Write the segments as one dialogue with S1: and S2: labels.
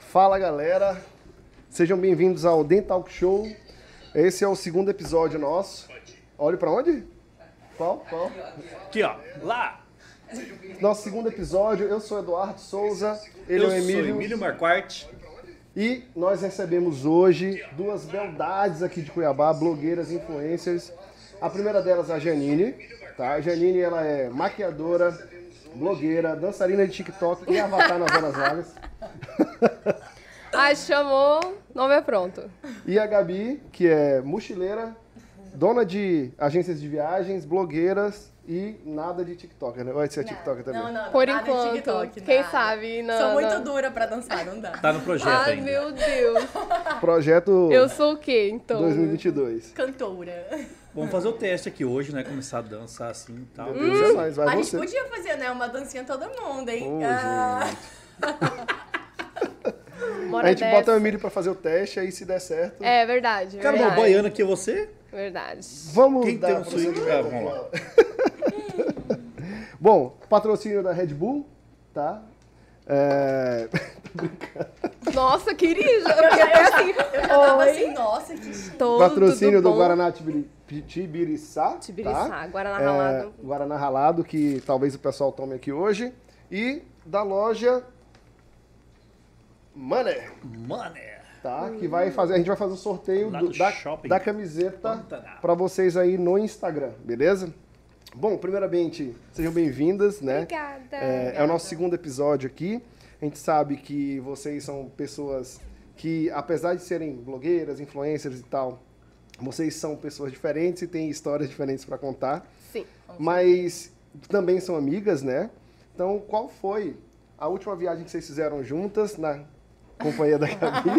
S1: Fala galera, sejam bem-vindos ao Dental Show. Esse é o segundo episódio nosso. Olhe pra onde? Qual? Qual?
S2: Aqui, ó. Lá.
S1: Nosso segundo episódio. Eu sou Eduardo Souza, ele
S2: Eu
S1: é o Emílio.
S2: sou Emílio Marquardt.
S1: E nós recebemos hoje duas beldades aqui de Cuiabá, blogueiras, influencers. A primeira delas é a Janine, tá? A Janine, ela é maquiadora, blogueira, dançarina de TikTok e avatar nas horas vagas.
S3: Ai, chamou, nome é pronto.
S1: E a Gabi, que é mochileira, dona de agências de viagens, blogueiras e nada de TikToker, né? Vai ser TikToker também.
S4: Não, não,
S3: Por
S4: nada de
S3: enquanto,
S4: TikTok,
S3: quem
S4: nada.
S3: sabe, não,
S4: Sou muito
S3: não.
S4: dura pra dançar, não dá.
S2: Tá no projeto
S3: Ai,
S2: ainda.
S3: meu Deus.
S1: Projeto
S3: Eu sou o quê, então?
S1: 2022.
S4: Cantora.
S2: Vamos fazer o teste aqui hoje, né? Começar a dançar assim e tal.
S1: Meu
S3: Hum.
S1: Deus, é nóis,
S4: A
S1: vai
S4: gente
S1: você.
S4: podia fazer, né, uma dancinha todo mundo, hein? Ah,
S1: Ô, gente.
S3: Mora
S1: A gente
S3: dessa.
S1: bota o Emílio pra fazer o teste, aí se der certo.
S3: É verdade,
S2: Cara, mas o
S3: verdade.
S2: baiano aqui é você?
S1: né?
S3: Verdade.
S1: Vamos
S2: Quem
S1: dar
S2: tem um swing? Ah,
S1: prosseguimento.
S2: vamos lá.
S1: Bom, patrocínio da Red Bull, tá? É...
S3: Nossa, querida. Eu fiquei até assim.
S4: Eu já tava
S3: Oi.
S4: assim, nossa, que chique.
S3: Tô,
S1: Patrocínio
S3: tudo
S1: do
S3: bom?
S1: Guaraná Tibiri- Tibiriçá.
S3: Tibiriçá,
S1: tá?
S3: Guaraná
S1: É,
S3: ralado.
S1: Guaraná ralado, que talvez o pessoal tome aqui hoje. E da loja Mané,
S2: Mano.
S1: tá? Que
S3: Hum.
S1: vai fazer, a gente vai fazer o sorteio
S2: Lá do
S1: da,
S2: shopping.
S1: da camiseta
S2: Pantanal.
S1: pra vocês aí no Instagram, beleza? Bom, primeiramente, sejam bem-vindas, né?
S3: Obrigada.
S1: É, é o nosso segundo episódio aqui. A gente sabe que vocês são pessoas que, apesar de serem blogueiras, influencers e tal, vocês são pessoas diferentes e têm histórias diferentes para contar,
S3: Sim.
S1: mas também são amigas, né? Então, qual foi a última viagem que vocês fizeram juntas na companhia da Gabi?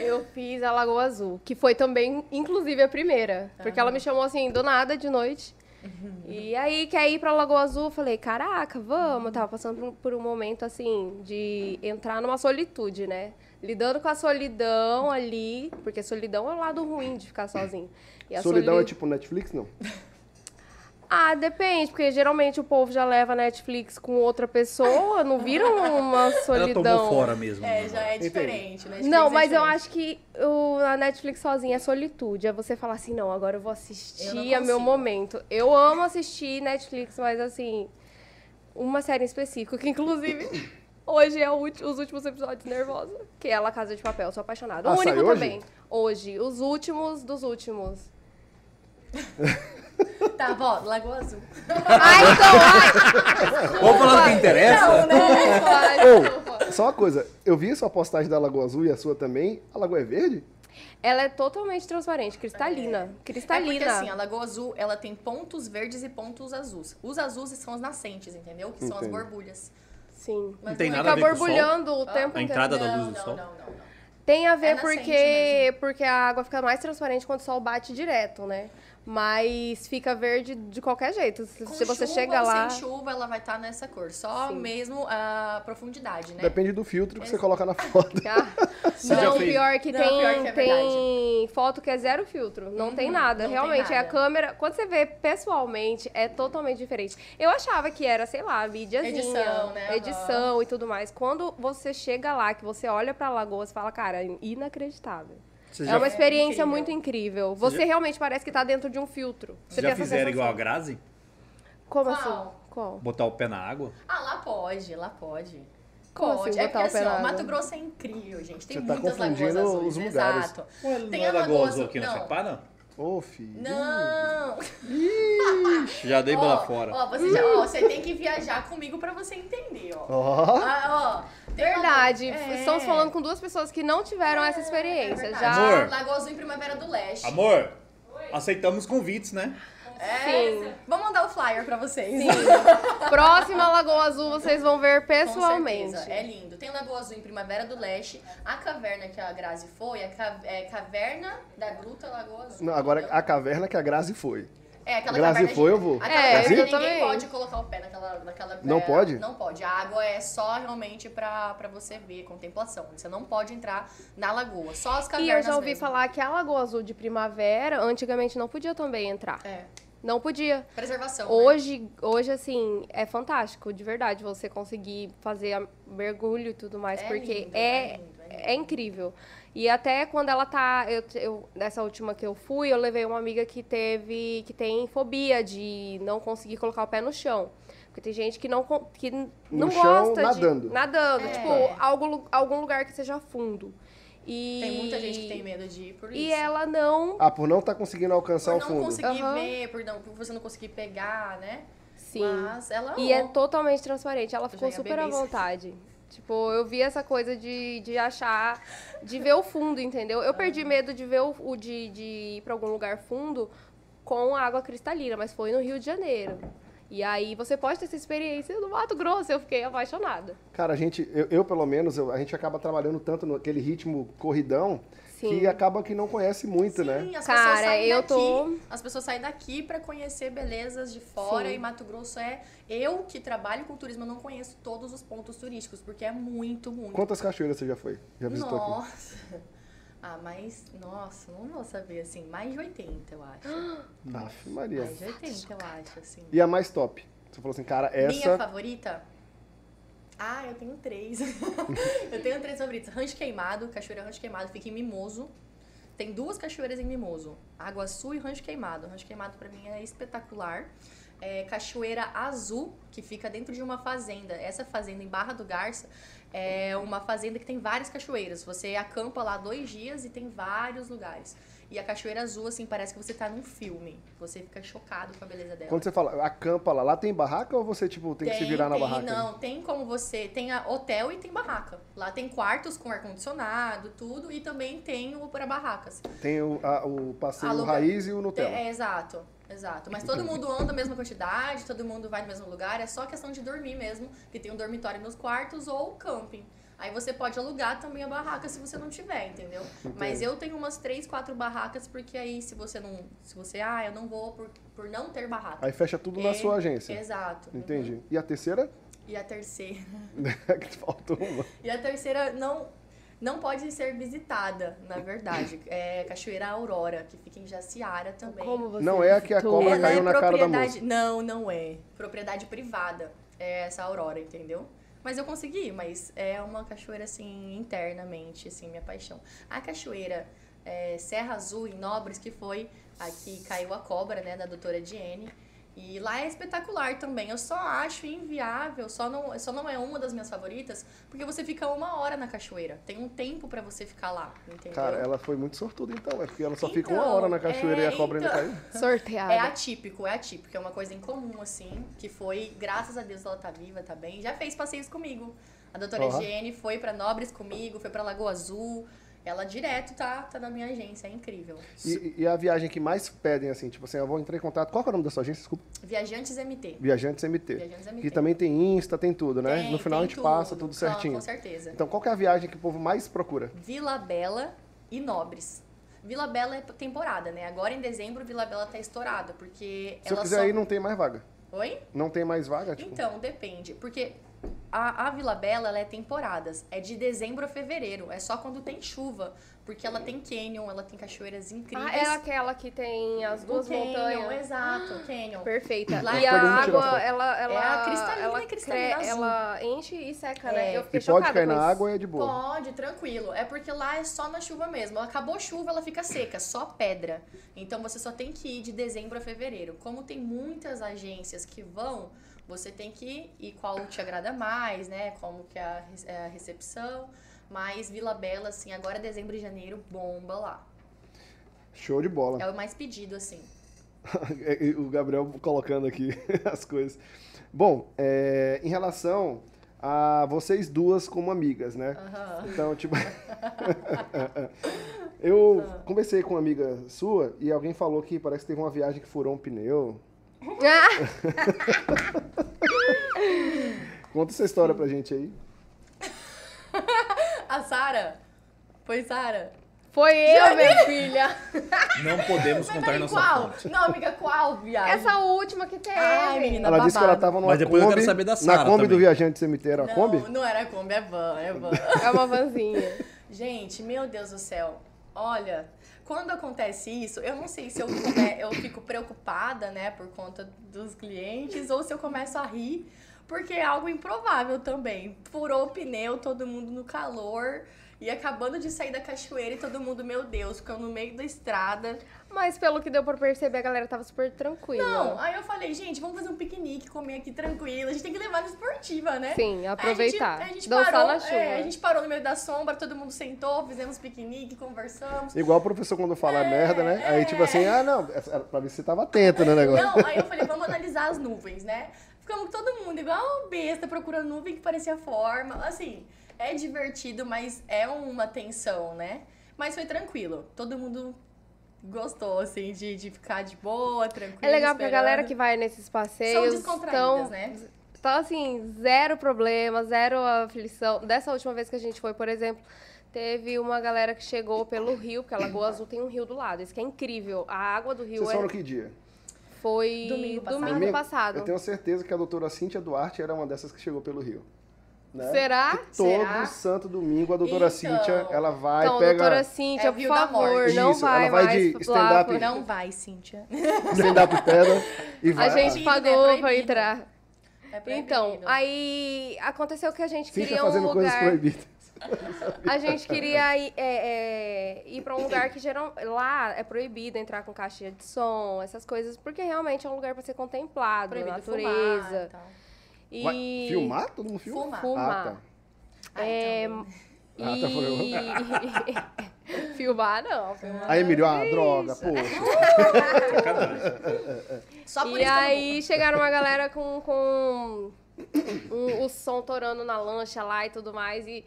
S3: Eu fiz a Lagoa Azul, que foi também, inclusive, a primeira. Porque ela me chamou assim, do nada, de noite. E aí, quer ir pra Lagoa Azul? Eu falei, caraca, vamos. Eu tava passando por um, por um momento, assim, de entrar numa solitude, né? Lidando com a solidão ali, porque solidão é o lado ruim de ficar sozinho. E a
S1: Solidão é
S3: soli-
S1: tipo Netflix, não?
S3: Ah, depende, porque geralmente o povo já leva Netflix com outra pessoa, não vira uma
S2: Ela
S3: solidão.
S2: tomou fora mesmo.
S4: É,
S2: né?
S4: já é diferente, né?
S3: Não, mas eu
S4: Diferente.
S3: acho que o, a Netflix sozinha é solitude. É você falar assim, não, agora eu vou
S4: Eu não
S3: assistir,
S4: consigo.
S3: é meu momento. Eu amo assistir Netflix, mas assim, uma série em específico, que inclusive hoje é o ulti- os últimos episódios Nervosa, que é La Casa de Papel, sou apaixonada.
S1: Ah,
S3: o único
S1: saiu hoje?
S3: também. Hoje, os últimos dos últimos.
S4: Tá, ó, Lagoa Azul.
S3: Ai, então,
S2: Vamos falar do que interessa?
S4: Ah, Não, né?
S3: ai, ai, desculpa.
S1: Ou, só uma coisa, eu vi a sua postagem da Lagoa Azul e a sua também. A Lagoa é verde?
S3: Ela é totalmente transparente, cristalina. Cristalina.
S4: É porque assim, a Lagoa Azul, ela tem pontos verdes e pontos azuis. Os azuis são as nascentes, entendeu? Que são as
S1: Entendo.
S4: borbulhas.
S3: Sim.
S4: Mas
S2: Não tem
S4: não é-
S2: nada a
S3: Fica
S2: ver com o sol?
S3: borbulhando
S4: Ah.
S3: o tempo
S2: A
S3: inteiro.
S2: entrada da
S4: Não,
S2: luz do
S4: não,
S2: sol.
S4: não, não, não.
S3: Tem a ver
S4: É nascente
S3: porque, porque a água fica mais transparente quando o sol bate direto, né? Mas fica verde de qualquer jeito. Se,
S4: Com
S3: se você
S4: chuva
S3: chega
S4: ou
S3: lá.
S4: Sem chuva, ela vai estar nessa cor. Só
S3: Sim.
S4: mesmo a profundidade, né?
S1: Depende do filtro que você coloca na foto.
S3: Ah,
S2: Você já
S3: não,
S2: fez?
S3: pior que
S4: Não,
S3: tem,
S4: pior que é Uhum,
S3: tem foto que é zero filtro. Não tem nada.
S4: não tem
S3: Realmente, é a
S4: nada.
S3: câmera. Quando você vê pessoalmente, é totalmente diferente. Eu achava que era, sei lá, mídiazinha,
S4: Edição, né?
S3: edição e tudo mais. Quando você chega lá, que você olha pra Lagoa, você fala, cara, é inacreditável.
S2: Vocês
S3: É
S2: já, né?
S3: uma experiência
S4: incrível.
S3: muito incrível. Você
S2: já-
S3: realmente parece que tá dentro de um filtro. Você
S2: vocês já
S3: tem essa
S2: fizeram igual a
S3: sensação.
S2: Grazi?
S3: Como
S4: Qual?
S3: assim? Qual?
S2: Botar o pé na água?
S4: Ah, lá pode, lá pode.
S3: Como
S4: pode.
S3: assim
S4: é
S3: botar
S4: porque
S3: o pé
S4: assim,
S3: na
S4: ó,
S3: água?
S4: Mato Grosso é incrível, gente. Tem
S1: Você tá
S4: muitas lagoas
S1: confundindo
S4: azuis.
S1: os lugares.
S4: Exato.
S2: Ué, não
S4: Tem
S2: é
S4: a
S2: Lagoa
S4: Lagoa
S2: Azul
S4: Azul-
S2: aqui na
S4: não.
S2: Sapá, não?
S1: Ô, filho.
S4: Não!
S1: Hum.
S2: Já dei bola
S4: Ó,
S2: fora.
S4: Ó, você, já, ó, você tem que viajar comigo pra você entender, ó.
S1: Ó.
S4: Ah, ó, tem uma-
S3: Verdade.
S4: É.
S3: Estamos falando com duas pessoas que não tiveram essa
S4: É
S3: experiência.
S4: verdade.
S3: já.
S2: Amor.
S4: Lagoa Azul e Primavera do Leste.
S2: Amor, aceitamos convites, né?
S4: É. Vou mandar o flyer pra vocês.
S3: Próxima Lagoa Azul, vocês vão ver
S4: Com
S3: pessoalmente.
S4: certeza, É lindo. Tem Lagoa Azul em Primavera do Leste. A caverna que a Grazi foi, a ca- é Caverna da Gruta Lagoa Azul.
S1: Não, agora
S4: entendeu?
S1: a caverna que a Grazi foi.
S4: É, aquela
S1: Grazi
S4: caverna.
S1: foi,
S4: de-
S1: eu vou.
S4: Aquela
S3: É,
S4: caverna
S3: eu
S4: ninguém
S3: também.
S4: pode colocar o pé naquela. naquela
S1: Não
S4: é,
S1: pode?
S4: Não pode. A água é só realmente pra, pra você ver, contemplação. Você não pode entrar na lagoa. Só as
S3: E
S4: cavernas.
S3: eu já ouvi
S4: mesmo.
S3: falar que a Lagoa Azul de Primavera, antigamente não podia também entrar.
S4: É.
S3: Não podia.
S4: Preservação. né?
S3: Hoje, hoje, assim, é fantástico, de verdade, você conseguir fazer a- mergulho e tudo mais,
S4: É
S3: porque
S4: lindo,
S3: é,
S4: é lindo, é lindo.
S3: é incrível. E até quando ela tá. Eu, eu- nessa última que eu fui, eu levei uma amiga que teve. que tem fobia de não conseguir colocar o pé no chão. Porque tem gente que não, con- que n-
S1: No
S3: não
S1: chão,
S3: gosta
S1: nadando.
S3: de. Nadando.
S4: É.
S3: Tipo, algum, lu- algum lugar que seja fundo. E,
S4: Tem muita gente que tem medo de ir por isso.
S3: E ela não.
S1: Ah, por não estar conseguindo alcançar
S4: Por
S1: o
S4: não
S1: fundo.
S4: conseguir
S3: Aham.
S4: ver, por, não, por você não conseguir pegar, né?
S3: Sim.
S4: Mas ela
S3: E é
S4: amou.
S3: totalmente transparente. Ela ficou
S4: Tá já ia
S3: super à
S4: beber isso.
S3: vontade. Tipo, eu vi essa coisa de, de achar, de ver o fundo, entendeu? Eu
S4: Ah.
S3: perdi medo de ver o, o de, de ir pra algum lugar fundo com água cristalina, mas foi no Rio de Janeiro. E aí você pode ter essa experiência no Mato Grosso. Eu fiquei apaixonada.
S1: Cara, a gente, eu, eu, pelo menos, eu- a gente acaba trabalhando tanto naquele ritmo corridão
S3: Sim.
S1: que acaba que não conhece muito, né?
S4: Sim, as
S3: Cara,
S4: pessoas saem
S3: eu
S4: daqui,
S3: tô-
S4: As pessoas saem daqui pra conhecer belezas de fora
S3: Sim.
S4: e Mato Grosso é... Eu que trabalho com turismo, eu não conheço todos os pontos turísticos, porque é muito, muito.
S1: Quantas cachoeiras você já foi? Já visitou aqui?
S4: nossa! Ah, mas... Nossa, não vou saber, assim, mais de 80, eu acho.
S1: Aff, Maria.
S4: mais de 80, eu acho, assim.
S1: E a mais top? Você falou assim, cara,
S4: é Minha
S1: essa.
S4: favorita? Ah, eu tenho três. eu tenho três favoritas. Rancho Queimado, Cachoeira Rancho Queimado, fica em Mimoso. Tem duas cachoeiras em Mimoso. Aguaçu e Rancho Queimado. Rancho Queimado pra mim é espetacular. É, Cachoeira Azul, que fica dentro de uma fazenda. Essa fazenda em Barra do Garça é uma fazenda que tem várias cachoeiras. Você acampa lá dois dias e tem vários lugares. E a Cachoeira Azul, assim, parece que você tá num filme. Você fica chocado com a beleza dela.
S1: Quando você fala, acampa lá, lá tem barraca ou você, tipo, tem, que se virar na
S4: tem,
S1: barraca? né?
S4: Não, tem como você. Tem a hotel e tem barraca. Lá tem quartos com ar-condicionado, tudo, e também tem o para barracas.
S1: Tem o, a- o passeio
S4: Aluga-
S1: raiz e o
S4: Tem-
S1: Nutella.
S4: é, exato, exato. Mas todo mundo anda a mesma quantidade, todo mundo vai no mesmo lugar, é só questão de dormir mesmo, que tem um dormitório nos quartos ou camping. Aí você pode alugar também a barraca se você não tiver, entendeu? Mas eu tenho umas três, quatro barracas, porque aí se você não. Se você, ah, eu não vou por, por não ter barraca.
S1: Aí fecha tudo na
S4: É,
S1: sua agência.
S4: Exato.
S1: Entendi. E a terceira?
S4: E a terceira.
S1: que faltou uma.
S4: E a terceira não, não pode ser visitada, na verdade. É Cachoeira Aurora, que fica em Jaciara também.
S3: Como você
S1: Não é a que a
S3: visitou?
S1: cobra
S4: Ela
S1: caiu
S4: é
S1: na cara da
S4: propriedade. não, não é. Propriedade privada. É essa Aurora, entendeu? Mas eu consegui, mas é uma cachoeira, assim, internamente, assim, minha paixão. A cachoeira é, Serra Azul, em Nobres, que foi a que caiu a cobra, né, da doutora Diene. E lá é espetacular também. Eu só acho inviável, só não, só não é uma das minhas favoritas, porque você fica uma hora na cachoeira. Tem um tempo pra você ficar lá, entendeu?
S1: Cara, ela foi muito sortuda então, é porque ela só fica uma
S4: Então,
S1: hora na cachoeira
S4: é,
S1: e a cobra
S4: então.
S1: ainda tá caiu.
S3: Sorteada.
S4: É atípico, é atípico. É uma coisa incomum, assim, que foi, graças a Deus, ela tá viva, tá bem. Já fez passeios comigo. A doutora
S1: Ó.
S4: Higiene foi pra Nobres comigo, foi pra Lagoa Azul. Ela direto tá, tá na minha agência, é incrível.
S1: E, e a viagem que mais pedem, assim, tipo assim, eu vou entrar em contato. Qual que é o nome da sua agência? Desculpa.
S4: Viajantes MT.
S1: Viajantes MT.
S4: Viajantes MT.
S1: Que também tem Insta, tem tudo, né?
S4: Tem-
S1: no final a
S4: tem
S1: gente passa
S4: tudo,
S1: tudo
S4: com-
S1: certinho.
S4: Com certeza.
S1: Então, qual que é a viagem que o povo mais procura?
S4: Vila Bela e Nobres. Vila Bela é temporada, né? Agora em dezembro, Vila Bela tá estourada, porque
S1: Se eu
S4: ela
S1: quiser
S4: só...
S1: ir, não tem mais vaga.
S4: Oi?
S1: Não tem mais
S3: É
S1: vaga, tipo.
S4: Então, depende. Porque a, a Vila Bela, ela é temporadas. É de dezembro a fevereiro. É só quando tem chuva. Porque ela tem canyon, ela tem cachoeiras incríveis.
S3: Ah, é aquela que tem as
S4: O
S3: duas
S4: canyon,
S3: montanhas.
S4: Exato, o canyon.
S3: Perfeita.
S4: Lá
S3: e
S4: é
S3: a
S4: todo
S1: mundo tirando foto.
S3: água, ela, ela.
S4: É a cristalina,
S3: ela,
S4: cristalina
S3: cre-
S4: azul.
S3: ela enche e seca, né?
S4: É.
S3: Eu
S1: E
S3: fiquei
S1: pode
S3: chocada
S1: cair
S3: com
S1: na
S3: isso.
S1: água e é de boa.
S4: Pode, tranquilo. É porque lá é só na chuva mesmo. Acabou a chuva, ela fica seca, só pedra. Então você só tem que ir de dezembro a fevereiro. Como tem muitas agências que vão, você tem que ir qual te agrada mais, né? Como que é a, re- é a recepção. Mas Vila Bela, assim, agora dezembro e janeiro, bomba lá.
S1: Show de bola.
S4: É o mais pedido, assim.
S1: o Gabriel colocando aqui as coisas. Bom, é, em relação a vocês duas como amigas, né?
S4: Aham.
S1: Então, tipo. eu conversei com uma amiga sua e alguém falou que parece que teve uma viagem que furou um pneu.
S3: Ah,
S1: Conta essa história pra gente aí.
S4: A Sara! Foi Sara?
S3: foi eu, minha filha.
S2: Não podemos
S4: Mas
S2: contar
S4: peraí,
S2: nossa
S4: qual?
S2: fonte.
S4: Não, amiga, qual viagem?
S3: Essa última que teve.
S4: Ai, menina,
S1: Ela disse que ela
S4: babado.
S1: tava numa
S2: Mas depois eu
S1: Kombi.
S2: quero saber da
S1: Na
S2: Sara
S1: Kombi do
S2: também.
S1: viajante cemitério, a
S4: não,
S1: Kombi?
S4: Não era Kombi, é van, é van.
S3: É uma vanzinha.
S4: Gente, meu Deus do céu. Ó, Olha, quando acontece isso, eu não sei se eu, come- eu fico preocupada, né, por conta dos clientes, ou se eu começo a rir, porque é algo improvável também. Furou o pneu, todo mundo no calor, e acabando de sair da cachoeira e todo mundo, meu Deus, ficando no meio da estrada.
S3: Mas pelo que deu pra perceber, a galera tava super tranquila.
S4: Não, aí eu falei, gente, vamos fazer um piquenique, comer aqui tranquilo, a gente tem que levar na esportiva, né?
S3: Sim, aproveitar.
S4: Aí A gente, a gente
S3: dançar
S4: parou,
S3: na chuva.
S4: é, a gente parou no meio da sombra, todo mundo sentou, fizemos piquenique, conversamos.
S1: Igual o professor quando fala merda, né? Aí tipo assim, ah não, essa- era pra ver se você tava atento no negócio.
S4: Não, aí eu falei, vamos analisar as nuvens, né? Ficamos todo mundo igual um besta, procurando nuvem que parecia forma. Assim, é divertido, mas é uma tensão, né? Mas foi tranquilo. Todo mundo gostou, assim, de, de ficar de boa, tranquilo.
S3: É legal porque a
S4: esperando.
S3: galera que vai nesses
S4: São
S3: passeios
S4: descontraídas,
S3: estão
S4: né?
S3: Então, assim, zero problema, zero aflição. Dessa última vez que a gente foi, por exemplo, teve uma galera que chegou pelo rio, porque a Lagoa Azul tem um rio do lado. Isso que é incrível. A água do rio
S1: Vocês
S3: é-
S1: foram que dia?
S3: foi
S4: Domingo passado.
S1: Domingo?
S3: passado.
S1: Eu tenho certeza que a doutora Cíntia Duarte era uma dessas que chegou pelo Rio. Né?
S3: Será?
S1: Todo
S4: Será?
S1: santo domingo a doutora
S4: Então.
S1: Cíntia, ela vai,
S3: então,
S1: pega
S3: doutora Cíntia,
S4: É o
S3: por
S4: Rio da
S3: favor,
S4: Morte.
S3: não
S1: Isso,
S3: vai,
S1: ela vai de
S3: mais lá.
S1: stand-up.
S4: Não vai, Cíntia.
S1: stand-up pedra e
S3: A
S1: vai.
S3: gente
S4: É
S3: pagou pra
S4: proibido.
S3: entrar.
S4: É proibido.
S3: Então, aí aconteceu que a gente
S1: Cíntia
S3: queria um
S1: fazendo coisas
S3: lugar...
S1: proibidas.
S3: A gente queria ir, é, é, ir pra um lugar que geral, lá é proibido entrar com caixa de som, essas coisas, porque realmente é um lugar pra ser contemplado,
S4: proibido
S3: natureza.
S4: fumar tá. e tal.
S3: E
S1: Vai filmar? Todo mundo filma?
S4: Fumar.
S3: Fumar.
S1: Ah, tá.
S4: Ah,
S3: É,
S4: então,
S1: Ah, tá,
S3: e... filmar não. filmar
S1: Aí, Emílio, ah,
S3: não.
S1: droga, poxa.
S2: É
S4: Só por
S3: E
S4: isso que eu não
S3: aí chegaram uma galera com, com um- o som torando na lancha lá e tudo mais. E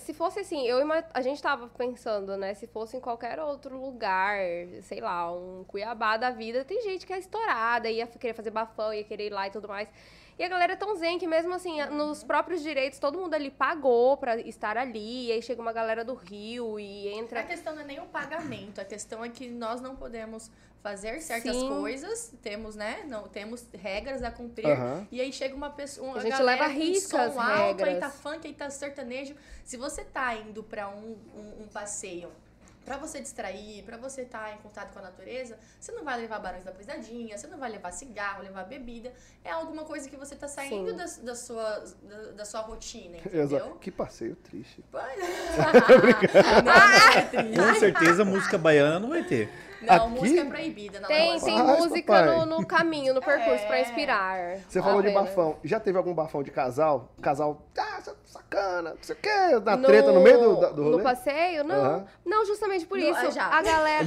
S3: se fosse assim, eu ima- a gente tava pensando, né? Se fosse em qualquer outro lugar, sei lá, um Cuiabá da vida, tem gente que é estourada, ia querer fazer bafão, ia querer ir lá e tudo mais. E a galera é tão zen que mesmo assim, a- nos
S4: Uhum.
S3: próprios direitos, todo mundo ali pagou pra estar ali. E aí chega uma galera do Rio e
S4: A
S3: entra.
S4: questão não é nem o pagamento, a questão é que nós não podemos fazer certas
S3: Sim.
S4: coisas, temos, né? Não, temos regras a cumprir.
S1: Aham.
S4: E aí chega uma pessoa, uma
S3: A gente
S4: galera
S3: leva a
S4: com
S3: risca
S4: som
S3: as
S4: alto, aí
S3: regras.
S4: tá funk, aí tá sertanejo. Se você tá indo pra um, um, um passeio pra você distrair, pra você estar em contato com a natureza, você não vai levar barões da pisadinha, você não vai levar cigarro, levar bebida. É alguma coisa que você tá saindo
S3: Sim.
S4: da, da sua, da, da sua rotina, entendeu?
S1: Exato. Que passeio triste.
S4: não, não é triste.
S2: Com certeza música baiana não vai ter.
S4: Não,
S1: Aqui?
S4: música é proibida. Não,
S3: Tem,
S4: não,
S3: tem
S1: Mas,
S3: música
S1: papai.
S3: no, no caminho, no percurso, pra
S4: É.
S3: inspirar. né?
S1: Você falou de
S3: Apenas.
S1: bafão. Já teve algum bafão de casal? Casal, ah, você é sacana, não sei o quê, na
S3: No-
S1: Tá treta, no meio do, da- do
S3: No
S1: rolê?
S3: passeio? Não.
S1: Aham.
S3: Não, justamente por
S4: No- ah,
S3: isso.
S4: já.
S3: A galera.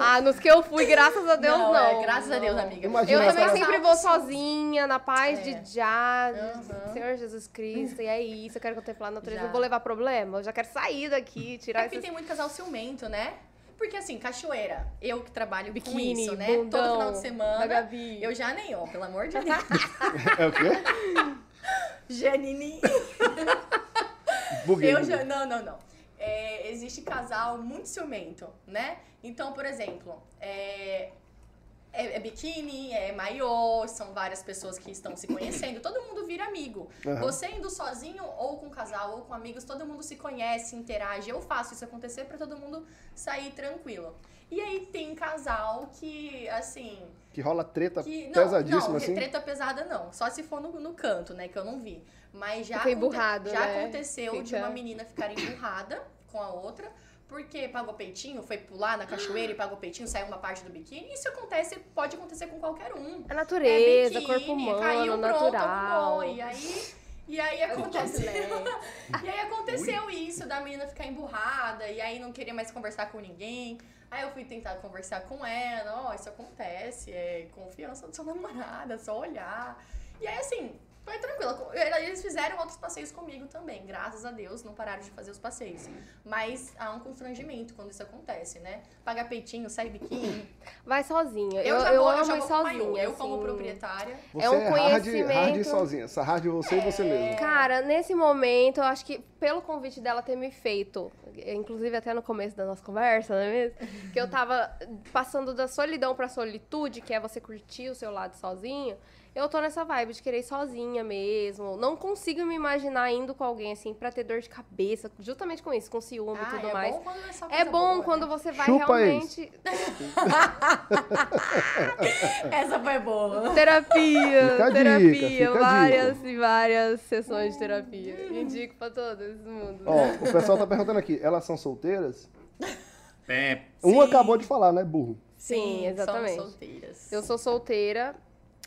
S3: ah, nos que eu fui, graças a Deus, não.
S4: Não, é, graças a Deus,
S3: não.
S4: amiga. um
S1: Imagina
S3: Eu
S1: Graças
S3: também
S1: a
S3: sempre vou sozinha, na paz
S4: É.
S3: de já, de-
S4: Aham.
S3: Senhor Jesus Cristo, e é isso, eu quero contemplar a natureza,
S4: Já.
S3: não vou levar problema, eu já quero sair daqui, tirar
S4: É porque
S3: esses...
S4: tem muito casal ciumento, né? Porque assim, cachoeira, eu que trabalho com
S3: biquíni,
S4: isso, né?
S3: bundão,
S4: Todo final de
S3: da
S4: semana,
S3: Gabi.
S4: eu já nem, ó, pelo amor de Deus.
S1: É o quê?
S4: Janine,
S1: Buguei.
S4: eu
S1: buguei.
S4: já... Não, não, não. É, existe casal muito ciumento, né? Então, por exemplo, é... É, é biquíni, é maiô, são várias pessoas que estão se conhecendo, todo mundo vira amigo.
S1: Aham.
S4: Você indo sozinho, ou com casal, ou com amigos, todo mundo se conhece, interage. Eu faço isso acontecer pra todo mundo sair tranquilo. E aí tem casal que, assim,
S1: Que rola treta
S4: que. Não,
S1: pesadíssima,
S4: não,
S1: Tá assim.
S4: treta pesada não. Só se for no, no canto, né? Que eu não vi. Mas já,
S3: Fica
S4: aconte-
S3: emburrado,
S4: já
S3: né?
S4: aconteceu de
S3: Fica-
S4: uma menina ficar emburrada com a outra. Porque pagou peitinho, foi pular na cachoeira e pagou peitinho, saiu uma parte do biquíni. Isso acontece, pode acontecer com qualquer um.
S3: A natureza,
S4: É biquíni,
S3: corpo humano,
S4: caiu, pronto, tá
S3: natural.
S4: arrumou. E aí, e aí acontece. e aí aconteceu isso da menina ficar emburrada e aí não querer mais conversar com ninguém. Aí eu fui tentar conversar com ela, ó, isso acontece, é confiança do seu namorado, é só olhar. E aí assim, foi tranquilo. Eles fizeram outros passeios comigo também, graças a Deus, não pararam de fazer os passeios. Mas há um constrangimento quando isso acontece, né? Paga peitinho, sai biquíni.
S3: Vai sozinha, eu,
S4: Eu,
S3: eu,
S4: já vou,
S3: amo
S4: eu já
S3: ir
S4: vou com
S3: sozinha,
S4: maiô, eu como
S3: assim.
S4: proprietária.
S1: Você
S3: É um
S1: hard, hard
S3: conhecimento. É.
S1: sozinha. Essa hard é você e você mesmo.
S3: Cara, nesse momento, eu acho que pelo convite dela ter me feito, inclusive até no começo da nossa conversa, não é mesmo? Que eu tava passando da solidão pra solitude, que é você curtir o seu lado sozinho. eu tô nessa vibe de querer ir sozinha mesmo. Não consigo me imaginar indo com alguém, assim, pra ter dor de cabeça, justamente com isso, com ciúme e
S4: Ah,
S3: tudo
S4: é
S3: mais.
S4: bom quando é só
S3: É
S4: coisa
S3: bom
S4: boa,
S3: quando
S4: né?
S3: você vai
S1: Chupa
S3: realmente.
S4: Essa foi boa.
S3: Terapia,
S1: Fica a dica,
S3: terapia,
S1: fica a dica.
S3: várias e várias sessões de terapia. Indico pra todo mundo.
S1: Ó, o pessoal tá perguntando aqui, elas são solteiras?
S2: É,
S1: Um acabou de falar, né, burro?
S3: Sim, exatamente.
S4: Somos solteiras.
S3: Eu sou solteira,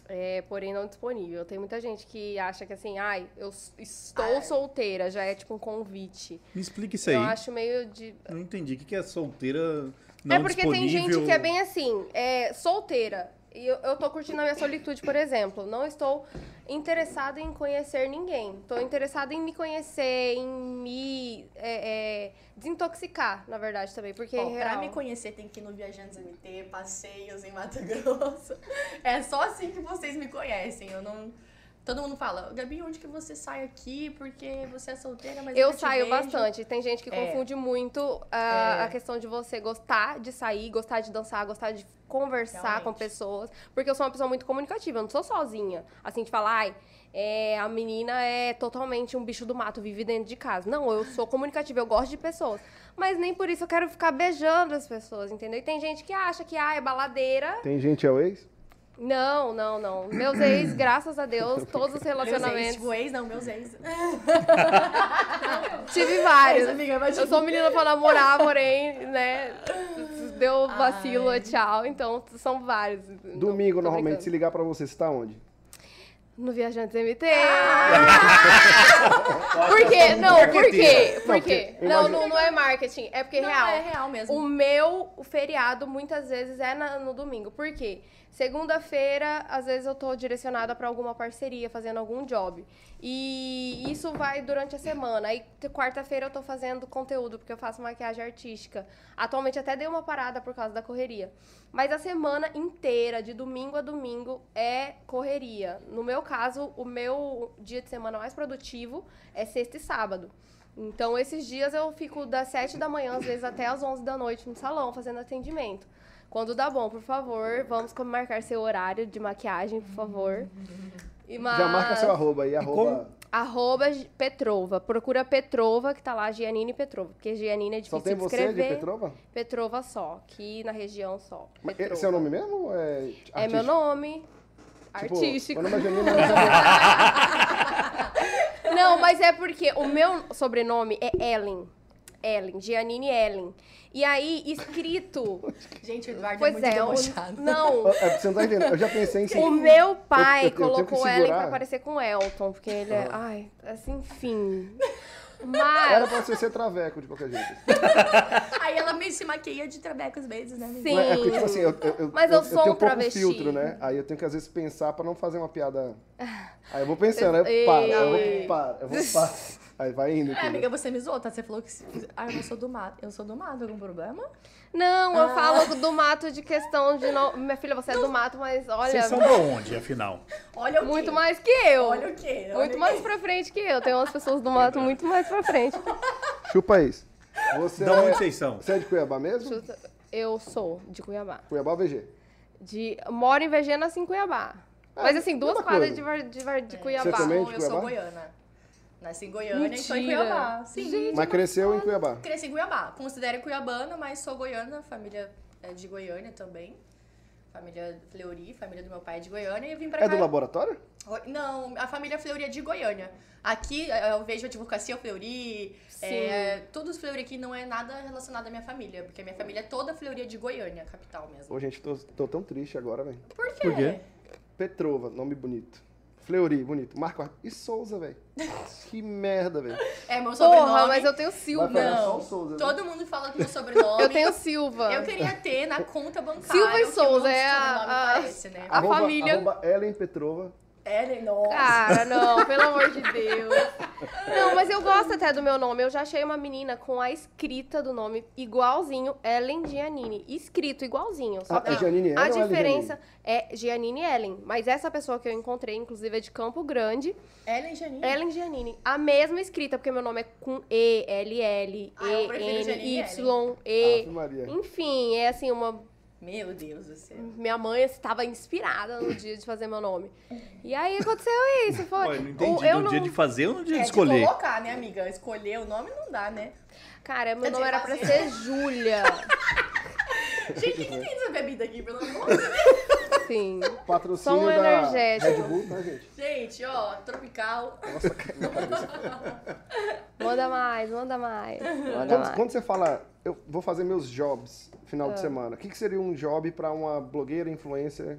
S3: é, porém não disponível. Tem muita gente que acha que assim, ai, eu s- estou
S4: Ai.
S3: solteira, já é tipo um convite.
S2: me explica isso aí.
S3: Eu acho meio de.
S2: Não entendi o que que é solteira não
S3: é porque tem gente
S2: disponível?
S3: que é bem assim, é, solteira. E eu, eu tô curtindo a minha solitude, por exemplo. Não estou interessada em conhecer ninguém. Tô interessada em me conhecer, em me é, é, desintoxicar, na verdade, também. Porque
S4: Ó,
S3: é
S4: pra
S3: real.
S4: me conhecer, tem que ir no Viajantes MT, passeios em Mato Grosso. É só assim que vocês me conhecem. Eu não. Todo mundo fala, Gabi, onde que você sai aqui? Porque você é solteira, mas
S3: Eu
S4: nunca te
S3: saio
S4: vejo."
S3: bastante. Tem gente que
S4: É.
S3: confunde muito a,
S4: É.
S3: a questão de você gostar de sair, gostar de dançar, gostar de conversar
S4: Realmente.
S3: com pessoas. Porque eu sou uma pessoa muito comunicativa, eu não sou sozinha. Assim, de falar, ai, é, a menina é totalmente um bicho do mato, vive dentro de casa. Não, eu sou comunicativa, eu gosto de pessoas. Mas nem por isso eu quero ficar beijando as pessoas, entendeu? E tem gente que acha que, ah, é baladeira.
S1: Tem gente é o ex?
S3: Não, não, não. Meus ex, graças a Deus, todos os
S4: Meus ex,
S3: relacionamentos.
S4: tipo, ex, não, meus ex.
S3: Tive vários.
S4: Ex, amiga, mas- tipo,
S3: Eu sou menina pra namorar, porém, né? Deu vacilo,
S4: Ai.
S3: tchau. Então, são vários. Não,
S1: Domingo,
S3: tô
S1: normalmente, se
S3: brincando.
S1: ligar pra você, você tá onde?
S3: No Viajantes MT.
S4: Ah!
S3: por quê? Não, por quê?
S1: Não,
S3: Por quê?
S1: porque-
S3: Não, não, não é marketing. É porque é
S4: Não,
S3: real.
S4: é real mesmo.
S3: O meu feriado, muitas vezes, é na- no domingo. Por quê? Segunda-feira, às vezes, eu tô direcionada pra alguma parceria, fazendo algum job. E isso vai durante a semana. Aí, te- quarta-feira, eu tô fazendo conteúdo, porque eu faço maquiagem artística. Atualmente, até dei uma parada por causa da correria. Mas a semana inteira, de domingo a domingo, é correria. No meu caso, o meu dia de semana mais produtivo é sexta e sábado. Então, esses dias eu fico das 7 da manhã, às vezes até às 11 da noite no salão, fazendo atendimento. Quando dá bom, por favor, vamos como marcar seu horário de maquiagem, por favor. E mas-
S1: Já marca seu arroba aí, arroba...
S2: como-
S3: Arroba G- Petrova. Procura Petrova, que tá lá, Gianine Petrova. Porque Gianine é
S1: Só
S3: difícil
S1: tem
S3: de
S1: você
S3: escrever.
S1: de Petrova?
S3: Petrova só, aqui na região só.
S1: Mas
S3: Petrova.
S1: Esse é o nome mesmo? ou É,
S3: É meu
S1: artístico?
S3: nome.
S1: Tipo,
S3: artístico.
S1: Meu nome é Janine, mas é-
S3: Não, mas é porque o meu sobrenome é Ellen. Ellen, Giannini Ellen. E aí, escrito.
S4: Gente, o Eduardo
S3: pois
S4: é
S3: é, o,
S4: muito debochado.
S3: não.
S1: é, porque você não tá entendendo. Eu já pensei em...
S3: O meu pai
S1: eu tenho que
S3: colocou
S1: segurar.
S3: Ellen pra parecer com Elton, porque ele é. Ai, assim, enfim.
S1: Era
S3: Mas.
S1: pra você ser traveco, de qualquer jeito.
S4: Aí ela me se maquia de trabeca às vezes, né? amiga?
S3: Sim.
S1: É porque, tipo assim, eu, eu, eu,
S3: Mas eu sou
S1: tenho
S3: um
S1: pouco
S3: travesti.
S1: filtro, né? Aí eu tenho que, às vezes, pensar pra não fazer uma piada... Aí eu vou pensando, aí eu
S3: Ei.
S1: paro, aí eu vou paro, eu vou paro. Aí vai indo.
S4: É,
S1: entendeu?
S4: amiga, você me zoou, tá? Você falou que. se- Ah, eu não sou do mato. Eu sou do mato, algum problema?
S3: Não, eu falo do mato de questão de. No... Minha filha, você é do mato, mas olha.
S2: Vocês são pra onde, afinal?
S4: Olha o
S3: Muito
S4: quê?
S3: mais que eu.
S4: Olha o quê? Olha o quê?
S3: Muito mais pra frente que eu. Tem umas pessoas do mato muito mais pra frente.
S1: Chupa isso. Você
S2: Da
S1: é...
S2: onde vocês são?
S1: Você é de Cuiabá mesmo?
S3: Eu sou de Cuiabá.
S1: Cuiabá ou VG?
S3: De, moro em VG, nasci em Cuiabá.
S1: Ah,
S3: Mas assim, duas
S1: mesma
S3: quadras
S1: coisa.
S3: de, Var- de, Var- de
S1: Você
S4: Eu
S3: Cuiabá.
S1: também?
S4: sou-
S1: de
S4: Eu sou
S1: Cuiabá?
S4: goiana. Nasci em Goiânia e sou em
S3: Mentira.
S4: Cuiabá. Sim.
S3: Gente.
S1: Mas cresceu em Cuiabá.
S4: Cresci em Cuiabá. Considero cuiabana, mas sou goiana. Família é de Goiânia também. Família Fleury, família do meu pai é de Goiânia. E eu vim pra
S1: É
S4: cá.
S1: do laboratório?
S4: Oi- Não, a família Fleury é de Goiânia. Aqui eh, eu vejo a advocacia Fleury.
S3: Sim.
S4: É, todos os Fleury aqui não é nada relacionado à minha família. Porque a minha família é toda Fleury é de Goiânia, capital mesmo.
S1: Ô, gente, tô, tô tão triste agora, velho.
S4: Por quê?
S2: Por quê?
S1: Petrova, nome bonito. Fleury, bonito. Marco Ar... e Souza, velho. Que merda, velho.
S4: É meu sobrenome.
S3: Porra, mas eu tenho
S1: Vai
S3: Silva.
S1: falar
S4: Não.
S1: só o Souza. né?
S4: Todo mundo fala do meu sobrenome.
S3: Eu tenho Silva.
S4: Eu queria ter na conta bancária.
S3: Silva e
S4: o que o
S3: Souza,
S4: meu
S3: é a-
S4: sobrenome
S3: a-
S4: Parece, né?
S3: a família-
S1: Arroba Ellen Petrova.
S4: Ellen, nossa.
S3: Cara, não, pelo amor de Deus. Não, mas eu gosto até do meu nome. Eu já achei uma menina com a escrita do nome igualzinho, Ellen Giannini. Escrito igualzinho. Só
S1: Ah,
S3: que
S1: é Giannini Ellen
S3: a
S1: ou Ellen
S3: diferença é Giannini Ellen. Mas essa pessoa que eu encontrei, inclusive, é de Campo Grande.
S4: Ellen Janine.
S3: Ellen Giannini. A mesma escrita, porque meu nome é com E, L, L,
S4: Ah, eu
S3: E,
S4: prefiro
S3: N,
S4: Giannini
S3: Y, E.
S1: Ah,
S2: Ah,
S1: Ave Maria.
S3: Enfim, é assim, uma
S4: Meu Deus do céu.
S3: Minha mãe estava inspirada no dia de fazer meu nome. E aí aconteceu isso. Foi.
S2: Olha, não entendi.
S3: Ou eu
S2: no
S3: não... tipo,
S2: dia de fazer ou no dia
S4: É
S2: de
S4: de
S2: escolher?
S4: colocar, né, amiga? Escolher o nome não dá, né?
S3: Cara, meu
S4: Eu
S3: nome
S4: tinha
S3: era
S4: que
S3: pra
S4: fazer.
S3: ser Júlia.
S4: Gente, o que, que tem dessa bebida aqui, pelo amor de Deus?
S3: Sim.
S1: Patrocínio
S3: Som
S1: da
S3: energético.
S1: Red Bull, tá, gente?
S4: Gente, ó, tropical.
S3: Manda mais, manda mais. Manda
S1: Quando,
S3: mais.
S1: quando você fala, eu vou fazer meus jobs final
S3: Ah.
S1: de semana, o que, que seria um job pra uma blogueira, influencer?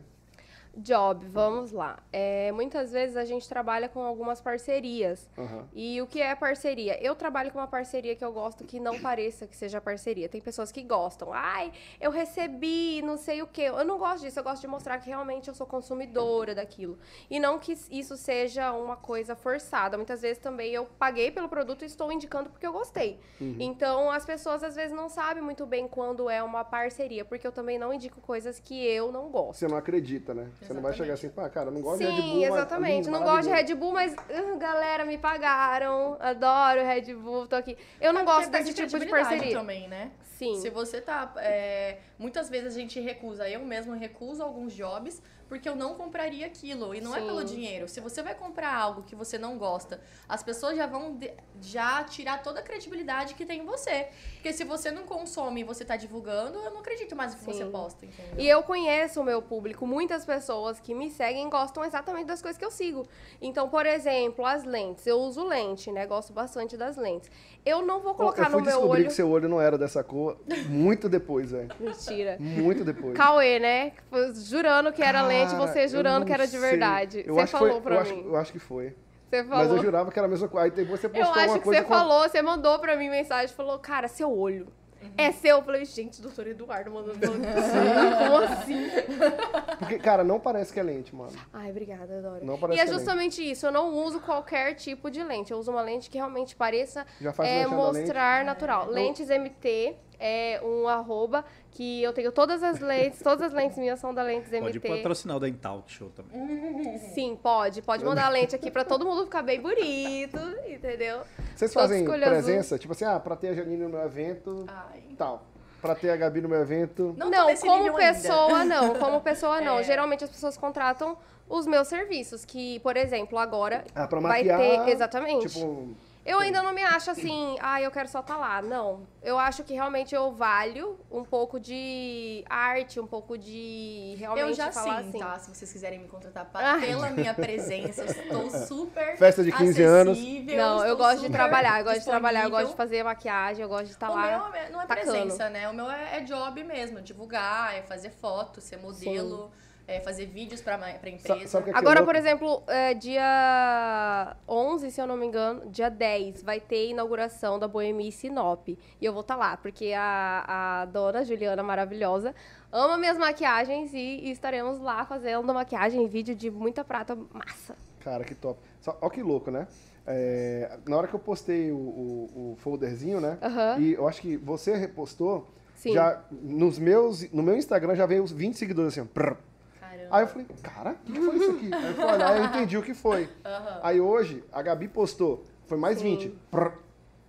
S3: Job, vamos lá. É, muitas vezes a gente trabalha com algumas parcerias.
S1: Aham.
S3: E o que é parceria? Eu trabalho com uma parceria que eu gosto que não pareça que seja parceria. Tem pessoas que gostam. Ai, eu recebi não sei o quê. Eu não gosto disso, eu gosto de mostrar que realmente eu sou consumidora daquilo. E não que isso seja uma coisa forçada. Muitas vezes também eu paguei pelo produto e estou indicando porque eu gostei. Então as pessoas às vezes não sabem muito bem quando é uma parceria, porque eu também não indico coisas que eu não gosto.
S1: Você não acredita, né? Você não vai
S4: Exatamente.
S1: chegar assim, pá, cara, eu não gosto
S3: Sim,
S1: de Red Bull. mas-
S3: exatamente.
S1: hum,
S3: não gosto de
S1: maravilhoso.
S3: Red Bull, mas uh, galera, me pagaram. Adoro Red Bull, tô aqui. Eu não gosto
S4: Porque é
S3: desse tipo de
S4: credibilidade
S3: parceria.
S4: também, né?
S3: Sim.
S4: Se você tá. é, muitas vezes a gente recusa, eu mesmo recuso alguns jobs porque eu não compraria aquilo. E não é
S3: Sim.
S4: pelo dinheiro. Se você vai comprar algo que você não gosta, as pessoas já vão de- já tirar toda a credibilidade que tem em você. Porque se você não consome e você tá divulgando, eu não acredito mais no que você
S3: Sim.
S4: posta, entendeu?
S3: E eu conheço o meu público, muitas pessoas que me seguem gostam exatamente das coisas que eu sigo. Então, por exemplo, as lentes. Eu uso lente, né? Gosto bastante das lentes. Eu não vou colocar
S1: eu fui
S3: no meu
S1: descobrir
S3: olho.
S1: que seu olho não era dessa cor muito depois, velho.
S3: Mentira.
S1: Muito depois.
S3: Cauê, né? Jurando que era lente,
S1: Cara,
S3: você
S1: eu
S3: jurando
S1: não
S3: que era de
S1: sei.
S3: verdade.
S1: Eu
S3: você
S1: acho que
S3: falou
S1: foi-
S3: pra
S1: eu
S3: mim.
S1: acho- eu acho que foi.
S3: Você
S1: Mas
S3: falou.
S1: eu jurava que era a mesma coisa. Aí depois você
S3: Eu
S1: postou
S3: acho
S1: uma
S3: que
S1: coisa.
S3: você
S1: com a-
S3: falou, você mandou pra mim mensagem, falou, cara, seu olho.
S2: Uhum.
S3: É seu. Eu falei, gente, doutor Eduardo mandou. meu olho. Como assim?
S1: Porque, cara, não parece que é lente, mano.
S3: Ai, obrigada, Dora.
S1: Não parece
S3: e é
S1: que é lente.
S3: justamente isso, eu não uso qualquer tipo de lente. Eu uso uma lente que realmente pareça
S1: Já faz
S3: é,
S1: merchan da lente?
S3: mostrar natural. Lentes MT é um arroba que eu tenho todas as lentes, todas as lentes minhas são da Lentes
S2: Pode
S3: MT.
S2: patrocinar o Dental Show também.
S3: Sim, pode. Pode mandar a lente aqui pra todo mundo ficar bem bonito, entendeu?
S1: Vocês
S3: Todos
S1: fazem
S3: escolheu azul.
S1: presença? Tipo assim, ah, pra ter a Janine no meu evento,
S3: Ah.
S4: Ai.
S1: tal. Pra ter a Gabi no meu evento.
S4: Não, tô
S3: Não,
S4: nesse
S3: como
S4: nível ainda.
S3: pessoa não, como pessoa não.
S4: É.
S3: Geralmente as pessoas contratam os meus serviços, que, por exemplo, agora
S1: Ah, pra
S3: vai
S1: maquiar.
S3: ter exatamente.
S1: Tipo,
S3: eu ainda não me acho assim, ah, eu quero só estar lá. Não, eu acho que realmente eu valho um pouco de arte, um pouco de realmente
S4: Eu já sim,
S3: falar assim.
S4: tá? Se vocês quiserem me contratar pra-
S3: Ah.
S4: pela minha presença, eu estou super
S1: Festa de 15 anos.
S4: acessível,
S3: Não, eu
S4: estou
S3: gosto de
S4: super
S3: trabalhar, eu gosto de trabalhar, eu gosto
S4: disponível.
S3: de fazer maquiagem, eu gosto de estar
S4: o
S3: tá lá.
S4: meu é- não é
S3: tacando.
S4: presença, né? O meu é, é job mesmo, divulgar, é fazer foto, ser modelo, é fazer vídeos pra, ma- pra
S1: sa-
S4: empresa.
S1: sabe o que é que é
S3: Agora,
S1: louco?
S3: por exemplo, é, dia 11, se eu não me engano, dia 10, vai ter inauguração da Boemia em Sinop. E eu vou estar lá, porque a, a dona Juliana maravilhosa ama minhas maquiagens e, e estaremos lá fazendo maquiagem em vídeo de muita prata massa.
S1: Cara, que top. Só, ó que louco, né? É, na hora que eu postei o, o- o folderzinho, né?
S3: Aham.
S1: E eu acho que você repostou.
S3: Sim.
S1: Já nos meus, no meu Instagram já veio uns 20 seguidores assim. ó, prrr.
S4: Caramba.
S1: Aí eu falei, cara, o que foi isso aqui? Aí eu fui olhar, eu entendi o que foi.
S4: Aham.
S1: Aí hoje, a Gabi postou, foi mais
S3: Sim.
S1: 20. Prrr.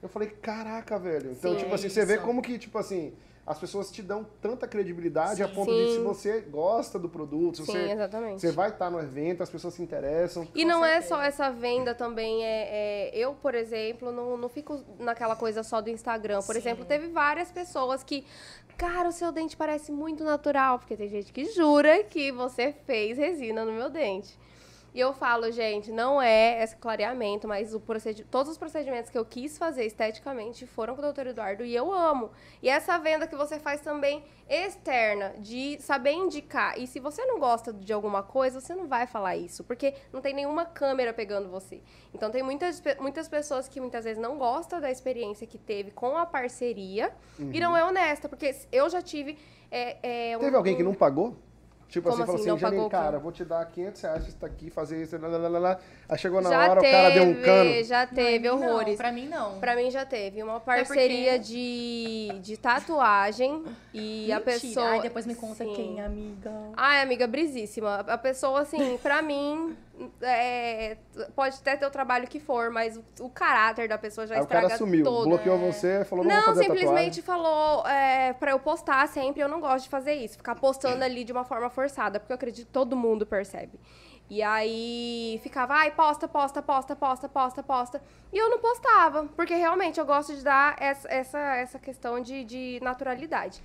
S1: Eu falei, caraca, velho. Então,
S3: Sim,
S1: tipo
S4: é
S1: assim, você vê
S4: isso.
S1: como que, tipo assim, as pessoas te dão tanta credibilidade a
S4: Sim.
S1: ponto de se
S3: Sim.
S1: você gosta do produto, se
S3: Sim,
S1: você,
S3: exatamente.
S1: você vai estar no evento, as pessoas se interessam.
S3: E
S4: Com
S3: não é
S4: certeza.
S3: só essa venda também. É, é- eu, por exemplo, não, não fico naquela coisa só do Instagram. Por
S4: Sim.
S3: exemplo, teve várias pessoas que. Cara, o seu dente parece muito natural. Porque tem gente que jura que você fez resina no meu dente. E eu falo, gente, não é esse clareamento, mas o procedi- todos os procedimentos que eu quis fazer esteticamente foram com o Dr. Eduardo e eu amo. E essa venda que você faz também externa, de saber indicar. E se você não gosta de alguma coisa, você não vai falar isso, porque não tem nenhuma câmera pegando você. Então tem muitas, pe- muitas pessoas que muitas vezes não gostam da experiência que teve com a parceria
S1: Uhum.
S3: e não é honesta, porque eu já tive. é, é, um-
S1: Teve alguém que
S3: um-
S1: não pagou? Tipo
S3: Como
S1: assim, falou assim,
S3: assim, não
S1: Janine,
S3: pagou o quê?
S1: cara, vou te dar 500 reais, isso aqui, fazer isso, lá, lá, lá, lá, lá. Aí chegou na
S3: já
S1: hora,
S3: teve,
S1: o cara deu um cano.
S3: Já teve
S4: Não,
S3: horrores.
S4: pra mim não.
S3: Pra mim já teve uma
S4: porque-
S3: parceria de, de tatuagem e a
S4: Mentira.
S3: pessoa.
S4: Ai, depois me conta
S3: Sim.
S4: quem, amiga.
S3: Ai, amiga, brisíssima. A pessoa, assim, pra mim, é, pode até ter o trabalho que for, mas o, o caráter da pessoa já
S1: Aí o
S3: estraga
S1: cara sumiu,
S3: todo.
S1: bloqueou
S4: né?
S1: você, falou não, vou
S3: Não,
S1: fazer
S3: simplesmente falou é, pra eu postar sempre. Eu não gosto de fazer isso, ficar postando ali de uma forma forçada, porque eu acredito que todo mundo percebe. E aí ficava, ai, posta, posta, posta, posta, posta, posta. E eu não postava, porque realmente eu gosto de dar essa, essa, essa questão de, de naturalidade.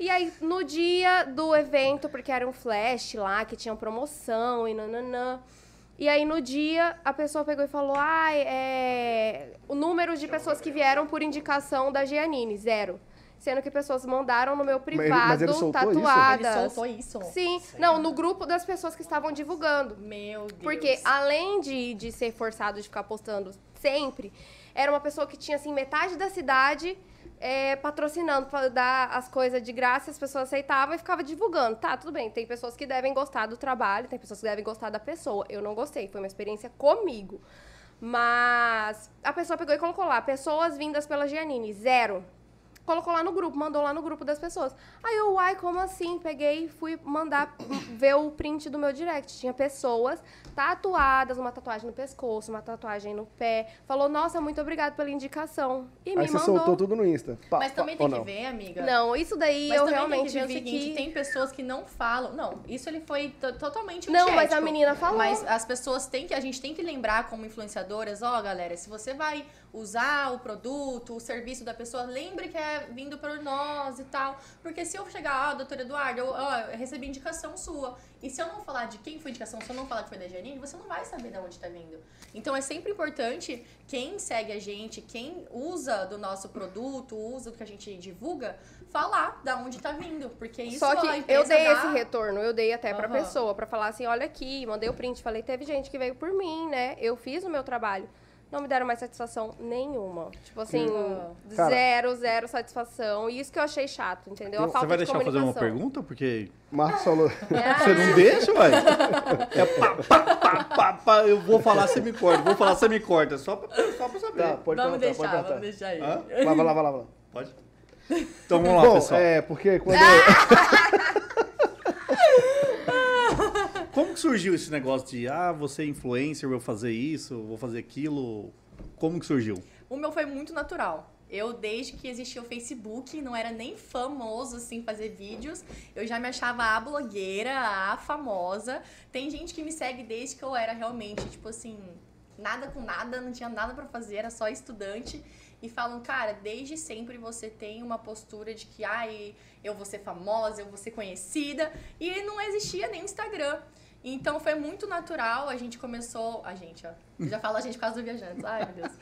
S3: E aí, no dia do evento, porque era um flash lá, que tinha promoção e nananã. E aí, no dia, a pessoa pegou e falou: ai, é... o número de pessoas que vieram por indicação da Giannini, zero. Sendo que pessoas mandaram no meu
S1: ele-
S3: privado
S1: mas ele soltou isso? né? Ele
S4: Ele
S3: tatuadas.
S4: soltou isso.
S3: Sim, não, no grupo das pessoas que estavam divulgando.
S4: Meu Deus.
S3: Porque além de, de ser forçado de ficar postando sempre, era uma pessoa que tinha assim metade da cidade é, patrocinando pra dar as coisas de graça, as pessoas aceitavam e ficava divulgando. Tá, tudo bem, tem pessoas que devem gostar do trabalho, tem pessoas que devem gostar da pessoa. Eu não gostei, foi uma experiência comigo. Mas a pessoa pegou e colocou lá, pessoas vindas pela Giannini, zero. Colocou lá no grupo, mandou lá no grupo das pessoas. Aí eu, uai, como assim? Peguei e fui mandar ver o print do meu direct. Tinha pessoas tatuadas, uma tatuagem no pescoço, uma tatuagem no pé. Falou, nossa, muito obrigada pela indicação. E
S1: tatuagem. Aí
S3: me
S1: você
S3: mandou.
S1: soltou tudo no Insta. Pá,
S4: Mas
S1: pá,
S4: também
S1: ou
S4: tem que
S1: não?
S4: ver, amiga.
S3: Não, isso daí
S4: Mas
S3: eu
S4: também
S3: realmente
S4: tem que ver
S3: vi
S4: o seguinte,
S3: que...
S4: tem pessoas que não falam. Não, isso ele foi to- totalmente
S3: Não, mas
S4: antiético.
S3: a menina falou.
S4: um tipo, Mas as pessoas têm que, a gente tem que lembrar como influenciadoras, ó, galera, se você vai usar o produto, o serviço da pessoa, lembre que é vindo por nós e tal. Porque se eu chegar, ó, doutor Eduardo, eu, ó, eu recebi indicação sua. E se eu não falar de quem foi a indicação, se eu não falar que foi da Janine, você não vai saber de onde tá vindo. Então é sempre importante quem segue a gente, quem usa do nosso produto, usa do que a gente divulga, falar da onde tá vindo. Porque isso
S3: Só que
S4: a
S3: eu
S4: empresa
S3: dei
S4: dá-
S3: esse retorno, eu dei até pra
S4: Aham.
S3: pessoa, pra falar assim, olha aqui, mandei o print, falei, teve gente que veio por mim, né? Eu fiz o meu trabalho. Não me deram mais satisfação nenhuma. Tipo assim,
S1: Cara.
S3: zero, zero satisfação. E isso que eu achei chato, entendeu? A falta
S2: Então, Você vai
S3: de
S2: deixar eu fazer uma
S3: comunicação.
S2: pergunta? Porque
S1: Marcos falou.
S2: você não deixa, vai. É pá, pá, pá, pá, pá, eu vou falar, você me corta. Vou falar, você me corta. Só pra, só pra saber.
S1: Tá, pode perguntar,
S4: Vamos deixar,
S1: pode perguntar.
S4: vamos deixar ele.
S2: Hã?
S1: Lá, vai lá, vai lá, vai lá.
S2: Pode? Então vamos lá,
S1: Bom,
S2: pessoal.
S1: é, porque quando eu...
S2: Como que surgiu esse negócio de, ah, você é influencer, vou fazer isso, vou fazer aquilo? Como que surgiu?
S4: O meu foi muito natural. Eu, desde que existia o Facebook, não era nem famoso, assim, fazer vídeos. Eu já me achava a blogueira, a famosa. Tem gente que me segue desde que eu era realmente, tipo assim, nada com nada, não tinha nada pra fazer, era só estudante. E falam, cara, desde sempre você tem uma postura de que, ai, eu vou ser famosa, eu vou ser conhecida. E não existia nem Instagram. Então foi muito natural, a gente começou. A gente, ó. Eu já falo a gente por causa do viajantes. Ai, meu Deus.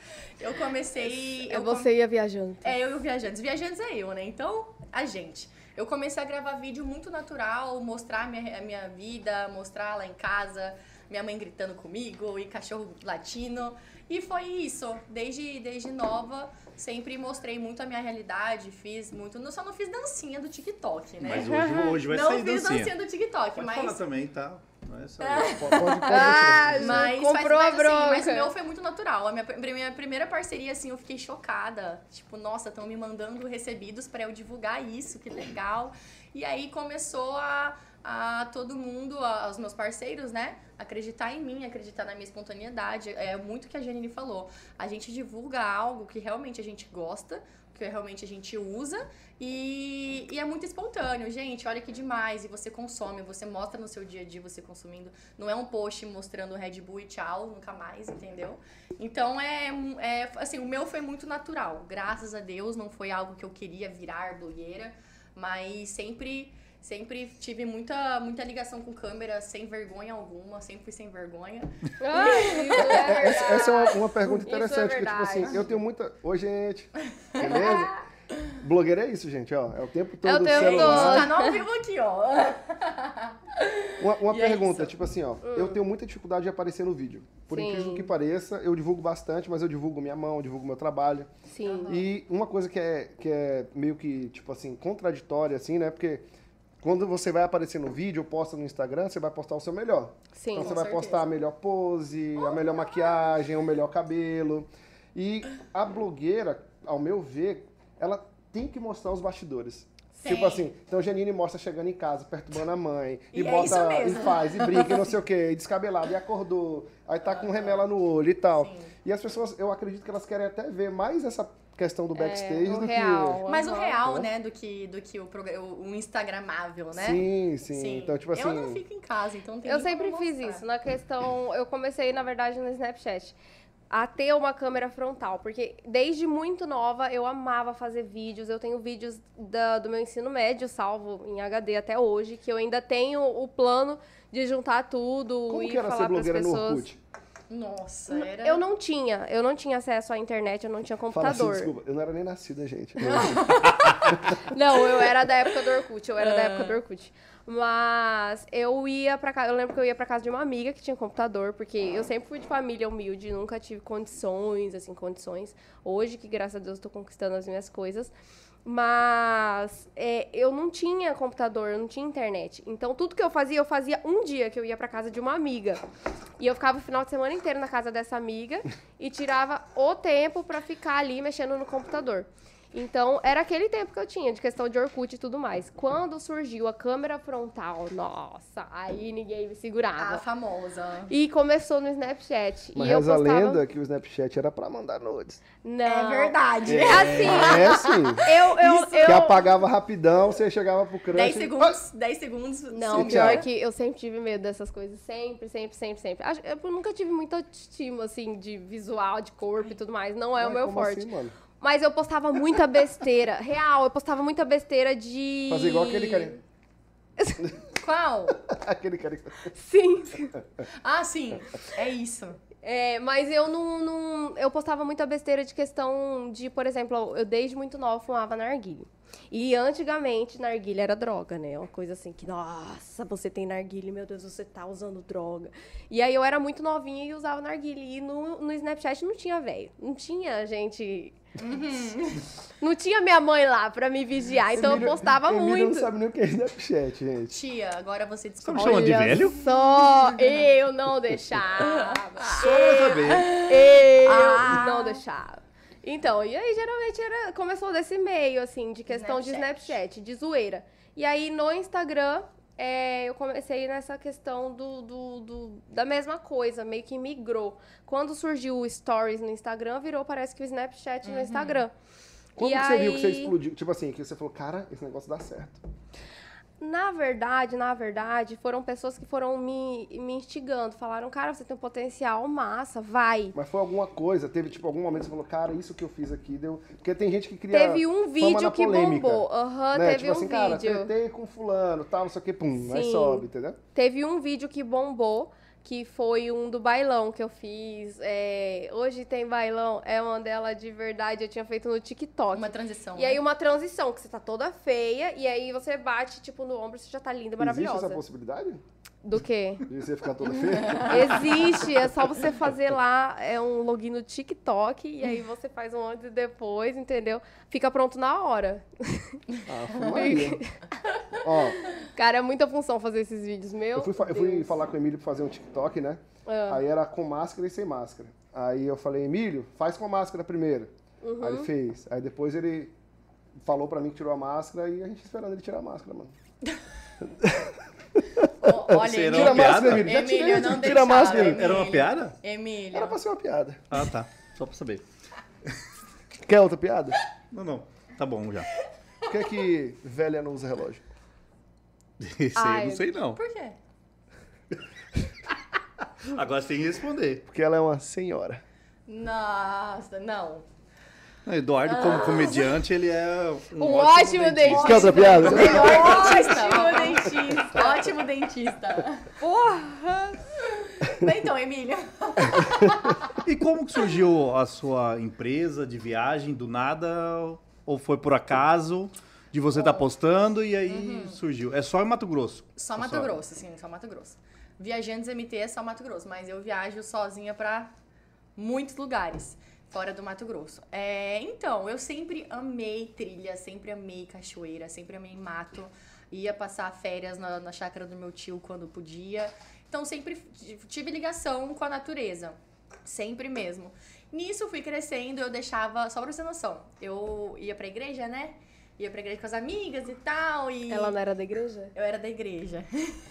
S4: Eu comecei.
S3: É
S4: Eu
S3: você ia viajando.
S4: é, eu e o Viajantes. Viajantes é eu, né? Então, a gente. Eu comecei a gravar vídeo muito natural, mostrar a minha, a minha vida, mostrar lá em casa, minha mãe gritando comigo e cachorro latino. E foi isso. Desde, desde nova, sempre mostrei muito a minha realidade, fiz muito. Não, só não fiz dancinha do TikTok, né?
S2: Mas hoje, hoje vai
S4: não
S2: sair
S4: fiz
S2: dancinha.
S4: dancinha do TikTok,
S2: Pode falar
S4: mas.
S2: também, tá? Não é só...
S1: Pode, pode,
S3: Ah,
S4: Mas,
S3: comprou
S4: mas,
S3: a
S4: mas, assim,
S3: bronca.
S4: mas o meu foi muito natural. A minha, pr- minha primeira parceria, assim, eu fiquei chocada. Tipo, nossa, estão me mandando recebidos pra eu divulgar isso, que legal. E aí começou a, a todo mundo, a- aos meus parceiros, né? Acreditar em mim, acreditar na minha espontaneidade. É muito o que a Janine falou. A gente divulga algo que realmente a gente gosta, que realmente a gente usa. E, e é muito espontâneo, gente. Olha que demais. E você consome, você mostra no seu dia a dia você consumindo. Não é um post mostrando Red Bull e tchau, nunca mais, entendeu? Então é, um- é assim, o meu foi muito natural. Graças a Deus, não foi algo que eu queria virar blogueira, mas sempre sempre tive muita muita ligação com câmera, sem vergonha alguma, sempre fui sem vergonha.
S3: Ai, isso é verdade.
S1: Essa, essa é uma, uma pergunta
S3: Isso é
S1: interessante, porque, tipo
S3: verdade.
S1: assim, eu tenho muita. Oi, gente. Beleza? Blogueira é isso, gente, ó. É o tempo todo.
S3: o tempo
S1: celular.
S4: Tá no ao vivo aqui, ó.
S1: Uma, uma
S4: E é
S1: pergunta,
S4: isso.
S1: tipo assim, ó. Eu tenho muita dificuldade de aparecer no vídeo. Por
S3: Hum. Sim.
S1: incrível que pareça, eu divulgo bastante, mas eu divulgo minha mão, eu divulgo meu trabalho.
S3: Sim.
S1: E uma coisa que é, que é meio que, tipo assim, contraditória, assim, né? Porque quando você vai aparecer no vídeo ou posta no Instagram, você vai postar o seu melhor.
S3: Sim.
S1: Então você
S4: Com
S1: vai
S4: certeza.
S1: postar a melhor pose, a melhor maquiagem, o melhor cabelo. E a blogueira, ao meu ver, ela tem que mostrar os bastidores. Tipo assim, então Janine mostra chegando em casa, perturbando a mãe, e,
S4: E é
S1: bota,
S4: isso mesmo.
S1: e faz, e briga, e não sei o quê, e descabelado, e acordou, aí tá com remela no olho e tal.
S4: Sim.
S1: E as pessoas, eu acredito que elas querem até ver mais essa questão do backstage
S3: o
S1: do
S3: real.
S1: que.
S4: Mas É, o
S3: Aham.
S4: real, né, do que, do que o, progra- o, o Instagramável, né?
S1: Sim, sim, Então, tipo assim.
S4: Eu não fico em casa, então não tem
S3: Eu
S4: nem como
S3: sempre fiz
S4: mostrar.
S3: isso. Na questão, eu comecei, na verdade, no Snapchat. A ter uma câmera frontal, porque desde muito nova eu amava fazer vídeos. Eu tenho vídeos da- do meu ensino médio, salvo em HD até hoje, que eu ainda tenho o plano de juntar tudo
S1: como
S3: e
S1: que era
S3: falar
S1: ser blogueira
S3: pras
S1: no
S3: pessoas.
S1: Orkut?
S4: Nossa, era...
S3: Eu não tinha, eu não tinha acesso à internet, eu não tinha
S1: Fala assim,
S3: computador.
S1: desculpa, eu não era nem nascida, gente.
S3: Não, eu era da época do Orkut, eu era da época do Orkut. Mas eu ia pra casa, eu lembro que eu ia pra casa de uma amiga que tinha computador, porque eu sempre fui de família humilde, nunca tive condições, assim, condições. Hoje que, graças a Deus, eu tô conquistando as minhas coisas. Mas é, eu não tinha computador, eu não tinha internet. Então tudo que eu fazia, eu fazia um dia que eu ia pra casa de uma amiga. E eu ficava o final de semana inteiro na casa dessa amiga e tirava o tempo pra ficar ali mexendo no computador. Então, era aquele tempo que eu tinha, de questão de Orkut e tudo mais. Quando surgiu a câmera frontal, nossa, aí ninguém me
S4: A Ah.
S3: segurava.
S4: famosa.
S3: E começou no Snapchat.
S1: Mas
S3: e eu
S1: reza a
S3: postava...
S1: lenda que o Snapchat era pra mandar nudes.
S3: Não.
S4: É verdade.
S3: É assim,
S1: É sim.
S3: eu... eu, eu...
S1: Que é apagava rapidão, você chegava pro crush.
S4: 10 segundos, 10 segundos.
S3: Não,
S1: Sim,
S3: pior
S1: tchau.
S3: que eu sempre tive medo dessas coisas. Sempre, sempre, sempre, sempre. Acho- Eu nunca tive muita autoestima, assim, de visual, de corpo e tudo mais. Não é
S1: Ué,
S3: o meu
S1: como
S3: forte.
S1: assim, mano?
S3: Mas eu postava muita besteira. Real, eu postava muita besteira de.
S1: Fazer igual aquele carinha.
S4: Qual?
S1: Aquele carinha.
S3: Sim.
S4: Ah, sim. É isso.
S3: É, mas eu não, não- Eu postava muita besteira de questão de, por exemplo, eu desde muito nova fumava narguilha. E antigamente narguilha era droga, né? Uma coisa assim que, nossa, você tem narguilha, meu Deus, você tá usando droga. E aí eu era muito novinha e usava narguilha. E no, no Snapchat não tinha velho. Não tinha gente. não tinha minha mãe lá pra me vigiar. Então eu
S1: Emílio-
S3: postava
S1: Emílio
S3: muito.
S1: não sabe nem o que é Snapchat, gente.
S4: Tia, agora você
S2: Você me
S4: descobriu.
S2: chamando de
S3: Olha
S2: velho?
S3: Só eu não deixava.
S2: Só pra saber.
S3: Eu
S4: Ah.
S3: não deixava. Então, e aí geralmente era, começou desse meio, assim, de questão de
S4: Snapchat.
S3: Snapchat, de zoeira. E aí no Instagram, é, eu comecei nessa questão do, do- do- da mesma coisa, meio que migrou. Quando surgiu o Stories no Instagram, virou parece que o Snapchat
S4: Uhum.
S3: no Instagram.
S1: Como
S3: E
S1: que você viu que você
S3: aí-
S1: explodiu? Tipo assim, que você falou, cara, esse negócio dá certo.
S3: Na verdade, na verdade, foram pessoas que foram me, me instigando. Falaram, cara, você tem um potencial massa, vai.
S1: Mas foi alguma coisa, teve tipo algum momento que você falou, cara, isso que eu fiz aqui deu. Porque tem gente que cria.
S3: Teve um
S1: fama
S3: vídeo
S1: na
S3: que
S1: polêmica,
S3: bombou. Aham,
S1: né?
S3: teve
S1: tipo
S3: um
S1: assim, cara,
S3: vídeo.
S1: tretei com fulano, tal, não sei o que, pum, aí
S3: Sim.
S1: sobe, entendeu?
S3: Teve um vídeo que bombou, que foi um do bailão que eu fiz. é, Hoje tem bailão, é uma dela de verdade, eu tinha feito no TikTok.
S4: Uma transição.
S3: E aí
S4: né?
S3: uma transição, que você tá toda feia, e aí você bate, tipo, no ombro, você já tá linda,
S1: Existe
S3: maravilhosa.
S1: essa possibilidade?
S3: Do quê?
S1: De você ficar toda feia?
S3: Existe, é só você fazer lá é um login no TikTok e aí você faz um antes e depois, entendeu? Fica pronto na hora.
S1: Ah, foi Maria. Ó,
S3: Cara, é muita função fazer esses vídeos, meu.
S1: Eu fui, fa- eu fui falar com o Emílio pra fazer um TikTok, né?
S3: Ah.
S1: Aí era com máscara e sem máscara. Aí eu falei, Emílio, faz com máscara primeiro.
S4: Uhum.
S1: Aí ele fez. Aí depois ele falou pra mim que tirou a máscara e a gente esperando ele tirar a máscara, mano.
S4: Ó, olha,
S2: Será
S1: Tira a
S2: uma piada?
S4: Emílio,
S1: máscara, Emílio. Já tirei,
S4: Emílio, não
S1: tira a
S4: deixava.
S1: máscara. Emílio.
S2: Era uma piada?
S4: Emílio.
S1: Era pra ser uma piada.
S2: Ah, tá. Só pra saber.
S1: Quer outra piada?
S2: Não, não. Tá bom já.
S1: Por que, é que velha não usa relógio?
S2: Esse aí eu
S3: Ai.
S2: não sei, não.
S4: Por quê?
S2: Agora você tem que responder.
S1: Porque ela é uma senhora.
S4: Nossa, não.
S2: O Eduardo,
S4: Ah.
S2: como comediante, ele é um,
S3: Um ótimo dentista.
S1: Quer outra piada?
S4: né? Ótimo dentista. Ótimo dentista.
S3: Porra!
S4: Mas então, Emílio.
S2: E como que surgiu a sua empresa de viagem do nada? Ou foi por acaso de você estar postando e aí
S4: Uhum.
S2: surgiu? É só em Mato Grosso?
S4: Só Mato Grosso, sim, só Mato Grosso. Viajantes MT é só Mato Grosso, mas eu viajo sozinha pra muitos lugares fora do Mato Grosso. É, então, eu sempre amei trilha, sempre amei cachoeira, sempre amei mato. Ia passar férias na, na chácara do meu tio quando podia. Então, sempre t- tive ligação com a natureza. Sempre mesmo. Nisso, eu fui crescendo, eu deixava... Só pra você ter noção, eu ia pra igreja, né? Ia pra igreja com as amigas e tal. E
S3: Ela não era da igreja?
S4: eu era da igreja.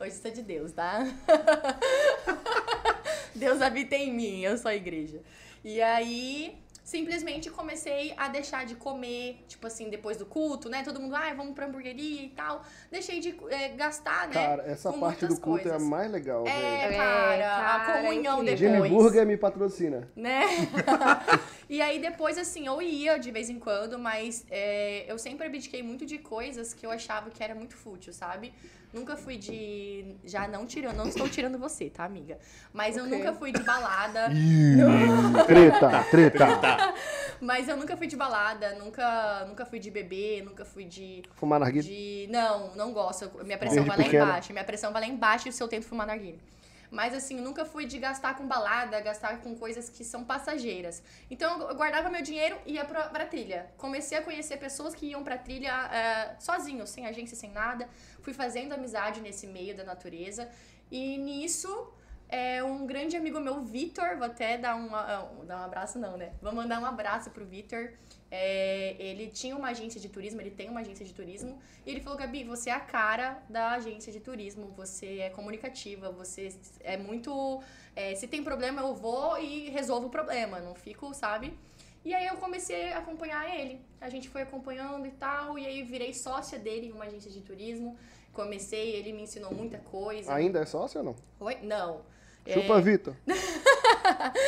S4: Hoje sou de Deus, tá? Deus habita em mim, eu sou a igreja. E aí, simplesmente comecei a deixar de comer, tipo assim, depois do culto, né? Todo mundo, ai, vamos pra hamburgueria e tal. Deixei de eh, gastar, né?
S1: Cara, essa
S4: com
S1: parte do
S4: muitas
S1: culto é a
S4: coisas.
S1: mais legal,
S4: É,
S1: velho.
S3: É,
S4: cara, a
S3: cara, é
S4: comunhão
S3: incrível.
S4: depois
S1: Jimmy Burger me patrocina.
S4: né? e aí depois, assim, eu ia de vez em quando, mas é, eu sempre abdiquei muito de coisas que eu achava que era muito fútil, sabe? Nunca fui de. Já não tirando, não estou tirando você, tá, amiga? Mas eu
S3: Ok.
S4: nunca fui de balada.
S1: Treta, treta.
S4: mas eu nunca fui de balada, nunca, nunca fui de bebê, nunca fui de.
S1: Fumar narguilha.
S4: De... Não, não gosto. Eu- Minha pressão
S1: Desde
S4: vai lá
S1: pequena.
S4: embaixo. Minha pressão vai lá embaixo e se eu tento fumar narguilha. Mas assim, eu nunca fui de gastar com balada, gastar com coisas que são passageiras. Então eu guardava meu dinheiro e ia pra, pra trilha. Comecei a conhecer pessoas que iam pra trilha eh, sozinho, sem agência, sem nada. Fui fazendo amizade nesse meio da natureza. E nisso, é, um grande amigo meu, Vitor, vou até dar, uma, ah, dar um abraço, não, né? Vou mandar um abraço pro Vitor. É, ele tinha uma agência de turismo, ele tem uma agência de turismo. E ele falou, Gabi, você é a cara da agência de turismo, você é comunicativa, você é muito. é, se tem problema, eu vou e resolvo o problema, não fico, sabe? E aí eu comecei a acompanhar ele. A gente foi acompanhando e tal, e aí virei sócia dele em uma agência de turismo. Comecei, ele me ensinou muita coisa.
S1: Ainda é sócio ou não?
S4: Oi? Não. É,
S1: Chupa, Vitor.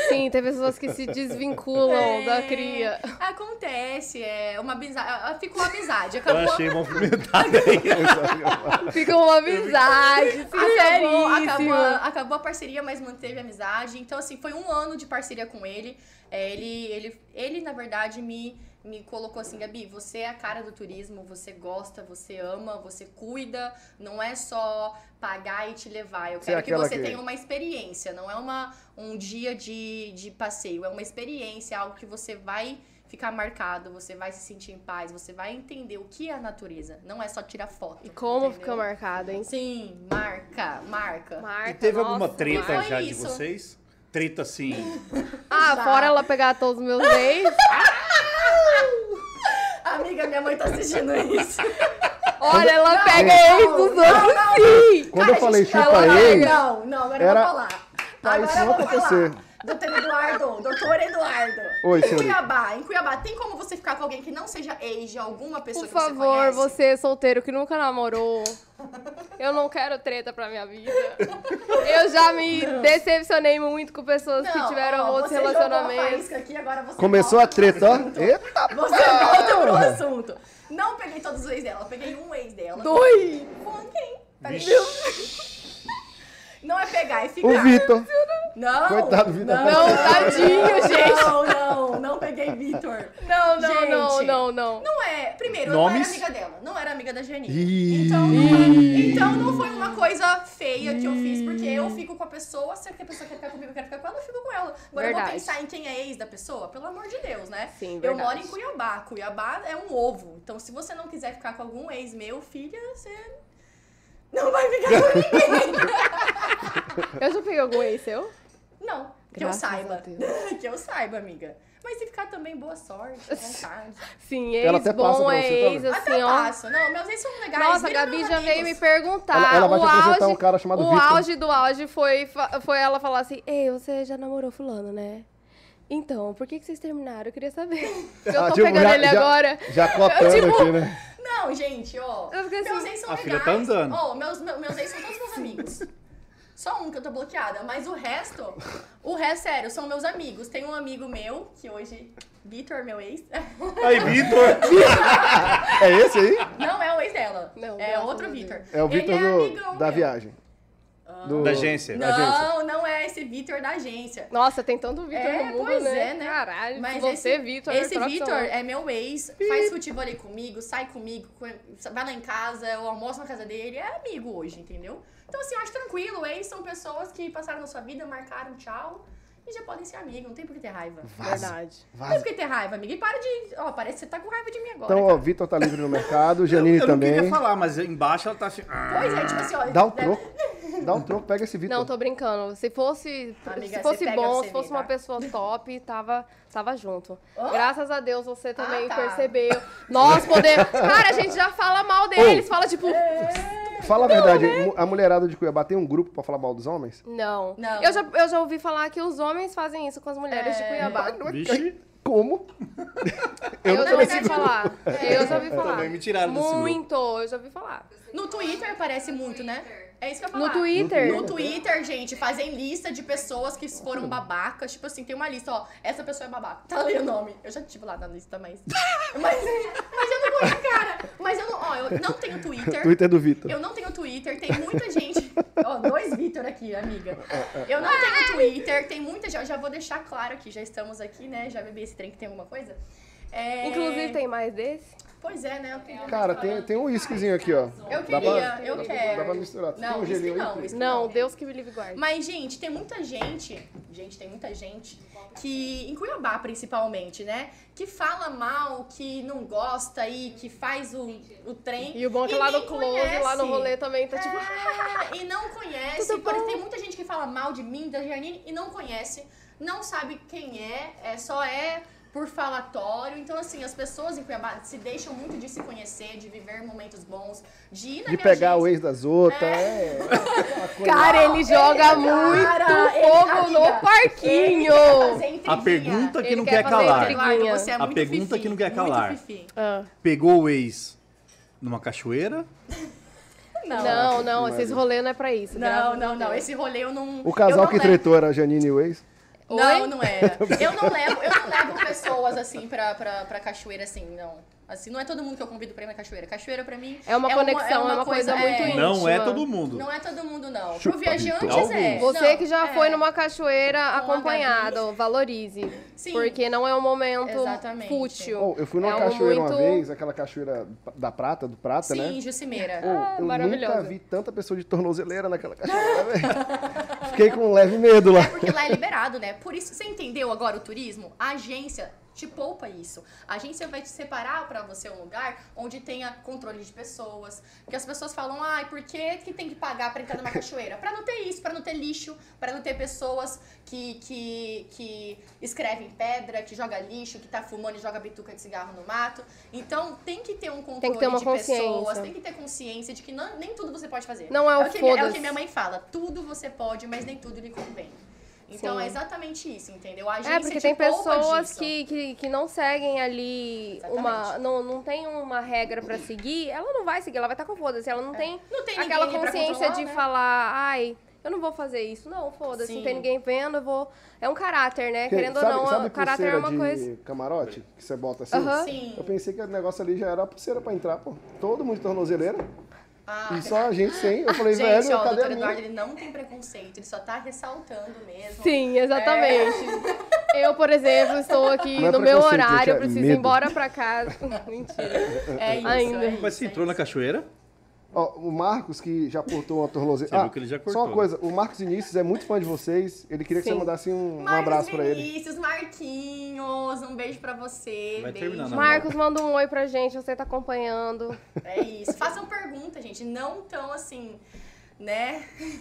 S3: Sim, tem pessoas que se desvinculam
S4: É.
S3: da cria.
S4: Acontece, é uma amizade. Ficou uma amizade.
S2: Eu
S4: Acabou,
S2: achei movimentada aí.
S3: Fica uma amizade,
S4: acabou, é acabou,
S3: sinceríssima.
S4: acabou a parceria, mas manteve a amizade. Então, assim, foi um ano de parceria com ele. É, ele, ele, ele, na verdade, me, me colocou assim, Gabi, você é a cara do turismo, você gosta, você ama, você cuida. Não é só pagar e te levar. Eu
S1: Você é
S4: quero que
S1: aquela
S4: você
S1: que-
S4: tenha uma experiência. Não é uma, um dia de, de passeio, é uma experiência, algo que você vai ficar marcado, você vai se sentir em paz, você vai entender o que é a natureza. Não é só tirar foto.
S3: E como
S4: entendeu?
S3: fica marcada, hein?
S4: Sim, marca, marca.
S3: Marca,
S2: E teve
S3: nossa,
S2: alguma treta
S4: mas-
S2: já de
S4: Isso.
S2: vocês? Treta assim.
S3: Ah,
S4: Já.
S3: fora ela pegar todos os meus ex.
S4: Amiga, minha mãe tá assistindo isso.
S3: Olha, ela
S4: Não,
S3: pega
S4: não,
S3: ex dos
S4: não,
S3: outros sim.
S1: Quando eu falei
S4: gente,
S1: chupa
S4: não,
S1: ex,
S4: Não, não, agora eu
S1: era-
S4: vou falar.
S1: Tá,
S4: agora
S1: isso
S4: eu
S1: não
S4: vou
S1: acontecer.
S4: falar. Doutor Eduardo, doutor Eduardo.
S1: Oi,
S4: em
S1: senhorita.
S4: Cuiabá, em Cuiabá, tem como você ficar com alguém que não seja ex de alguma pessoa
S3: Por
S4: que você
S3: favor,
S4: conhece?
S3: você é solteiro que nunca namorou. Eu não quero treta pra minha vida. Eu já me decepcionei muito com pessoas
S4: Não,
S3: que tiveram
S4: ó,
S3: outros
S4: você jogou a
S3: relacionamentos.
S4: faísca aqui, agora você
S1: Começou a
S4: volta pro
S1: treta, ó.
S4: assunto.
S1: Eita,
S4: Você volta pro assunto. Não peguei todos os ex dela, eu peguei um ex dela.
S3: Doi!
S4: Com quem? Peguei-
S2: Vixe.
S4: Não é pegar, é ficar.
S1: o Vitor.
S4: Não!
S1: Coitado do Vitor.
S4: Não,
S3: Não, tadinho, gente.
S4: Não, não, não peguei Vitor.
S3: Não, não,
S4: Gente.
S3: não, não, não.
S4: Não é. Primeiro,
S2: Nomes?
S4: eu não era amiga dela, não era amiga da Janine.
S1: Ih.
S4: Então não, então não foi uma coisa feia que eu fiz, porque eu fico com a pessoa, se a pessoa quer ficar comigo, eu quero ficar com ela, eu fico com ela. Agora eu vou
S3: Verdade.
S4: pensar em quem é ex da pessoa, pelo amor de Deus, né?
S3: Sim,
S4: eu
S3: verdade.
S4: moro em Cuiabá. Cuiabá é um ovo. Então se você não quiser ficar com algum ex meu, filha, você. Não vai ficar com ninguém.
S3: Eu já peguei algum ex seu?
S4: Não, que
S3: Graças
S4: eu
S3: a
S4: saiba.
S3: Deus.
S4: que eu saiba, amiga. Mas se ficar também, boa sorte, vontade.
S3: Sim,
S1: Ela
S3: ex
S1: até passa
S3: bom
S1: pra
S3: é
S1: você, tá
S3: ex,
S1: vendo?
S3: assim,
S4: Até
S3: ó.
S4: passo. Não, meus ex são legais.
S3: Nossa, a
S4: viram
S3: Gabi
S4: meus
S3: já veio me
S4: amigos.
S3: perguntar.
S1: Ela- ela vai
S3: o
S1: te apresentar
S3: auge,
S1: um cara chamado
S3: O
S1: Victor.
S3: auge do auge foi, fa- foi ela falar assim: Ei, você já namorou fulano, né? Então, por que, que vocês terminaram? Eu queria saber. Eu tô
S1: Ah, tipo,
S3: pegando
S1: já-
S3: ele
S1: já-
S3: agora.
S1: Já cotando
S3: Tipo,
S1: aqui, né?
S4: Não, gente, ó.
S3: Eu fiquei
S4: meus
S3: assim,
S4: ex são
S2: a
S4: legais.
S2: filha tá andando.
S4: Ó, meus, meus, meus ex são todos meus amigos. Só um que eu tô bloqueada, mas o resto, o resto, é sério, são meus amigos. Tem um amigo meu, que hoje, Vitor, meu ex,
S2: Aí, Vitor.
S1: É esse aí?
S4: não é o ex dela.
S3: Não,
S4: é
S3: graças a
S4: outro
S3: Deus.
S4: Vitor.
S1: É o
S4: Ele
S1: Vitor
S4: é amigão
S1: da
S4: meu.
S1: viagem. Do-
S2: Da agência.
S1: da agência.
S4: Não, não é esse Vitor da agência.
S3: Nossa, tem tanto Vitor
S4: É,
S3: no mundo,
S4: pois
S3: né?
S4: é, né?
S3: Caralho,
S4: Mas
S3: você,
S4: esse
S3: Vitor.
S4: Esse
S3: troca seu
S4: Vitor
S3: nome.
S4: é meu ex, faz futebol aí comigo, sai comigo, co- vai lá em casa, eu almoço na casa dele, é amigo hoje, entendeu? Então, assim, eu acho tranquilo, ex são pessoas que passaram na sua vida, marcaram tchau e já podem ser amigos, não tem por que ter raiva.
S3: Verdade.
S4: Não tem
S1: Vaza.
S4: por que ter raiva, amiga, e para de. Ó, parece que você tá com raiva de mim agora.
S1: Então,
S4: cara.
S1: ó, Vitor tá livre no mercado, Janine
S2: eu não
S1: também.
S2: queria falar, mas embaixo ela tá assim. ah.
S4: Pois é, tipo assim, ó.
S1: Dá o
S4: né?
S1: troco. Dá um troco, pega esse Vitor.
S2: Então.
S3: Não, tô brincando. Se fosse,
S4: Amiga,
S3: se fosse
S4: você pega
S3: bom,
S4: pra
S3: se
S4: você
S3: fosse
S4: ver,
S3: uma
S4: tá?
S3: pessoa top, tava, tava junto.
S4: Hã?
S3: Graças a Deus você também
S4: Oh! tá.
S3: percebeu. Nós podemos. Cara, a gente já fala mal deles, fala tipo.
S1: Fala a verdade, mu- a mulherada de Cuiabá tem um grupo pra falar mal dos homens?
S3: Não.
S4: Não. É.
S3: Eu, já, eu já ouvi falar que os homens fazem isso com as mulheres de Cuiabá.
S2: Vixe.
S1: Como?
S3: Eu, já
S1: também
S3: ouvi falar. Eu já ouvi falar.
S2: É. Também me tiraram desse grupo.
S3: Muito, eu já ouvi falar.
S4: No Twitter aparece muito, né? É isso que eu ia falar.
S3: No Twitter?
S4: No Twitter, gente, fazem lista de pessoas que foram babacas. Tipo assim, tem uma lista, ó. Essa pessoa é babaca. Tá ali o nome. Eu já tive lá na lista, mas. mas, mas eu não ponho a cara. Mas eu não. Ó, eu não tenho Twitter.
S1: Twitter do Vitor.
S4: Eu não tenho Twitter, tem muita gente. Ó, dois Vitor aqui, amiga. Eu não tenho Twitter, tem muita gente. Eu já vou deixar claro aqui, já estamos aqui, né? Já bebi esse trem que tem alguma coisa. É,
S3: Inclusive, tem mais desse?
S4: Pois é, né? Eu queria
S1: Cara, tem, tem um uísquezinho aqui, ó.
S4: Eu
S1: Dá
S4: queria,
S1: pra-
S4: eu
S1: dá pra-
S4: quero.
S1: Dá pra misturar. Tem
S4: Não,
S1: um
S4: isso que
S1: gelinho aí,
S4: não,
S1: Pri?
S4: isso que
S3: Não, Deus que me livre e guarde.
S4: Mas, gente, tem muita gente, gente, tem muita gente que, em Cuiabá principalmente, né? Que fala mal, que não gosta e que faz o, o trem.
S3: E o bom é que lá no
S4: nem
S3: close, lá no
S4: conhece.
S3: rolê também tá tipo.
S4: É, e não conhece,
S3: Tudo
S4: porque
S3: bom?
S4: tem muita gente que fala mal de mim, da Janine, e não conhece, não sabe quem é, é só é por falatório. Então, assim, as pessoas em Cuiabá se deixam muito de se conhecer, de viver momentos bons, de ir na
S1: De
S4: minha
S1: pegar o
S4: é agência.
S1: ex das outras. É. aquela coisa.
S3: Cara, ele joga
S4: Cara,
S3: muito
S4: Ah, ele-
S3: fogo
S4: amiga,
S3: no
S4: Ele
S3: parquinho.
S4: quer fazer intriguinha.
S2: A pergunta que
S3: Ele
S2: não
S3: quer
S2: quer
S3: fazer
S2: calar.
S3: intriga.
S4: Eduardo, você é
S2: A
S4: muito
S2: pergunta
S4: fifi,
S2: que não quer
S4: muito
S2: calar.
S4: fifi.
S3: Ah.
S2: Pegou o ex numa cachoeira?
S4: Não. não.
S3: Não, não, esses rolês não é pra isso.
S4: Não, não, Esse rolê eu não.
S1: O
S4: eu
S1: casal
S4: não
S1: que
S4: levo-
S1: tretou era a Janine e o ex?
S4: Não, não
S3: é.
S4: era. Eu não levo, eu não levo pessoas assim pra, pra, pra cachoeira assim, não. Assim, não é todo mundo que eu convido pra ir na cachoeira. Cachoeira pra mim
S3: É uma conexão, é uma coisa muito íntima.
S2: Não é
S3: Íntima.
S2: todo mundo.
S4: Não é todo mundo, não.
S1: Chupa,
S4: Pro viajantes
S2: Vitor.
S4: é.
S2: Alguns.
S3: Você
S4: Não,
S3: que já
S4: é.
S3: foi numa cachoeira
S4: Com a
S3: acompanhado, valorize.
S4: Sim.
S3: Porque não é um momento
S4: Exatamente.
S3: fútil.
S1: Bom, eu fui numa
S3: é algo
S1: cachoeira
S3: muito...
S1: uma vez, aquela cachoeira da prata, do prata, né?
S4: Sim, Jucimeira.
S1: Pô, eu nunca
S3: é maravilhosa.
S1: vi tanta pessoa de tornozeleira naquela cachoeira, né, velho. Fiquei com um leve medo lá.
S4: Porque lá é liberado, né? Por isso, você entendeu agora o turismo? A agência te poupa isso. A agência vai te separar pra você um lugar onde tenha controle de pessoas. Porque as pessoas falam, ai, por que, que tem que pagar pra entrar numa cachoeira? Pra não ter isso, pra não ter lixo, pra não ter pessoas que, que, que escrevem pedra, que joga lixo, que tá fumando e joga bituca de cigarro no mato. Então, tem que ter um controle
S3: ter uma
S4: de pessoas,
S3: consciência.
S4: tem que ter consciência de que não- nem tudo você pode fazer.
S3: Não é o
S4: o que, é o que
S3: foda-se.
S4: minha mãe fala, tudo você pode, mas nem tudo lhe convém. Então
S3: Sim.
S4: é exatamente isso, entendeu? A agência
S3: É, porque
S4: te
S3: tem
S4: poupa
S3: pessoas
S4: disso.
S3: que, que, que não seguem ali uma.
S4: Exatamente.
S3: Não, não tem uma regra pra seguir, ela não vai seguir, ela vai estar com foda-se. Ela não tem,
S4: Não É. tem ninguém
S3: aquela
S4: ali pra
S3: consciência
S4: controlar,
S3: de
S4: né?
S3: falar, ai, eu não vou fazer isso. Não, foda-se, não
S4: Sim.
S3: tem ninguém vendo, eu vou. É um caráter, né?
S1: Porque
S3: Querendo
S1: sabe,
S3: ou não,
S1: sabe
S3: o caráter é
S1: pulseira
S3: uma
S1: de
S3: coisa.
S1: camarote que você bota assim?
S3: Aham.
S4: Sim.
S1: Eu pensei que o negócio ali já era a pulseira pra entrar, pô. Todo mundo de tornozeleira.
S4: Ah,
S1: E só a gente sem. Eu falei,
S4: gente,
S1: velho,
S4: ó, o
S1: cadê a
S4: doutor
S1: minha?
S4: Eduardo ele não tem preconceito, ele só tá ressaltando mesmo. É.
S3: Sim, exatamente. Eu, por exemplo, estou aqui
S1: Não é
S3: no meu
S1: preconceito, gente,
S3: horário,
S1: é
S3: eu preciso ir
S1: medo.
S3: embora pra casa. Mentira.
S4: É isso.
S3: Ainda.
S4: É isso,
S2: Mas você entrou na cachoeira?
S1: Ó, o Marcos, que já portou uma tornozeleira. Ah,
S2: Você viu que ele já
S1: Só
S2: cortou,
S1: uma
S2: né?
S1: coisa, o Marcos Vinícius é muito fã de vocês. Ele queria que
S3: Sim.
S1: você mandasse um, um
S4: Marcos
S1: abraço pra ele.
S4: Vinícius, Marquinhos, um beijo pra você.
S2: Vai
S4: beijo.
S2: terminar, né?
S3: Marcos, manda um oi pra gente, você tá acompanhando.
S4: É isso. Façam pergunta, gente. Não tão assim, né?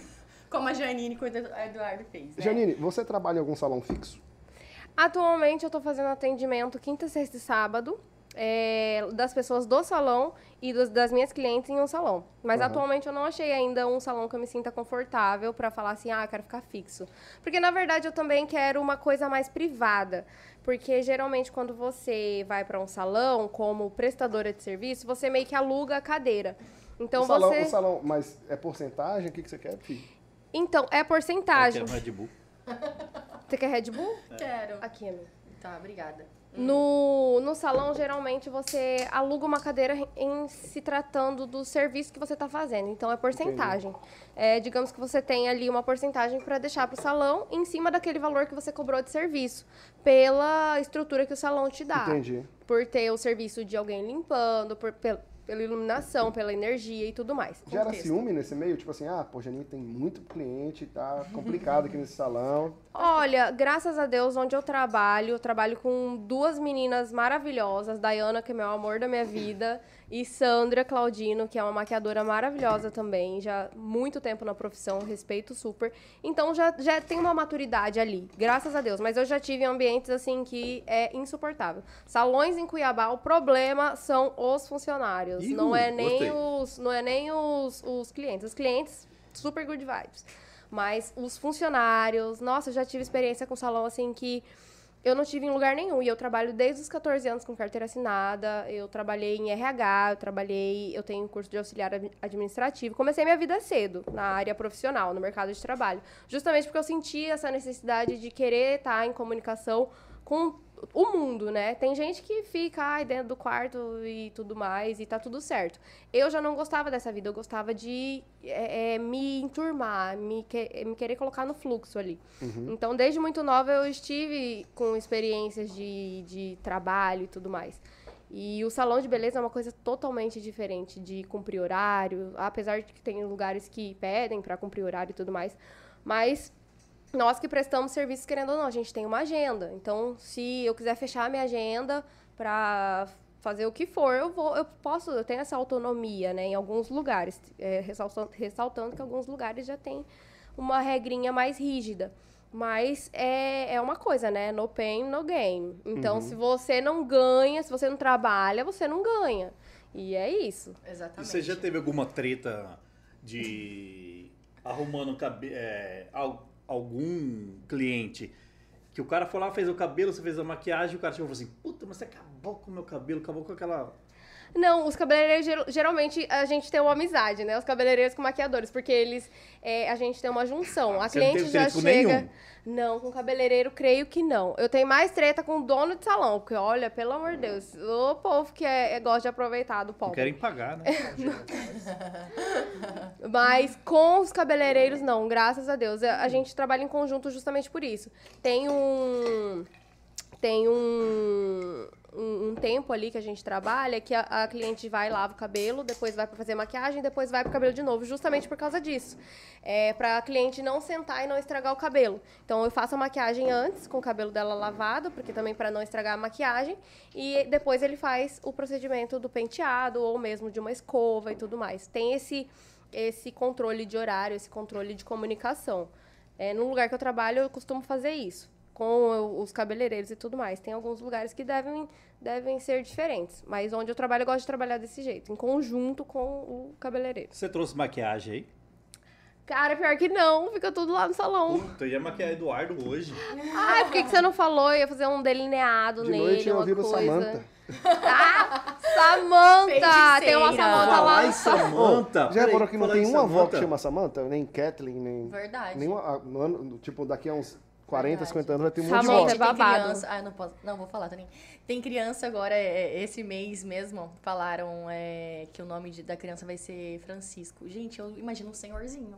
S4: Como a Janine com o Edu- Eduardo fez. Né?
S1: Janine, você trabalha em algum salão fixo?
S3: Atualmente eu tô fazendo atendimento quinta, sexta e sábado. é, das pessoas do salão e dos- das minhas clientes em um salão. Mas atualmente eu não achei ainda um salão que eu me sinta confortável pra falar assim, ah, eu quero ficar fixo. Porque na verdade eu também quero uma coisa mais privada. Porque geralmente quando você vai pra um salão como prestadora de serviço, você meio que aluga a cadeira. Então
S1: o salão,
S3: você.
S1: o salão, mas é porcentagem? O que, que você quer, filho?
S3: Então, é
S4: Tá,
S3: porcentagem.
S2: Eu quero um Red Bull.
S3: Você quer Red Bull?
S4: Quero.
S3: Aqui, amigo.
S4: Tá, obrigada.
S3: No, no salão, geralmente, você aluga uma cadeira em se tratando do serviço que você está fazendo. Então, é porcentagem. É, digamos que você tem ali uma porcentagem para deixar para o salão em cima daquele valor que você cobrou de serviço, pela estrutura que o salão te dá.
S1: Entendi.
S3: Por ter o serviço de alguém limpando, por, pel- pela iluminação, pela energia e tudo mais.
S1: Gera
S4: Contexto.
S1: ciúme nesse meio? Tipo assim, ah, pô, Janine tem muito cliente, tá complicado aqui nesse salão.
S3: Olha, graças a Deus, onde eu trabalho, eu trabalho com duas meninas maravilhosas, Dayana, que é meu amor da minha vida, e Sandra Claudino, que é uma maquiadora maravilhosa também, já muito tempo na profissão, respeito super. Então já, já tem uma maturidade ali, graças a Deus. Mas eu já tive ambientes assim que é insuportável. Salões em Cuiabá, o problema são os funcionários,
S2: Ih,
S3: não é nem
S2: gostei.
S3: os, não é nem os, os clientes. Os clientes, super good vibes. Mas os funcionários, nossa, eu já tive experiência com salão assim que eu não tive em lugar nenhum. E eu trabalho desde os 14 anos com carteira assinada. Eu trabalhei em RH, eu trabalhei, eu tenho um curso de auxiliar ad- administrativo. Comecei minha vida cedo na área profissional, no mercado de trabalho. Justamente porque eu senti essa necessidade de querer estar em comunicação com o mundo, né? Tem gente que fica ai, dentro do quarto e tudo mais, e tá tudo certo. Eu já não gostava dessa vida, eu gostava de é, é, me enturmar, me, que- me querer colocar no fluxo ali. Então, desde muito nova, eu estive com experiências de, de trabalho e tudo mais. E o salão de beleza é uma coisa totalmente diferente de cumprir horário, apesar de que tem lugares que pedem pra cumprir horário e tudo mais. Mas nós que prestamos serviço, querendo ou não, a gente tem uma agenda. Então, se eu quiser fechar a minha agenda pra fazer o que for, eu vou, eu posso, eu tenho essa autonomia, né, em alguns lugares, É, ressaltando, ressaltando que alguns lugares já tem uma regrinha mais rígida. Mas é, é uma coisa, né? No pain, no gain. Então, se você não ganha, se você não trabalha, você não ganha. E é isso.
S2: E
S4: Exatamente.
S2: você já teve alguma treta de arrumando um cabe- é, al- algum cliente que o cara foi lá, fez o cabelo, você fez a maquiagem, e o cara chegou e falou assim: Puta, mas você acabou com o meu cabelo, acabou com aquela.
S3: Não, os cabeleireiros, ger- geralmente, a gente tem uma amizade, né? Os cabeleireiros com maquiadores, porque eles... é, a gente tem uma junção. A
S2: Você não
S3: cliente
S2: teve
S3: já
S2: treta com
S3: chega...
S2: nenhum?
S3: Não, com cabeleireiro, creio que não. Eu tenho mais treta com o dono de salão, porque, olha, pelo amor de Deus, o povo que é, é- gosta de aproveitar do
S2: Não
S3: povo.
S2: querem pagar, né?
S3: Mas com os cabeleireiros, não, graças a Deus. A a gente trabalha em conjunto justamente por isso. Tem um. Tem um. Um, um tempo ali que a gente trabalha que a, a cliente vai, lava o cabelo, depois vai pra fazer maquiagem, depois vai pro cabelo de novo, justamente por causa disso. É pra cliente não sentar e não estragar o cabelo. Então eu faço a maquiagem antes, com o cabelo dela lavado, porque também pra não estragar a maquiagem, e depois ele faz o procedimento do penteado ou mesmo de uma escova e tudo mais. Tem esse esse controle de horário, esse controle de comunicação. É, no lugar que eu trabalho, eu costumo fazer isso, com o- os cabeleireiros e tudo mais. Tem alguns lugares que devem, devem ser diferentes, mas onde eu trabalho, eu gosto de trabalhar desse jeito, em conjunto com o cabeleireiro.
S2: Você trouxe maquiagem aí?
S3: Cara, pior que não, fica tudo lá no salão.
S2: Puta, eu ia maquiar Eduardo hoje.
S3: Ai, por que, que você não falou? Eu ia fazer um delineado
S1: De
S3: nele,
S1: noite eu
S3: uma
S1: ouvi o
S3: coisa.
S1: Samanta.
S3: Samanta! Tem uma Samanta
S4: Feiticeira.
S3: tá lá.
S2: Falar em Samanta.
S1: Já
S2: peraí,
S1: reparou que não
S2: falar
S1: tem
S2: em
S1: uma avó que
S2: Samanta?
S1: chama Samanta? Nem Kathleen, nem.
S4: Verdade.
S1: Nenhuma, ah, no ano- tipo, daqui a uns 40,
S4: Verdade.
S1: 50 anos vai ter um monte
S3: Samanta
S1: de
S3: é
S1: avó.
S4: Gente, tem
S3: babado.
S4: criança. Ah, eu não posso. Não, vou falar também. Tem criança agora, é, esse mês mesmo, falaram é, que o nome de- da criança vai ser Francisco. Gente, eu imagino um senhorzinho.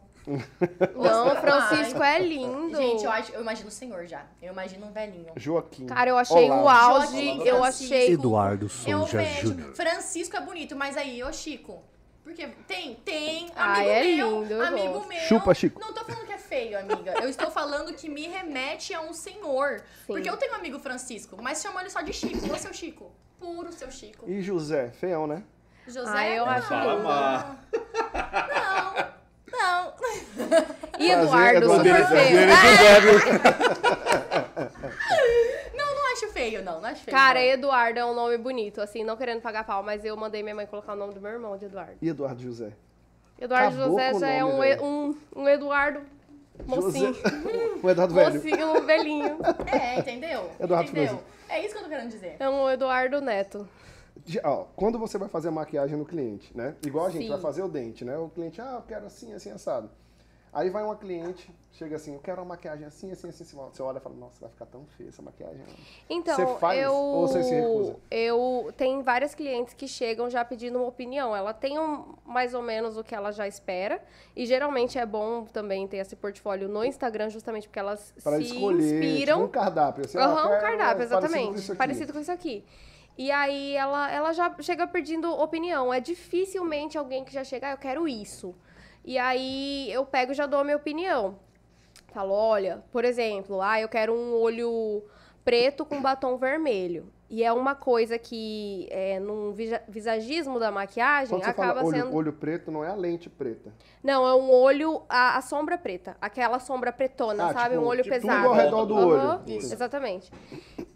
S3: Não, o Francisco é lindo.
S4: Gente, eu, acho, eu imagino o senhor já. Eu imagino um velhinho.
S1: Joaquim.
S3: Cara, eu achei
S1: Olá.
S3: o auge,
S4: Joaquim
S3: eu
S4: Francisco.
S3: achei o
S2: Eduardo
S1: um
S4: eu
S2: Souza Júnior.
S4: Francisco é bonito, mas aí, ô Chico. Porque tem, tem, amigo
S3: Ah, é
S4: meu,
S3: lindo, eu
S4: amigo
S3: gosto.
S4: meu.
S1: Chupa, Chico.
S4: Não tô falando que é feio, amiga. Eu estou falando que me remete a um senhor.
S3: Sim.
S4: Porque eu tenho um amigo Francisco, mas chamam ele só de Chico. Ô, seu Chico. Puro seu Chico.
S1: E José, feião, né?
S4: José?
S3: Ah, eu
S4: não,
S3: acho
S2: Fala, Mar.
S4: não.
S3: E
S1: Prazer, é
S3: Eduardo,
S1: Eduardo.
S3: super
S1: Beleza,
S3: feio.
S4: Não, não acho feio, não. Não acho feio.
S3: Cara,
S4: não.
S3: Eduardo é um nome bonito, assim, não querendo pagar pau, mas eu mandei minha mãe colocar o nome do meu irmão de Eduardo.
S1: E Eduardo José.
S3: Eduardo
S1: Acabou
S3: José
S1: com o
S3: já é
S1: nome,
S3: um,
S1: velho.
S3: um, um Eduardo mocinho.
S1: José. O Eduardo Velho.
S3: Mocinho, um velhinho.
S4: É, entendeu?
S1: Eduardo
S4: entendeu? É isso que eu tô querendo dizer.
S3: É um Eduardo Neto.
S1: Já, ó, quando você vai fazer a maquiagem no cliente, né? Igual a gente
S3: Sim.
S1: vai fazer o dente, né? O cliente, ah, eu quero assim, assim, assado. Aí vai uma cliente, chega assim, eu quero uma maquiagem assim, assim, assim. assim. Você olha e fala, nossa, vai ficar tão feia essa maquiagem.
S3: Então,
S1: Você faz
S3: eu.
S1: ou você se recusa?
S3: Eu. Tem várias clientes que chegam já pedindo uma opinião. Ela tem um, mais ou menos o que ela já espera. E geralmente é bom também ter esse portfólio no Instagram, justamente porque elas
S1: Pra
S3: se
S1: escolher tipo,
S3: inspiram.
S1: um cardápio. Assim, ah,
S3: Aham,
S1: quero
S3: um cardápio,
S1: parecido com
S3: exatamente.
S1: isso aqui.
S3: Parecido com isso aqui. E aí ela, ela já chega pedindo opinião. É dificilmente alguém que já chega, ah, eu quero isso. E aí eu pego e já dou a minha opinião. Falo, olha, por exemplo, ah, eu quero um olho preto com batom vermelho. E é uma coisa que, é, num vija- visagismo da maquiagem,
S1: Quando você
S3: acaba
S1: fala olho,
S3: sendo.
S1: olho preto, não é a lente preta.
S3: Não, é um olho, a, a sombra preta. Aquela sombra pretona,
S1: Ah,
S3: sabe?
S1: tipo,
S3: um olho
S1: tipo,
S3: pesado.
S1: Tudo ao redor do
S3: Aham,
S1: olho.
S2: Isso.
S3: Exatamente.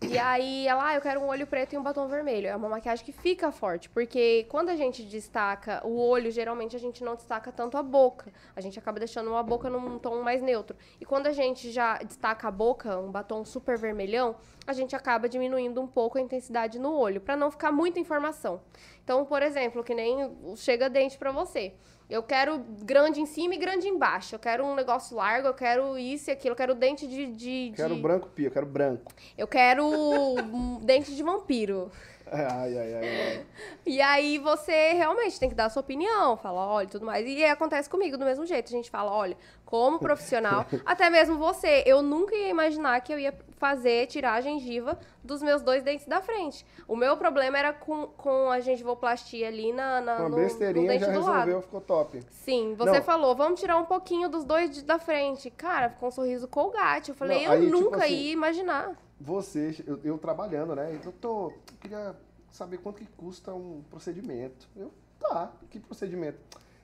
S3: E aí, ela, ah, eu quero um olho preto e um batom vermelho. É uma maquiagem que fica forte, porque quando a gente destaca o olho, geralmente a gente não destaca tanto a boca. A gente acaba deixando uma boca num tom mais neutro. E quando a gente já destaca a boca, um batom super vermelhão, a gente acaba diminuindo um pouco a intensidade no olho, pra não ficar muita informação. Então, por exemplo, que nem o chega dente pra você. Eu quero grande em cima e grande embaixo. Eu quero um negócio largo, eu quero isso e aquilo. Eu quero dente de. de-
S1: Quero
S3: de-
S1: branco pio, quero branco.
S3: eu quero um dente de vampiro.
S1: Ai, ai, ai. ai.
S3: E aí você realmente tem que dar a sua opinião, fala, olha, e tudo mais. E aí acontece comigo do mesmo jeito. A gente fala, olha, como profissional, até mesmo você, eu nunca ia imaginar que eu ia fazer tirar a gengiva dos meus dois dentes da frente. O meu problema era com, com a gengivoplastia ali na, na-
S1: Uma
S3: no, no
S1: besteirinha
S3: dente
S1: já
S3: do lado.
S1: resolveu, ficou top.
S3: Sim, você
S1: Não.
S3: falou, vamos tirar um pouquinho dos dois de- da frente. Cara, ficou um sorriso colgate. Eu
S1: Não,
S3: falei, eu
S1: aí, tipo
S3: nunca
S1: assim,
S3: ia imaginar.
S1: Você, eu, eu trabalhando, né? Eu tô, eu queria saber quanto que custa um procedimento. Eu, tá, que procedimento?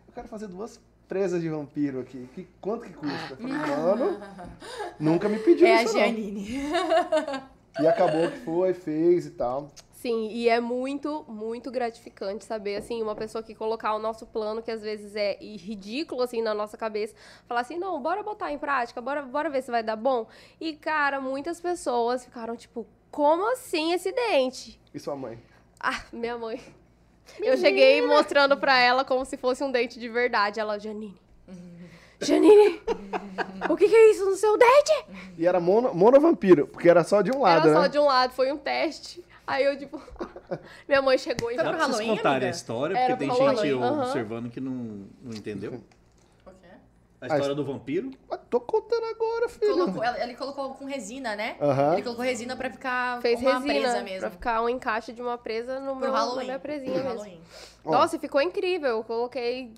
S1: Eu quero fazer duas presas de vampiro aqui. Que, quanto que custa? Eu falei,
S3: Ah.
S1: mano, nunca me pediu
S4: É a
S1: isso, não.
S4: Giannini.
S1: E acabou que foi, fez e tal.
S3: Sim, e é muito, muito gratificante saber, assim, uma pessoa que colocar o nosso plano, que às vezes é e ridículo, assim, na nossa cabeça, falar assim, não, bora botar em prática, bora, bora ver se vai dar bom. E, cara, muitas pessoas ficaram tipo, como assim esse dente?
S1: E sua mãe?
S3: Ah, minha mãe. Eu cheguei mostrando pra ela como se fosse um dente de verdade. Ela, Janine. Janine, o que, que é isso no seu dente?
S1: E era mono, monovampiro, porque era só de um lado,
S3: Era só
S1: né?
S3: de um lado, foi um teste. Aí eu, tipo, minha mãe chegou e
S4: Era
S2: Não
S4: pro
S3: falou.
S4: Halloween,
S2: vocês contarem a
S4: amiga?
S2: história,
S3: Era
S2: porque tem
S3: pro
S2: gente
S3: Halloween, aham.
S2: observando que não, não entendeu.
S4: Por quê?
S2: A história do vampiro.
S1: Ah, Tô contando agora, filho.
S4: Colocou, ela- ele colocou com resina, né?
S1: Aham.
S4: Ele colocou resina pra ficar
S3: Fez
S4: uma presa
S3: resina
S4: mesmo.
S3: pra ficar um encaixe de uma presa no
S4: Pro
S3: meu, na
S4: Halloween.
S3: minha
S4: Pro
S3: presinha mesmo.
S4: Halloween.
S1: Ó.
S3: Nossa, ficou incrível. Eu coloquei,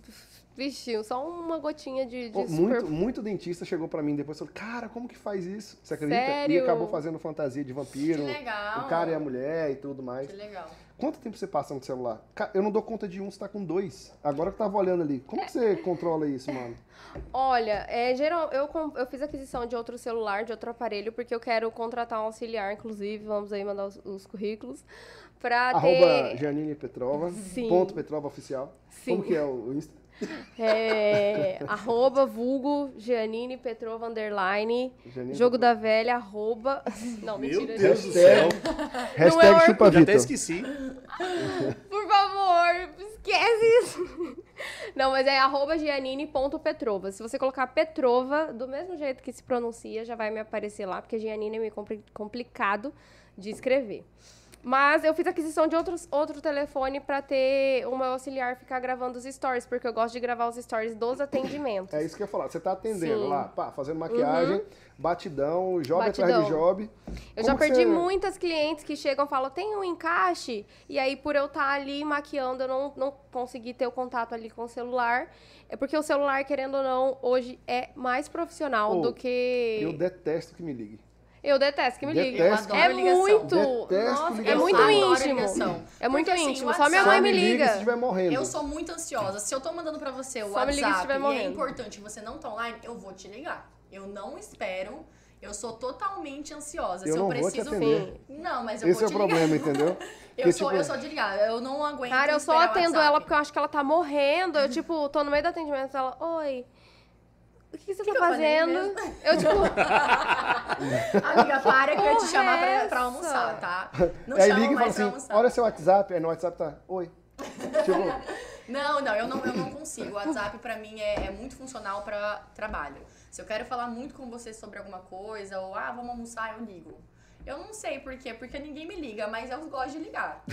S3: vixi, só uma gotinha de, de
S1: Pô,
S3: super...
S1: muito, muito dentista chegou pra mim depois e falou: Cara, como que faz isso? Você acredita? E
S3: Sério?
S1: acabou fazendo fantasia de vampiro.
S4: Que legal.
S1: O cara e a mulher e tudo mais.
S4: Que legal.
S1: Quanto tempo você passa no celular? Ca- Eu não dou conta de um, você tá com dois. Agora que eu tava olhando ali. Como que você controla isso, mano?
S3: Olha, é, geral, eu, com- eu fiz aquisição de outro celular, de outro aparelho, porque eu quero contratar um auxiliar, inclusive, vamos aí mandar os, os currículos, pra
S1: Arroba
S3: ter...
S1: Janine Petrova.
S3: Sim.
S1: Ponto Petrova Oficial.
S3: Sim.
S1: Como que é o Insta?
S3: É, arroba, vulgo, Giannine Petrova, underline,
S1: Janine
S3: jogo
S1: Petrova.
S3: da velha, arroba... Não,
S2: Meu
S3: mentira,
S2: Deus do céu.
S1: Hashtag- Hashtag
S3: Não é
S1: chupa
S2: Eu já até
S1: Vitor.
S2: esqueci.
S3: Por favor, esquece isso. Não, mas é arroba giannine.petrova. Se você colocar Petrova, do mesmo jeito que se pronuncia, já vai me aparecer lá, porque Giannine é meio compli- complicado de escrever. Mas eu fiz aquisição de outros, outro telefone pra ter o meu auxiliar ficar gravando os stories, porque eu gosto de gravar os stories dos atendimentos.
S1: É isso que eu ia falar. Você tá atendendo
S3: Sim.
S1: lá, pá, fazendo maquiagem,
S4: Uhum.
S1: batidão, job atrás de
S3: Batidão.
S1: job.
S3: Eu
S1: Como
S3: já
S1: que
S3: perdi
S1: você-
S3: muitas clientes que chegam e falam, tem um encaixe? E aí, por eu estar ali maquiando, eu não, não consegui ter o contato ali com o celular. É porque o celular, querendo ou não, hoje é mais profissional
S1: Pô,
S3: do que...
S1: Eu detesto que me ligue.
S3: Eu detesto que me ligue.
S1: Detesto. Eu
S3: É
S4: adoro ligação.
S3: muito...
S1: Detesto
S3: Nossa, é
S1: ligação.
S3: muito
S1: Adoro
S3: íntimo.
S4: ligação.
S3: É muito
S4: Porque, assim,
S3: íntimo. Só minha
S4: WhatsApp-
S3: mãe me
S1: se
S3: liga.
S1: estiver morrendo.
S4: Eu sou muito ansiosa. Se eu tô mandando pra você o
S3: Só me liga se
S4: WhatsApp
S3: estiver
S4: e é
S3: morrendo.
S4: importante e você não tá online, eu vou te ligar. Eu não espero. Eu sou totalmente ansiosa.
S1: Eu
S4: se
S1: não
S4: eu
S1: vou te
S4: preciso
S1: atender.
S4: ver. Não, mas eu
S1: Esse é
S4: vou
S1: o
S4: te ligar.
S1: problema, entendeu?
S4: Eu,
S1: Porque,
S4: sou,
S1: tipo,
S4: eu sou de ligar. Eu não aguento.
S3: Cara, eu só
S4: esperar o
S3: atendo
S4: WhatsApp.
S3: ela porque eu acho que ela tá morrendo. Eu, tipo, tô no meio do atendimento ela, oi... O que, que você
S4: que
S3: tá
S4: eu falei
S3: fazendo? Eu, tipo,
S4: Amiga, para que eu ia te
S3: Porra, é
S4: chamar pra, pra
S3: essa?
S4: almoçar, tá? Não
S1: aí
S4: chama
S1: liga e fala
S4: mais pra
S1: assim:
S4: almoçar.
S1: olha seu WhatsApp. Aí no WhatsApp tá: oi. Tipo,
S4: Não, não eu, não, eu não consigo. O WhatsApp pra mim é, é muito funcional pra trabalho. Se eu quero falar muito com você sobre alguma coisa, ou ah, vamos almoçar, eu ligo. Eu não sei por quê, porque ninguém me liga, mas eu gosto de ligar.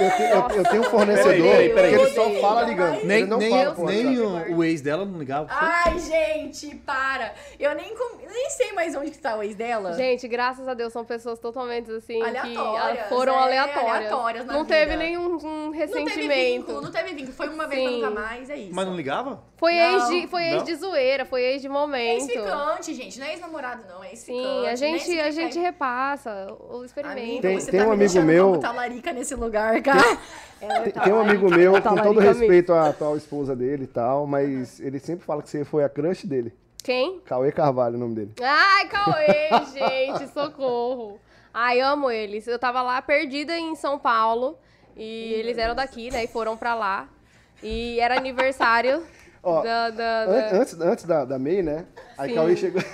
S1: eu, te- eu- eu tenho um fornecedor
S2: Peraí, peraí, peraí.
S1: que ele só
S3: Odeio.
S1: fala ligando.
S2: Nem,
S1: ele não
S2: nem,
S1: fala com
S2: nem
S1: WhatsApp.
S4: Ah,
S2: o, o ex dela não ligava.
S4: Ai, gente, para! Eu nem. Com... nem sei mais onde que tá o ex dela.
S3: Gente, graças a Deus, são pessoas totalmente assim. Que ah,
S4: Aleatórias,
S3: foram
S4: é,
S3: aleatórias.
S4: aleatórias na
S3: não teve
S4: vida.
S3: nenhum um
S4: não teve
S3: ressentimento.
S4: vínculo, não teve vínculo. Foi uma vez,
S3: Sim.
S4: foi nunca mais, é isso.
S2: Mas não ligava?
S3: Foi, ex
S4: Não.
S3: de, foi ex
S2: Não?
S3: de zoeira, foi ex de
S4: É
S3: momento.
S4: ex-ficante, gente. Não é ex-namorado, não. É ex-ficante.
S3: Sim, a
S4: né?
S3: gente, a
S4: Ex-ficante.
S3: gente repassa o experimento.
S4: Amigo,
S1: Tem-
S4: você
S1: tem
S4: tá
S1: um
S4: me
S1: amigo
S4: deixando
S1: meu-
S4: como talarica nesse lugar, cara.
S1: Tem, tem
S3: Tá,
S1: um amigo meu, com todo
S3: talarica mesmo.
S1: respeito à atual esposa dele e tal, mas ele sempre fala que você foi a crush dele.
S3: Quem?
S1: Cauê Carvalho, o nome dele.
S3: Ai, Cauê, gente, socorro. Ai, amo eles. Eu tava lá perdida em São Paulo. E eles eram daqui, né? E foram pra lá. E era aniversário
S1: Ó,
S3: da. da, da-
S1: An- antes, antes da, da May, né? Aí
S3: Sim.
S1: Cauê chegou.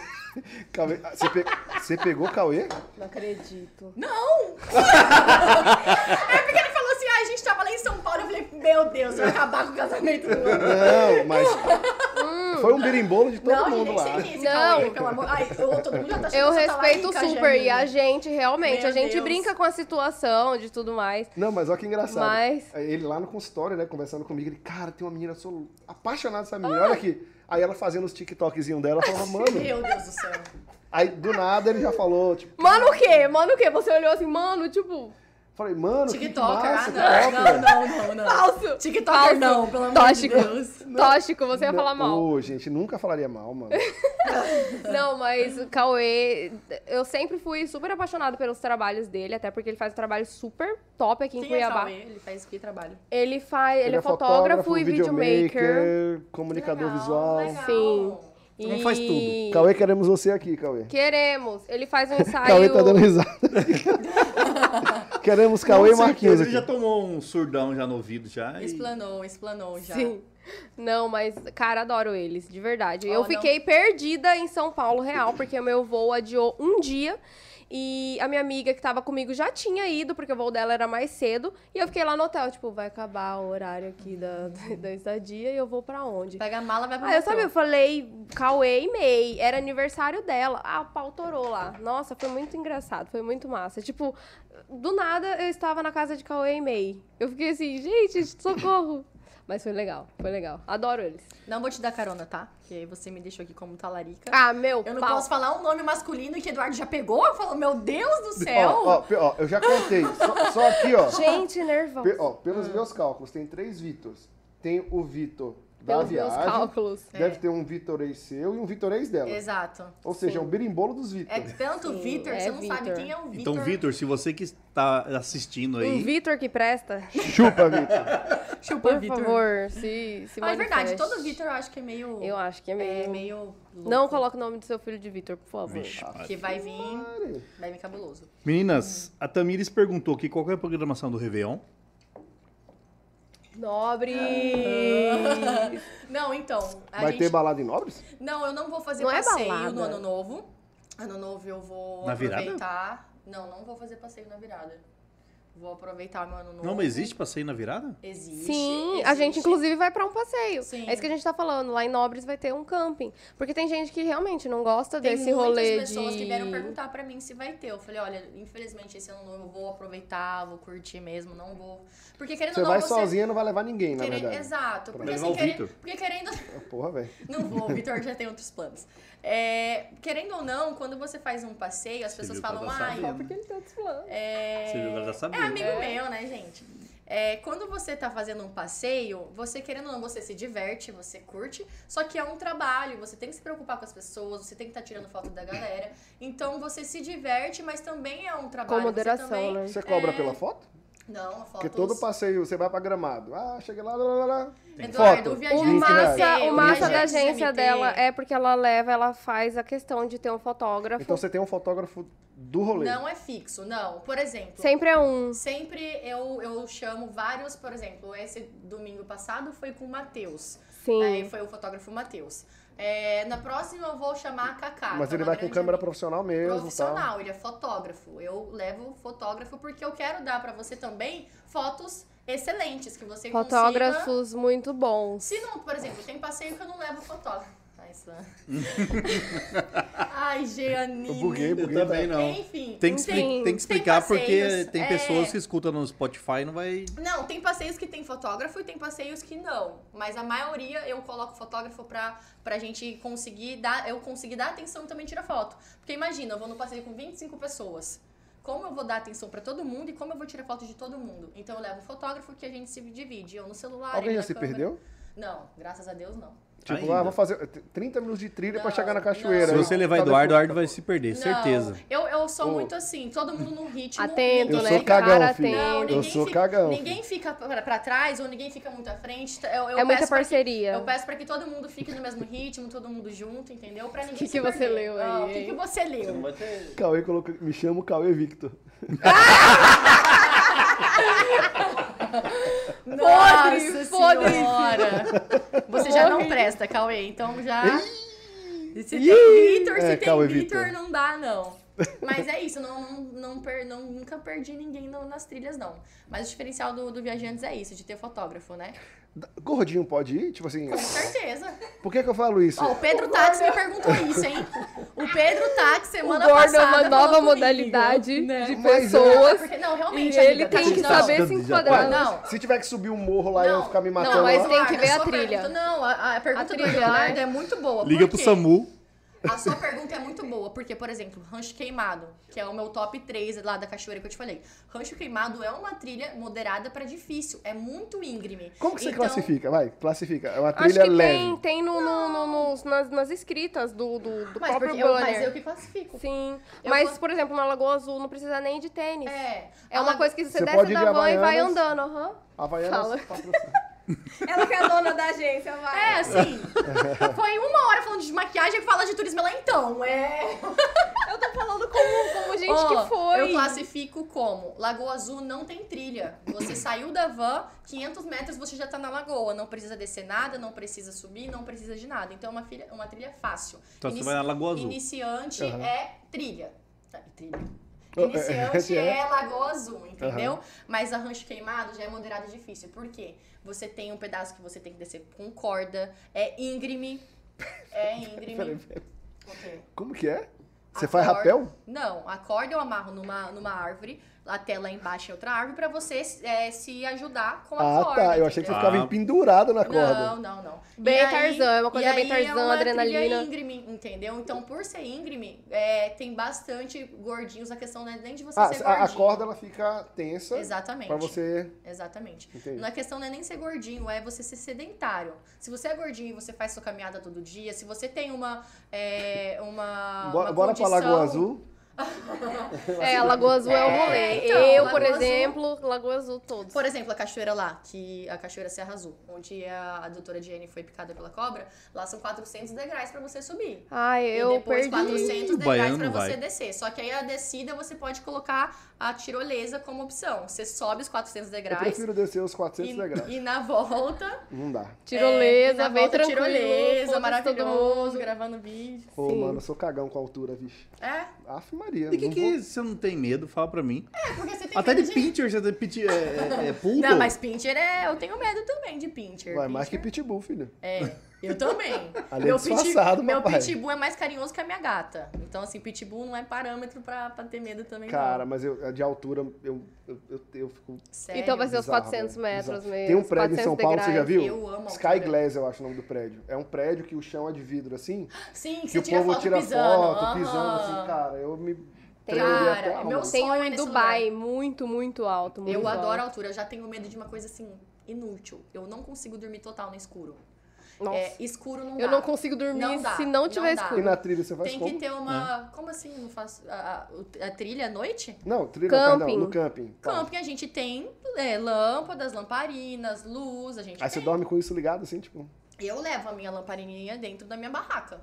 S1: Cauê, ah, você, pe- você pegou Cauê?
S3: Não acredito.
S4: Não! é porque ele falou assim, ah, a gente tava lá em São Paulo. Eu falei, meu Deus, vai acabar com o casamento do ano.
S1: Não, mas.
S3: Hum.
S1: Foi um berimbolo de todo
S4: Não, gente,
S1: mundo
S4: nem
S1: lá.
S4: sei quem é esse
S3: Não.
S4: Cauê, pelo amor... Ai, eu, todo mundo já tá achando
S3: Eu
S4: que eu sou
S3: respeito
S4: talarica,
S3: super.
S4: Janine.
S3: E a gente, realmente,
S4: Meu
S3: a gente
S4: Deus.
S3: brinca com a situação de tudo mais.
S1: Não, mas olha que engraçado.
S3: Mas-
S1: Ele lá no consultório, né, conversando comigo, ele, cara, tem uma menina, eu sou apaixonado dessa menina, olha aqui. Aí ela fazendo os TikTokzinhos dela, eu falava, mano.
S4: Meu Deus do céu.
S1: Aí do nada ele já falou, tipo,
S3: Mano, o quê? Mano, o quê? Você olhou assim, mano, tipo.
S1: falei, mano, que
S4: TikToker,
S1: massa,
S4: ah,
S1: que top,
S4: não,
S1: velho.
S4: não, não, não, não.
S3: Falso!
S4: TikToker
S3: Falso.
S4: não, pelo amor
S3: Tóxico.
S4: de Deus.
S3: Tóxico, você ia
S1: Não,
S3: falar mal.
S1: Ô, gente, nunca falaria mal, mano.
S3: Não, mas o Cauê, eu sempre fui super apaixonada pelos trabalhos dele, até porque ele faz um trabalho super top aqui em
S4: Quem é
S3: Cuiabá.
S4: Cauê? Ele faz que trabalho?
S3: ele faz, ele, é fotógrafo, e videomaker.
S1: comunicador
S4: Legal,
S1: visual.
S4: legal.
S3: Sim.
S2: Não
S3: e-
S2: faz tudo.
S1: Cauê, queremos você aqui, Cauê.
S3: Queremos. Ele faz um ensaio.
S1: Cauê tá dando risada. queremos Cauê e
S2: Com certeza
S1: Marquinhos
S2: Ele
S1: aqui.
S2: já tomou um surdão já no ouvido já. e-
S4: Explanou, explanou já.
S3: Sim. Não, mas, cara, adoro eles, de verdade.
S4: Ó,
S3: eu
S4: não-
S3: fiquei perdida em São Paulo, real, porque o meu voo adiou um dia. E a minha amiga que tava comigo já tinha ido, porque o voo dela era mais cedo. E eu fiquei lá no hotel, tipo, vai acabar o horário aqui da, da estadia e eu vou pra onde?
S4: Pega a mala, vai pra
S3: Ah, eu
S4: metrô.
S3: sabia, eu falei Cauê e May. Era aniversário dela. Ah, o pau torou lá. Nossa, foi muito engraçado, foi muito massa. Tipo, do nada eu estava na casa de Cauê e May. Eu fiquei assim, gente, socorro. Mas foi legal, foi legal. Adoro eles.
S4: Não vou te dar carona, tá? Porque você me deixou aqui como talarica.
S3: Ah, meu
S4: eu não
S3: pau.
S4: posso falar um nome masculino que Eduardo já pegou. Eu falo, meu Deus do céu.
S1: Ó, ó, pe- ó, eu já contei. Só, só aqui, ó.
S3: Gente, Ah. nervosa.
S1: Pe- ó, Pelos meus cálculos, tem três Vitors. Tem o Vitor da
S3: Pelos meus
S1: viagem.
S3: cálculos.
S1: Deve
S4: É.
S1: ter um Vitor ex seu e um Vitor ex dela.
S4: Exato.
S1: Ou seja, é um berimbolo dos
S4: É
S1: Vitors.
S4: tanto
S3: Sim,
S4: Vitor,
S3: é
S4: você não sabe
S3: Vitor.
S4: quem é o Vitor.
S2: Então, Vitor, se você que está assistindo aí.
S3: Um Vitor que presta,
S1: Chupa, Vitor.
S4: Chupa
S3: por
S4: Vitor.
S3: favor, se, se
S4: Ah, é verdade,
S3: manifeste.
S4: todo Vitor eu acho que é meio.
S3: Eu acho que é meio...
S4: É meio. louco,
S3: Não coloque o nome do seu filho de Vitor, por favor.
S2: Vixe, Maria.
S4: Que vai vir. Vai vir cabuloso.
S2: Ah, Meninas, a Tamires perguntou aqui qual que é a programação do Réveillon.
S3: Nobre! Ah.
S4: Não, então. A
S1: Vai
S4: gente...
S1: ter balada em Nobres?
S4: Não, eu não vou fazer
S3: Não é
S4: passeio
S3: balada.
S4: no ano novo. Ano novo eu vou
S2: Na virada?
S4: aproveitar. Não, não vou fazer passeio na virada. Vou aproveitar meu ano novo.
S2: Não, mas existe passeio na virada?
S4: Existe.
S3: Sim, a gente
S4: existe.
S3: inclusive vai pra um passeio.
S4: Sim.
S3: É isso que a gente tá falando. Lá em Nobres vai ter um camping. Porque tem gente que realmente não gosta
S4: Tem
S3: desse
S4: muitas
S3: rolê
S4: pessoas
S3: de.
S4: que vieram perguntar pra mim se vai ter. Eu falei, olha, infelizmente esse ano novo eu vou aproveitar, vou curtir mesmo, não vou. Porque querendo
S1: Você
S4: ou não,
S1: vai
S4: você...
S1: sozinha não vai levar ninguém, na
S4: querendo-
S1: verdade. Ah,
S4: Exato. Porque,
S2: Vai
S4: assim,
S2: levar o
S4: querendo-
S2: Vitor.
S4: porque querendo...
S1: Porra, velho.
S4: Não vou, o Vitor já tem outros planos. É, Querendo ou não, quando você faz um passeio, as pessoas
S2: viu, tá
S4: falam,
S2: dançado,
S4: ai,
S2: né?
S3: Porque ele tem
S1: tá
S3: outros planos.
S4: É...
S2: Você viu, ela já sabia.
S4: É amigo meu, né, gente? É, quando você tá fazendo um passeio, você querendo ou não, você se diverte, você curte, só que é um trabalho, você tem que se preocupar com as pessoas, você tem que estar tirando foto da galera. Então você se diverte, mas também é um trabalho.
S3: Com moderação,
S4: você também...
S3: né?
S1: Você cobra
S4: É.
S1: pela foto?
S4: Não, fotos...
S1: Porque todo passeio você vai pra gramado. Ah, chega lá, lá, lá, lá.
S4: Eduardo,
S1: foto.
S4: o
S3: O
S4: viajante
S1: Gente, né?
S3: massa,
S4: MT,
S3: o massa da
S4: viajante
S3: agência
S4: MT.
S3: dela é porque ela leva, ela faz a questão de ter um fotógrafo.
S1: Então você tem um fotógrafo do rolê.
S4: Não é fixo, não. Por exemplo,
S3: Sempre é um.
S4: sempre eu, eu chamo vários, por exemplo, esse domingo passado foi com o Matheus.
S3: Sim.
S4: Aí É, foi o fotógrafo Matheus. É, na próxima eu vou chamar a Cacá.
S1: Mas
S4: que é
S1: ele
S4: uma
S1: vai com
S4: grande
S1: câmera
S4: amiga.
S1: profissional mesmo.
S4: profissional. Ele é fotógrafo. Eu levo fotógrafo porque eu quero dar pra você também fotos excelentes que você consiga-
S3: Fotógrafos muito bons.
S4: Se não, por exemplo, tem passeio que eu não levo fotógrafo. Ai, essa. Ai, Jeanine.
S1: Eu buguei,
S2: Eu
S1: buguei.
S2: também
S1: tá-
S2: não.
S4: Enfim.
S2: Tem que, expli-
S3: Tem-
S2: tem que explicar
S4: tem
S2: porque
S4: passeios,
S2: tem
S4: é.
S2: pessoas que escutam no Spotify e não vai.
S4: Não, tem passeios que tem fotógrafo e tem passeios que não. Mas a maioria eu coloco fotógrafo pra, pra gente conseguir dar. Eu conseguir dar atenção e também tirar foto. Porque imagina, eu vou no passeio com 25 pessoas. Como eu vou dar atenção pra todo mundo e como eu vou tirar foto de todo mundo? Então eu levo o fotógrafo que a gente se divide. Eu no celular.
S1: Alguém
S4: ele
S1: já
S4: na
S1: se
S4: câmera.
S1: perdeu?
S4: Não, graças a Deus não.
S1: Tipo,
S2: Ainda.
S1: ah, vou fazer 30 minutos de trilha pra
S4: Não,
S1: chegar na
S4: não.
S1: cachoeira.
S2: Se
S1: Aí,
S2: você levar
S1: cadê o
S2: Eduardo,
S1: fulano?
S2: Eduardo vai se perder, certeza.
S4: Não, eu, eu sou
S1: Ô.
S4: muito assim, todo mundo num ritmo.
S3: Atento,
S4: ninguém
S1: Eu
S3: né?
S1: sou cagão,
S3: Cara
S1: filho.
S4: Não,
S3: atento.
S1: Eu
S4: ninguém
S1: sou
S4: fica,
S1: cagão,
S4: Ninguém fica pra, pra trás ou ninguém fica muito à frente. Eu, eu
S3: É muita
S4: peço pra que-
S3: parceria.
S4: eu peço pra que todo mundo fique no mesmo ritmo, todo mundo junto, entendeu? Pra ninguém
S3: Que que
S4: se
S3: você
S4: perder.
S3: leu aí,
S4: Ah, O
S3: hein?
S4: que, que você leu?
S2: vai ter.
S1: Cauê colocou, me chama o Cauê Victor.
S3: Podre,
S4: Nossa
S3: podre.
S4: senhora! Você já não
S3: Podre.
S4: presta, Cauê, então já... Se
S1: Ih!
S4: tem Vitor, se
S1: É,
S4: tem
S1: Cauê
S4: Vitor,
S1: Vitor.
S4: não dá, não. Mas é isso, não, não, não per- não- nunca perdi ninguém no- nas trilhas, não. Mas o diferencial do, do Viajantes é isso, de ter fotógrafo, né?
S1: Gordinho pode ir? Tipo assim,
S4: Com certeza.
S1: por que, que eu falo isso?
S4: Ó, o Pedro Táxi me perguntou isso, hein? O Pedro Táxi,
S3: O
S4: semana
S3: Gordon é
S4: passada.
S3: uma
S4: falou
S3: nova
S4: comigo.
S3: modalidade de
S1: Mas é-
S4: Não, é
S3: pessoas.
S4: porque- não,
S3: E
S4: realmente,
S3: ele
S4: amiga, tá,
S3: tem que
S4: não.
S3: saber se
S2: Não.
S3: enquadrar.
S4: Não.
S1: Se tiver que subir um morro lá e eu ficar me matando
S3: não, mas
S1: lá,
S3: tem que ver a
S4: sua
S3: trilha.
S4: Ah, pergunta- não, a, a pergunta
S3: A
S4: do
S3: trilha,
S4: Leonardo
S3: né?
S4: é muito boa.
S2: Liga
S4: por
S2: pro
S4: quê?
S2: Samu.
S4: A sua pergunta é muito boa, porque, por exemplo, Rancho Queimado, que é o meu top 3 lá da cachoeira que eu te falei. Rancho Queimado é uma trilha moderada pra difícil, é muito íngreme.
S1: como que você
S4: Então,
S1: classifica? Vai, classifica. É uma
S3: Acho
S1: trilha
S3: que
S1: leve.
S3: tem, tem no, no- no- nos- nas, nas escritas do, do, do
S4: Mas,
S3: próprio
S4: porque eu, mas
S3: Bonner.
S4: eu que classifico.
S3: Sim.
S4: Eu
S3: mas,
S4: con-
S3: por exemplo, na Lagoa Azul não precisa nem de tênis. É,
S4: É,
S3: uma
S4: a-
S3: coisa que você,
S1: Você pode
S3: desce
S1: ir
S3: da
S1: de
S3: van e vai
S1: Havaianas.
S3: andando, aham. Fala.
S1: Havaianas. patrocina.
S3: Ela que é a dona da agência, vai.
S4: É, assim, foi uma hora falando de maquiagem e fala de turismo lá então, é...
S3: Eu tô falando como, como gente
S4: Ó,
S3: que foi.
S4: Eu classifico como Lagoa Azul não tem trilha. Você saiu da van, 500 metros você já tá na lagoa. Não precisa descer nada, não precisa subir, não precisa de nada. Então é uma, filha, uma trilha fácil.
S2: Então você
S4: Inici-
S2: vai na Lagoa Azul.
S4: Iniciante
S1: Aham.
S4: é trilha. Tá, trilha.
S1: Oh, é,
S4: Iniciante
S1: é.
S4: é, Lagoa Azul, entendeu? Mas a Rancho Queimado já é moderado e difícil. Por quê? Você tem um pedaço que você tem que descer com corda, é íngreme. É
S1: Peraí,
S4: íngreme.
S1: peraí.
S4: O quê?
S1: Como que é? Você
S4: A
S1: faz
S4: corda-
S1: rapel?
S4: Não, a corda eu amarro numa, numa árvore, até lá embaixo em outra árvore, pra você é, se ajudar com a
S1: Ah,
S4: corda.
S1: tá. Eu achei que você
S4: entendeu?
S2: Ah.
S1: ficava empendurado na corda.
S4: Não, não, não. E
S3: Bem
S4: aí-
S3: Tarzan, é uma coisa
S4: e
S3: bem
S4: aí
S3: Tarzan,
S4: é uma
S3: adrenalina.
S4: Trilha íngreme, entendeu? Então, por ser íngreme, é, tem bastante gordinhos. A questão não é nem de você
S1: Ah,
S4: ser
S1: a,
S4: gordinho.
S1: a corda ela fica tensa
S4: Exatamente.
S1: pra você.
S4: Exatamente.
S1: Entendi.
S4: Não é questão não é nem ser gordinho, é você ser sedentário. Se você é gordinho e você faz sua caminhada todo dia, se você tem uma. é, uma,
S1: Bora, bora
S4: uma
S1: pra
S4: condição-
S1: Lagoa Azul.
S3: É, a Lagoa Azul é, o
S4: É,
S3: rolê.
S4: então,
S3: eu, por
S4: Lagoa Azul.
S3: exemplo, Lagoa Azul todos.
S4: Por exemplo, a cachoeira lá, que a cachoeira Serra Azul, onde a, a doutora Jenny foi picada pela cobra, lá são 400 degraus pra você subir.
S3: Ai, eu
S4: e depois
S3: perdi.
S4: 400
S2: O
S4: degraus
S2: baiano
S4: pra você
S2: vai.
S4: descer. Só que aí a descida você pode colocar a tirolesa como opção. Você sobe os 400
S1: Eu
S4: degraus
S1: prefiro descer os 400 degraus.
S4: e, e na volta,
S1: Não dá.
S4: é, e
S3: Tirolesa,
S4: na
S3: bem
S4: volta
S3: tranquilo.
S4: tirolesa,
S3: foda-se todo
S4: maravilhoso,
S3: mundo.
S4: gravando vídeo.
S1: Pô,
S3: Sim.
S1: mano, eu sou cagão com a altura, vixe.
S4: É,
S1: Aff, Maria.
S2: De que
S1: não
S3: é
S2: que
S1: vou-
S2: você não tem medo? Fala pra mim.
S4: é porque você tem
S2: Até
S4: medo
S2: de pincher, você tem pincher, é, é, é poodle?
S4: Não, mas pincher é... Eu tenho medo também de pincher.
S1: Vai mais que
S4: Pincher-
S1: pitbull, filho.
S4: É, eu também.
S1: Ali é disfarçado,
S4: pitbull, meu
S1: papai.
S4: pitbull é mais carinhoso que a minha gata. Então, assim, pitbull não é parâmetro pra, pra ter medo também. não.
S1: Cara, mas eu, de altura, eu, eu, eu, eu fico.
S4: Sério.
S3: Então vai ser os
S1: bizarro,
S3: 400
S1: velho,
S3: metros
S1: bizarro.
S3: mesmo,
S1: Tem um prédio em
S3: 400
S1: São Paulo, você já
S3: degraus.
S1: viu?
S4: Eu amo
S1: Sky
S4: altura.
S1: Glass, eu acho o nome do prédio. É um prédio que o chão é de vidro, assim.
S4: Sim, que
S1: Que
S4: você
S1: o
S4: tira
S1: povo
S4: foto
S1: tira
S4: pisando.
S1: foto,
S4: aham.
S1: pisando, assim, cara. Eu me.
S3: Tem-
S1: tremei
S4: Cara,
S1: até a alma.
S4: meu
S3: Tem um
S4: Sonho
S3: em
S4: nesse
S3: Dubai, muito, muito alto. Muito
S4: Eu
S3: alto.
S4: adoro a altura, eu já tenho medo de uma coisa assim, inútil. Eu não consigo dormir total no escuro.
S3: Nossa.
S4: É, escuro não
S3: eu
S4: dá.
S3: não consigo dormir
S4: Não dá,
S3: se não
S4: não
S3: tiver
S4: dá.
S1: E
S3: escuro.
S1: na trilha você faz
S4: Tem que
S1: como? Né?
S4: ter uma. Como assim? Não faço. A, a- a trilha à noite?
S1: Não, trilha,
S3: Camping.
S1: perdão, no camping. Tá.
S4: Camping, a gente tem é, lâmpadas, lamparinas, luz, a gente
S1: Aí você
S4: tem.
S1: dorme com isso ligado, assim, tipo.
S4: Eu levo a minha lamparininha dentro da minha barraca.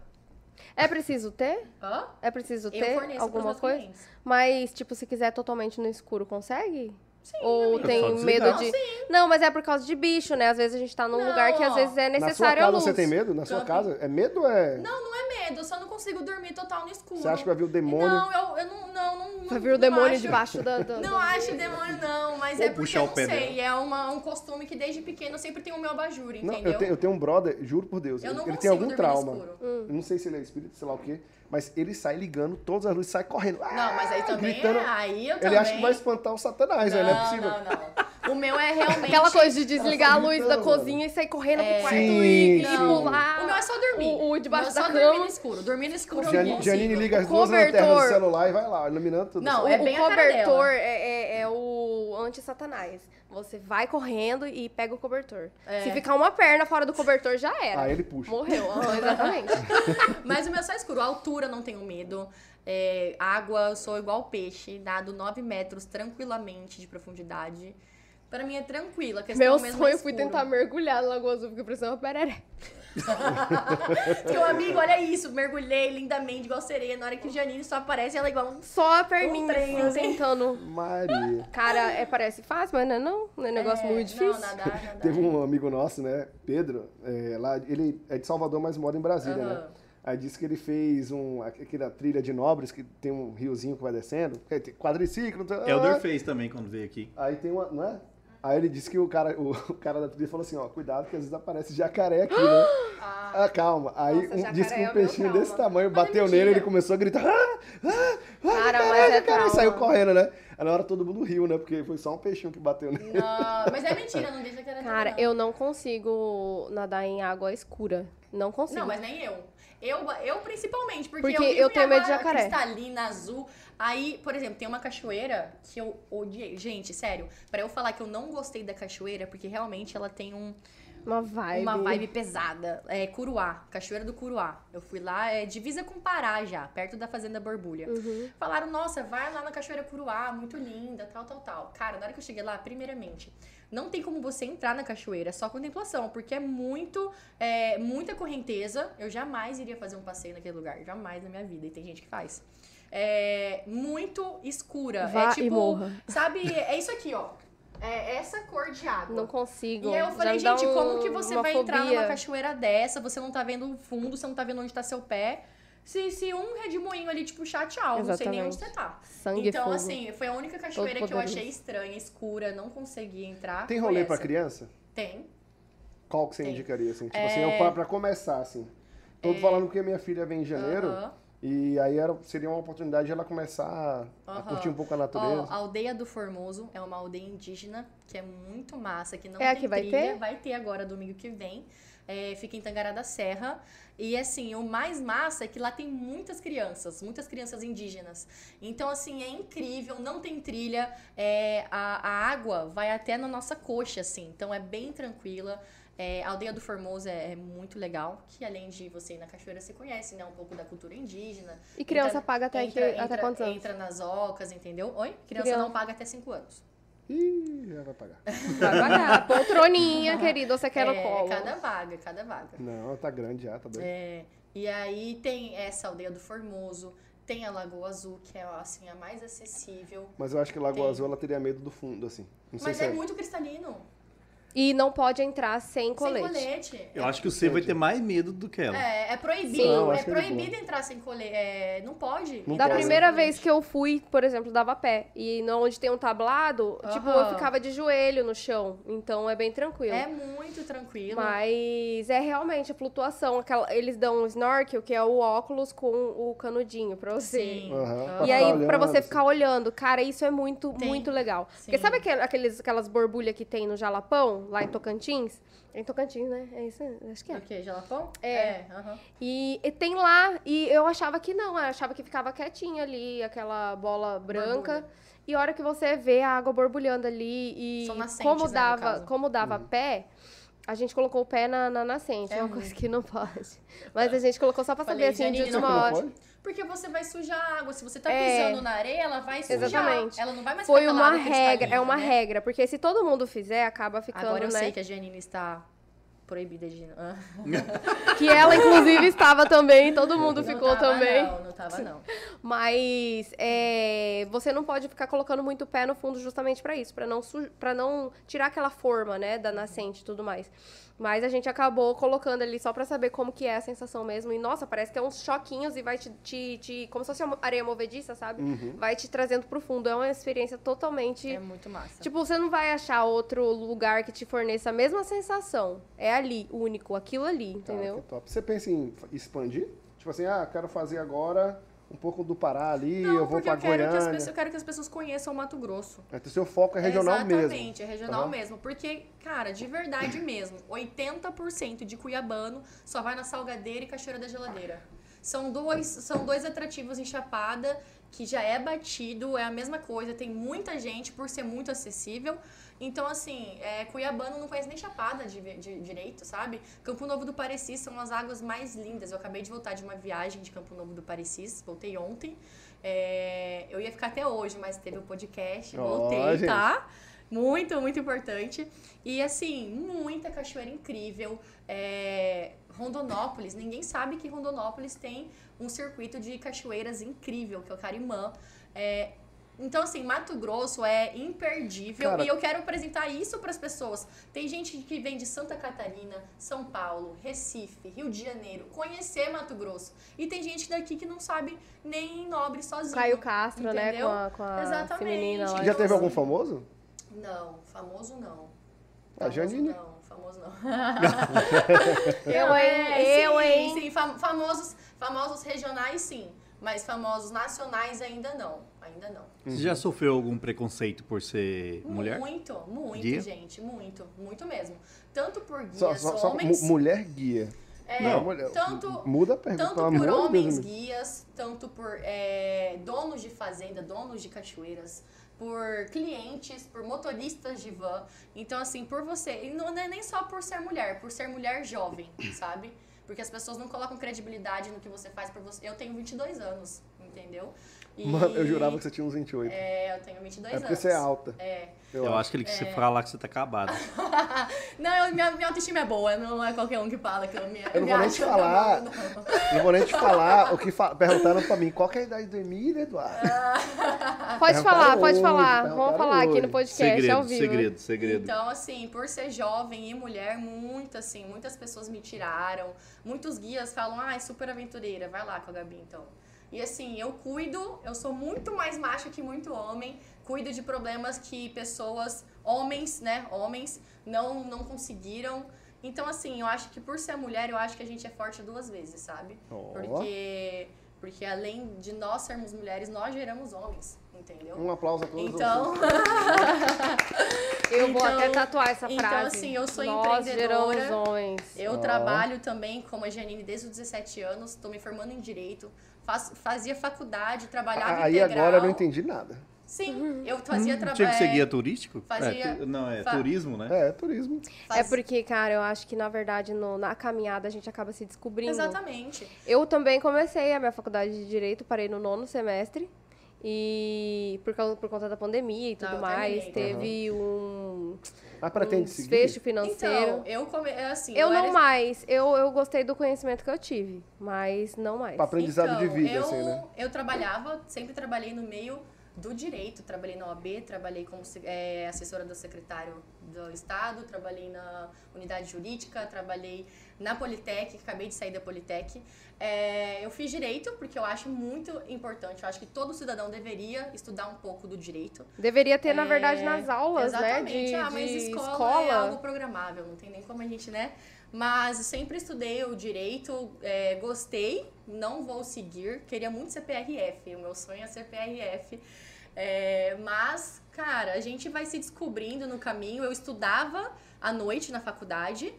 S3: É preciso ter?
S4: Hã?
S3: É preciso
S4: Eu
S3: ter
S4: forneço
S3: alguma
S4: pros meus
S3: coisa?
S4: clientes.
S3: Mas, tipo, se quiser totalmente no escuro, consegue?
S4: Sim,
S3: Ou
S4: amiga.
S2: É só
S3: tem
S2: desligar.
S3: medo de. Não, mas é por causa de bicho, né? Às vezes a gente tá num
S4: Não,
S3: lugar que às
S4: ó.
S3: vezes é
S1: Na sua
S3: necessário a
S1: casa
S3: luz.
S1: você tem medo? Na sua
S4: Camping.
S1: casa? É medo ou é.
S4: Não, não é medo, eu só não consigo dormir total no escuro.
S1: Você acha que vai vir o demônio?
S4: Não, eu, eu não, não, não.
S3: Você
S4: não-
S3: viu o
S4: não
S3: demônio
S4: acho-
S3: debaixo da. da-
S4: Não
S3: da-
S4: acho demônio, não, mas
S2: Vou
S4: é porque
S2: puxar
S4: eu
S2: o
S4: não
S2: pé
S4: sei. É uma- um costume que desde pequeno eu sempre tenho o meu abajur,
S1: Não,
S4: entendeu?
S1: eu, tenho- eu tenho um brother, juro por Deus,
S4: Eu
S1: ele,
S4: não
S1: ele
S4: consigo
S1: tem algum
S4: dormir no
S1: trauma.
S4: escuro.
S1: Eu não sei se ele é espírito, sei lá o quê, mas ele sai ligando todas as luzes, sai correndo.
S4: Não, mas aí
S1: ah,
S4: também
S1: gritando.
S4: é. Aí eu também.
S1: Ele acha que vai espantar o satanás, velho, não é possível.
S4: Não, não. O meu é realmente.
S3: Aquela coisa de desligar a luz da
S1: gritando,
S3: cozinha e sair correndo pro quarto
S1: Sim,
S3: e, e
S1: sim.
S3: pular.
S4: É. O meu é só dormir.
S3: O, o debaixo
S4: O meu é
S3: da
S4: só dormir
S3: cama.
S4: no escuro. Dormir no escuro é eu não
S1: Janine,
S4: consigo.
S1: Janine liga as duas
S3: Cobertor.
S1: lanternas do celular e vai lá, iluminando tudo.
S4: Não,
S3: O,
S4: é
S3: o
S4: bem a cara
S3: cobertor
S4: dela.
S3: é, é- é o anti-satanás. Você vai correndo e pega o cobertor.
S4: É.
S3: Se ficar uma perna fora do cobertor, já era.
S1: Aí ele puxa.
S3: Morreu, aham, exatamente.
S4: Mas o meu é só escuro. A altura eu não tenho medo. É, água, eu sou igual peixe. Nado 9 metros tranquilamente de profundidade. Pra mim é tranquila. a questão
S3: Meu
S4: mesmo é
S3: sonho fui
S4: escuro.
S3: tentar mergulhar na Lagoa Azul, porque parecia uma pereré.
S4: Meu amigo, olha isso. Mergulhei lindamente, igual sereia. Na hora que Janine só aparece, ela é igual um...
S3: Só a perninha,
S4: trem,
S3: assim,
S4: assim.
S3: tentando.
S1: Maria.
S3: Cara, é, parece fácil, mas não é não. Não é negócio
S4: É,
S3: muito difícil.
S4: Não, nadar, nadar.
S1: Teve um amigo nosso, né, Pedro, é, lá, ele é de Salvador, mas mora em Brasília,
S4: Aham.
S1: né? Aí disse que ele fez um, aquela trilha de nobres, que tem um riozinho que vai descendo, é, tem quadriciclo, não sei-
S2: Elder fez também quando veio aqui.
S1: Aí tem uma, não é? Aí ele disse que o cara, o, o cara da trilha falou assim, ó, cuidado que às vezes aparece jacaré aqui, né? Ah, calma. Aí
S3: Nossa,
S1: um,
S3: jacaré
S1: disse que
S3: é
S1: um
S3: o meu
S1: peixinho
S3: trauma.
S1: desse tamanho
S4: é
S1: bateu nele, ele começou a gritar, ah, ah, ah,
S3: Cara,
S1: jacaré,
S3: mas é
S1: jacaré", e saiu
S3: trauma.
S1: correndo, né? Aí na hora todo mundo riu, né? Porque foi só um peixinho que bateu nele.
S4: Não, mas é mentira, não deixa que era
S3: Cara,
S4: não.
S3: eu não consigo nadar em água escura. Não consigo.
S4: Não, mas nem eu. Eu, eu principalmente, porque,
S3: Porque
S4: eu, vivo
S3: eu
S4: em
S3: tenho medo de
S4: água
S3: jacaré.
S4: cristalina, azul. Aí, por exemplo, tem uma cachoeira que eu odiei. Gente, sério, pra eu falar que eu não gostei da cachoeira, porque realmente ela tem um,
S3: Uma vibe.
S4: uma vibe pesada. É Curuá, Cachoeira do Curuá. Eu fui lá, é divisa com Pará já, perto da Fazenda Borbulha.
S3: Uhum.
S4: Falaram, nossa, vai lá na Cachoeira Curuá, muito linda, tal, tal, tal. Cara, na hora que eu cheguei lá, primeiramente, não tem como você entrar na cachoeira, é só contemplação, porque é muito, é, muita correnteza. Eu jamais iria fazer um passeio naquele lugar, jamais na minha vida, e tem gente que faz. É muito escura.
S3: Vá
S4: é
S3: e
S4: tipo,
S3: morra.
S4: sabe, é isso aqui, ó. É essa cor de água.
S3: Não consigo.
S4: E aí eu
S3: Já
S4: falei,
S3: me dá
S4: gente,
S3: um-
S4: como que você
S3: uma
S4: vai entrar
S3: fobia.
S4: numa cachoeira dessa? Você não tá vendo o fundo, você não tá vendo onde tá seu pé. Se, se um redemoinho ali te puxar, tchau. Não sei nem onde
S3: Exatamente.
S4: você tá.
S3: Sangue e
S4: então,
S3: fogo.
S4: assim, foi a única cachoeira
S3: Todo
S4: que eu
S3: poderoso.
S4: achei estranha, escura, não consegui entrar.
S1: Tem
S4: foi
S1: rolê
S4: essa.
S1: pra criança?
S4: Tem.
S1: Qual que você
S4: Tem. É.
S1: indicaria, assim? Tipo assim, eu, pra, pra começar, assim. Tô falando porque minha filha vem em janeiro,
S4: Aham.
S1: e aí era, seria uma oportunidade de ela começar a, a
S4: Aham.
S1: curtir um pouco a
S4: Ó,
S1: natureza.
S4: a Aldeia do Formoso é uma aldeia indígena que é muito massa, que não
S3: É a
S4: tem
S3: que vai
S4: trilha.
S3: ter?
S4: Vai ter agora, domingo que vem. É, fica em Tangará da Serra. E assim, o mais massa é que lá tem muitas crianças, muitas crianças indígenas. Então, assim, é incrível, não tem trilha. é, a, a água vai até na nossa coxa, assim. Então é bem tranquila. É, a aldeia do Formoso é, é muito legal, que além de você ir na cachoeira, você conhece, né? Um pouco da cultura indígena.
S3: E criança
S4: Entra-
S3: paga até,
S4: entra,
S3: que, até
S4: entra-
S3: quantos anos?
S4: Entra nas ocas, entendeu? Oi? Criança,
S3: Criança.
S4: não paga até 5 anos.
S1: Ih, já vai pagar.
S3: Vai pagar. Poltroninha, querido, você quer no colo.
S4: É, cada vaga, cada vaga.
S1: Não, tá grande já, tá doido.
S4: É, e aí tem essa aldeia do Formoso, tem a Lagoa Azul, que é assim, a mais acessível.
S1: Mas eu acho que Lagoa
S4: Tem.
S1: Azul ela teria medo do fundo, assim. Não sei
S4: Mas
S1: se
S4: é,
S1: é.
S4: muito cristalino.
S3: E não pode entrar sem Um colete.
S4: Sem colete.
S2: Eu acho que o C vai ter mais medo do que ela.
S4: É, é proibido.
S1: Sim. Não, acho
S4: é
S1: que é de
S4: proibido entrar sem colete. É, não
S1: Não
S4: pode.
S3: Da
S1: Então,
S4: entrar sem
S3: primeira
S4: colete.
S3: vez que eu fui, por exemplo, dava pé. E no- onde tem um tablado, tipo, eu
S4: Aham.
S3: ficava de joelho no chão. Então é bem tranquilo.
S4: É muito tranquilo.
S3: Mas é realmente a flutuação. aquela- eles dão um snorkel, que é o óculos com o canudinho pra você.
S4: Sim.
S1: Aham,
S4: E
S3: E
S1: ficar
S3: aí, pra
S1: olhando,
S3: você
S1: assim.
S3: ficar olhando, cara, isso é muito,
S4: Tem.
S3: muito legal. Porque
S4: Sim.
S3: sabe aquel- aqueles, aquelas borbulhas que tem no Jalapão, lá em Tocantins? É em Tocantins, né? É isso? Acho que é.
S4: O quê? Jalapão?
S3: É.
S4: aham.
S3: E, e tem lá, e eu achava que não, eu achava que ficava quietinha ali, aquela bola branca. E a hora que você vê a água borbulhando ali e
S4: São nascentes, né,
S3: como
S4: no
S3: dava,
S4: caso.
S3: como dava pé, a gente colocou o pé na, na nascente, é uma coisa que não pode. Mas a gente colocou só pra
S4: Falei,
S3: saber assim de
S4: Janine, não
S1: Não
S3: última hora.
S1: é pode?
S4: Porque você vai sujar a água. Se você tá
S3: É.
S4: pisando na areia, ela vai sujar.
S3: Exatamente.
S4: Ela não vai mais
S3: Foi
S4: ficar
S3: uma
S4: aquela água
S3: regra, é uma
S4: cristalina, né?
S3: regra, porque se todo mundo fizer, acaba ficando,
S4: Agora eu
S3: né?
S4: sei que a Janine está proibida de. Ah.
S3: Que ela, inclusive, estava também, todo mundo ficou
S4: tava,
S3: também.
S4: Não, não tava, não.
S3: Mas é, você não pode ficar colocando muito o pé no fundo justamente pra isso, pra não para não tirar aquela forma, né, da nascente e tudo mais. Mas a gente acabou colocando ali só pra saber como que é a sensação mesmo. E nossa, parece que é uns choquinhos e vai te, te, te- como se fosse uma areia movediça, sabe?
S1: Uhum.
S3: Vai te trazendo pro fundo. É uma experiência totalmente
S4: É muito massa.
S3: Tipo, você não vai achar outro lugar que te forneça a mesma sensação. É ali, único, aquilo ali,
S1: Cara,
S3: entendeu?
S1: Tá, que top. Você pensa em expandir? Tipo assim, ah, quero fazer agora um pouco do Pará ali,
S4: não,
S1: eu vou
S4: porque
S1: pra
S4: eu quero, que as
S1: Goiânia.
S4: pessoas, eu quero que as pessoas conheçam o Mato Grosso.
S1: Então, seu foco é regional mesmo.
S4: Exatamente, é regional
S1: Aham.
S4: mesmo. Porque, cara, de verdade mesmo, 80% de cuiabano só vai na Salgadeira e Cachoeira da Geladeira. São dois, são dois atrativos em Chapada que já é batido, é a mesma coisa, tem muita gente por ser muito acessível. Então, assim, é, cuiabano não conhece nem Chapada de, de- direito, sabe? Campo Novo do Parecis são as águas mais lindas. Eu acabei de voltar de uma viagem de Campo Novo do Parecis, voltei ontem. É, eu ia ficar até hoje, mas teve o podcast,
S1: Ó,
S4: voltei,
S1: gente.
S4: tá? Muito, muito importante. E assim, muita cachoeira incrível. É, Rondonópolis, ninguém sabe que Rondonópolis tem um circuito de cachoeiras incrível, que é o Carimã. É, então, assim, Mato Grosso é imperdível
S1: Cara-
S4: e eu quero apresentar isso para as pessoas. Tem gente que vem de Santa Catarina, São Paulo, Recife, Rio de Janeiro, conhecer Mato Grosso. E tem gente daqui que não sabe nem nobre sozinho.
S3: Caio Castro, né,
S4: entendeu?
S3: com a, com a
S4: Exatamente.
S3: menina lá.
S1: Já teve
S4: Nossa.
S1: algum famoso? Ah,
S4: Não, famoso não.
S1: A
S4: Famoso
S1: Janine.
S4: Não, famoso não.
S3: Eu,
S4: É,
S3: hein? Eu,
S4: sim,
S3: hein?
S4: Sim, fam- famosos, famosos regionais, sim. Mas famosos nacionais ainda não. Ainda não.
S2: Você já sofreu algum preconceito por ser mulher?
S4: Muito, muito,
S2: Guia?
S4: gente. Muito, muito mesmo. Tanto por guias,
S1: Só, só, só
S4: assim, homens.
S1: mu- mulher guia.
S4: é,
S2: Não,
S1: mulher-
S4: tanto-
S1: Muda a pergunta,
S4: Tanto
S1: É, pelo
S4: por
S1: amor de Deus, né?
S4: homens
S1: amigo.
S4: guias, tanto por é, donos de fazenda, donos de cachoeiras, por clientes, por motoristas de van. Então, assim, por você. E não é nem só por ser mulher, por ser mulher jovem, sabe? Porque as pessoas não colocam credibilidade no que você faz por você. Eu tenho 22 anos, entendeu? E-
S1: Mano, eu jurava que você tinha uns 28. É,
S4: É, eu tenho 22
S1: porque
S4: anos.
S1: você é alta.
S4: É.
S1: Eu,
S2: Eu
S1: acho.
S2: acho que ele quis falar que você tá acabado.
S4: não, eu, minha, minha autoestima é boa, não é qualquer um que fala que eu me
S1: Eu não
S4: me
S1: vou nem te
S4: acho
S1: falar.
S4: acabada, não.
S1: Não vou nem te falar o que fa- perguntaram pra mim. Qual que é a idade do Emílio, Eduardo?
S4: É,
S3: Pode
S1: Perguntaram
S3: falar, pode
S1: hoje,
S3: falar.
S1: perguntaram
S3: Vamos falar aqui
S1: hoje.
S3: no podcast ao
S2: segredo,
S3: vivo.
S2: segredo, segredo.
S4: é Então, assim, por ser jovem e mulher, muito assim, muitas pessoas me tiraram. Muitos guias falam, ah, é super aventureira, vai lá com a Gabi então. E assim, eu cuido, eu sou muito mais macho que muito homem, cuido de problemas que pessoas, homens, né, homens, não, não conseguiram. Então, assim, eu acho que por ser mulher, eu acho que a gente é forte duas vezes, sabe?
S1: Ó.
S4: Porque, porque além de nós sermos mulheres, nós geramos homens, entendeu?
S1: Um aplauso a todos
S4: Então.
S1: vocês.
S3: Eu vou
S4: Então-
S3: até tatuar essa
S4: então,
S3: frase.
S4: assim, eu sou
S3: Nós
S4: empreendedora.
S3: geramos homens.
S4: Eu
S1: Ó.
S4: trabalho também como a Janine desde os 17 anos, estou me formando em Direito, faz- fazia faculdade, trabalhava
S1: Ah, Aí
S4: integral.
S1: agora eu não entendi Hum, nada.
S3: Uhum.
S4: Sim, eu fazia
S2: Não Tinha que ser guia
S4: trabalho. é,
S2: turístico?
S4: fazia-
S2: É, tu- não, é
S4: fa-
S2: turismo, né?
S1: É, é turismo.
S3: É porque, cara, eu acho que, na verdade, no- na caminhada a gente acaba se descobrindo.
S4: Exatamente.
S3: Eu também comecei a minha faculdade de Direito, parei no nono semestre. E por, causa, por conta da pandemia e tudo
S4: Não, eu
S3: mais,
S4: terminei.
S3: teve um,
S1: Mas
S3: um
S1: pretende seguir?
S3: desfecho financeiro.
S4: Então, eu come... é assim,
S3: eu não
S4: era-
S3: mais. Eu, eu gostei do conhecimento que eu tive, mas não mais.
S1: Pra aprendizado de
S4: Então,
S1: vida,
S4: eu,
S1: assim, né?
S4: Eu trabalhava, sempre trabalhei no meio do direito. Trabalhei na OAB, trabalhei como se- eh, assessora do secretário do Estado, trabalhei na unidade jurídica, trabalhei na Politec, acabei de sair da Politec. Eh, eu fiz direito porque eu acho muito importante. Eu acho que todo cidadão deveria estudar um pouco do direito.
S3: Deveria ter, na verdade,
S4: É,
S3: nas aulas, né?
S4: Exatamente.
S3: De,
S4: ah, mas
S3: de
S4: escola, é algo programável, não tem nem como a gente, né? Mas eu sempre estudei o direito, é, gostei, não vou seguir. Queria muito ser PRF, o meu sonho é ser PRF. É, mas, cara, a gente vai se descobrindo no caminho. Eu estudava à noite na faculdade,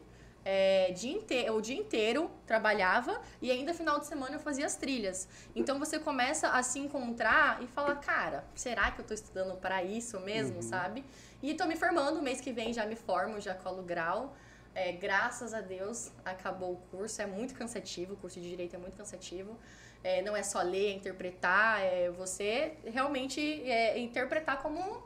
S4: é, dia inte- o dia inteiro trabalhava e ainda final de semana eu fazia as trilhas. Então você começa a se encontrar e falar, cara, será que eu tô estudando para isso mesmo,
S1: Uhum.
S4: sabe? E tô me formando, mês que vem já me formo, já colo grau. É, graças a Deus acabou o curso, é muito cansativo, o curso de direito é muito cansativo. É, não é só ler, é interpretar, é você realmente é, interpretar como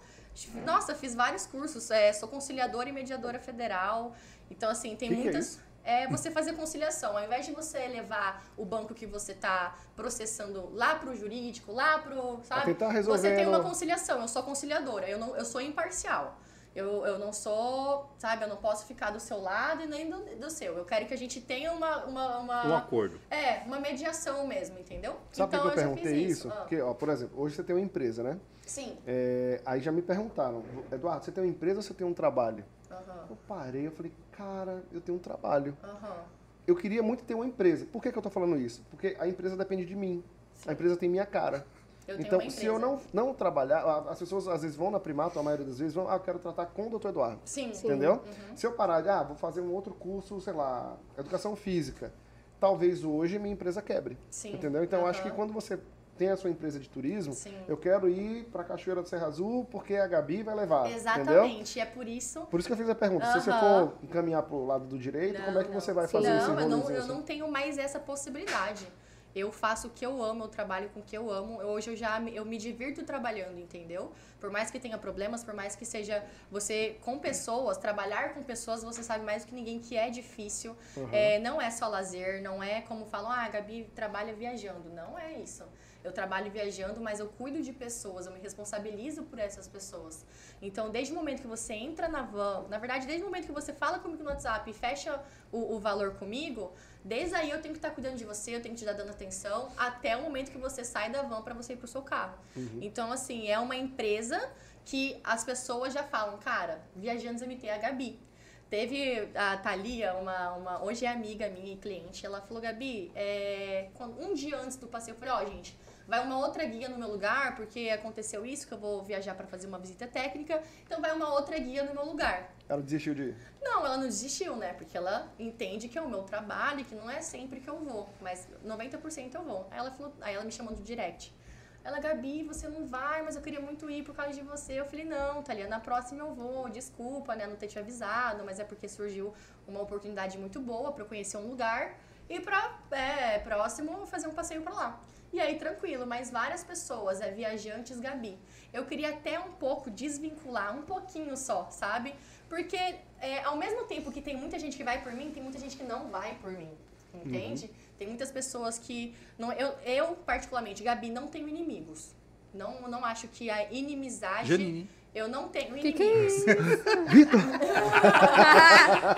S4: Nossa, fiz vários cursos. é, sou conciliadora e mediadora federal. Então, assim, tem
S1: Que que é
S4: muitas.
S1: isso?
S4: é você fazer conciliação. Ao invés de você levar o banco que você está processando lá pro jurídico, lá pro. Sabe?
S1: tentar resolver
S4: você tem uma
S1: ela.
S4: conciliação, eu sou conciliadora, eu, não, eu sou imparcial. Eu, eu não sou, sabe, eu não posso ficar do seu lado e nem do, do seu. Eu quero que a gente tenha uma. uma, uma-
S2: Um acordo.
S4: é, uma mediação mesmo, entendeu?
S1: Sabe por que eu,
S4: já
S1: perguntei
S4: fiz
S1: isso?
S4: Ah,
S1: Porque, ó, por exemplo, hoje você tem uma empresa, né?
S4: Sim.
S1: É, aí já me perguntaram, Eduardo, você tem uma empresa ou você tem um trabalho?
S4: Aham.
S1: Eu parei, eu falei, cara, eu tenho um trabalho.
S4: Aham.
S1: Eu queria muito ter uma empresa. Por que, que eu tô falando isso? Porque a empresa depende de mim. A empresa tem minha cara.
S4: Eu tenho
S1: então,
S4: uma
S1: se eu
S4: empresa.
S1: não, não trabalhar, a- as pessoas às vezes vão na primato, a maioria das vezes vão, ah, eu quero tratar com o doutor Eduardo.
S4: Sim. Uhum.
S1: Entendeu? Se eu parar de, ah, vou fazer um outro curso, sei lá, educação física, talvez hoje minha empresa quebre.
S4: Sim.
S1: Entendeu? Então, eu acho que
S4: Aham.
S1: quando você tem a sua empresa de turismo,
S4: Sim.
S1: eu quero ir pra Cachoeira do Serra Azul porque a Gabi vai levar. Entendeu?
S4: Exatamente. É por isso
S1: Por isso que eu fiz a pergunta. Se você
S4: Aham.
S1: for encaminhar pro lado do direito,
S4: Não,
S1: como é que
S4: não.
S1: você vai
S4: Sim.
S1: fazer esse
S4: não, eu não,
S1: rolezinho
S4: eu
S1: assim?
S4: não tenho mais essa possibilidade. Eu faço o que eu amo, eu trabalho com o que eu amo. Hoje eu já me- eu me divirto trabalhando, entendeu? Por mais que tenha problemas, por mais que seja você com pessoas, trabalhar com pessoas, você sabe mais do que ninguém que é difícil.
S1: Uhum.
S4: É, não é só lazer, não é como falam, ah, a Gabi trabalha viajando. Não é isso. Eu trabalho viajando, mas eu cuido de pessoas, eu me responsabilizo por essas pessoas. Então, desde o momento que você entra na van, na verdade, desde o momento que você fala comigo no WhatsApp e fecha o, o valor comigo, desde aí eu tenho que estar cuidando de você, eu tenho que te dar dando atenção, até o momento que você sai da van para você ir pro seu carro. Então, assim, é uma empresa que as pessoas já falam, cara, viajantes MT é a Gabi. Teve a Thalia, uma, uma, hoje é amiga minha e cliente, ela falou, Gabi, é, quando- um dia antes do passeio, eu falei, ó, gente, vai uma outra guia no meu lugar, porque aconteceu isso, que eu vou viajar pra fazer uma visita técnica, então vai uma outra guia no meu lugar.
S1: Ela desistiu de.
S4: Não, ela não desistiu, né? Porque ela entende que é o meu trabalho, e que não é sempre que eu vou, mas 90% eu vou. Aí ela, falou, aí ela me chamou do direct. Ela, Gabi, você não vai, mas eu queria muito ir por causa de você. Eu falei, não, Thalia, na próxima eu vou. Desculpa, né, não ter te avisado, mas é porque surgiu uma oportunidade muito boa pra eu conhecer um lugar e pra, é, próximo, fazer um passeio pra lá. E aí, tranquilo, mas várias pessoas, é viajantes, Gabi. Eu queria até um pouco desvincular, um pouquinho só, sabe? Porque é, ao mesmo tempo que tem muita gente que vai por mim, tem muita gente que não vai por mim. Entende? Tem muitas pessoas que. Não, eu, eu, particularmente, Gabi, não tenho inimigos. Não, não acho que a inimizade.
S2: Janine.
S4: Eu não tenho
S3: Que
S4: inimigos.
S3: que é isso?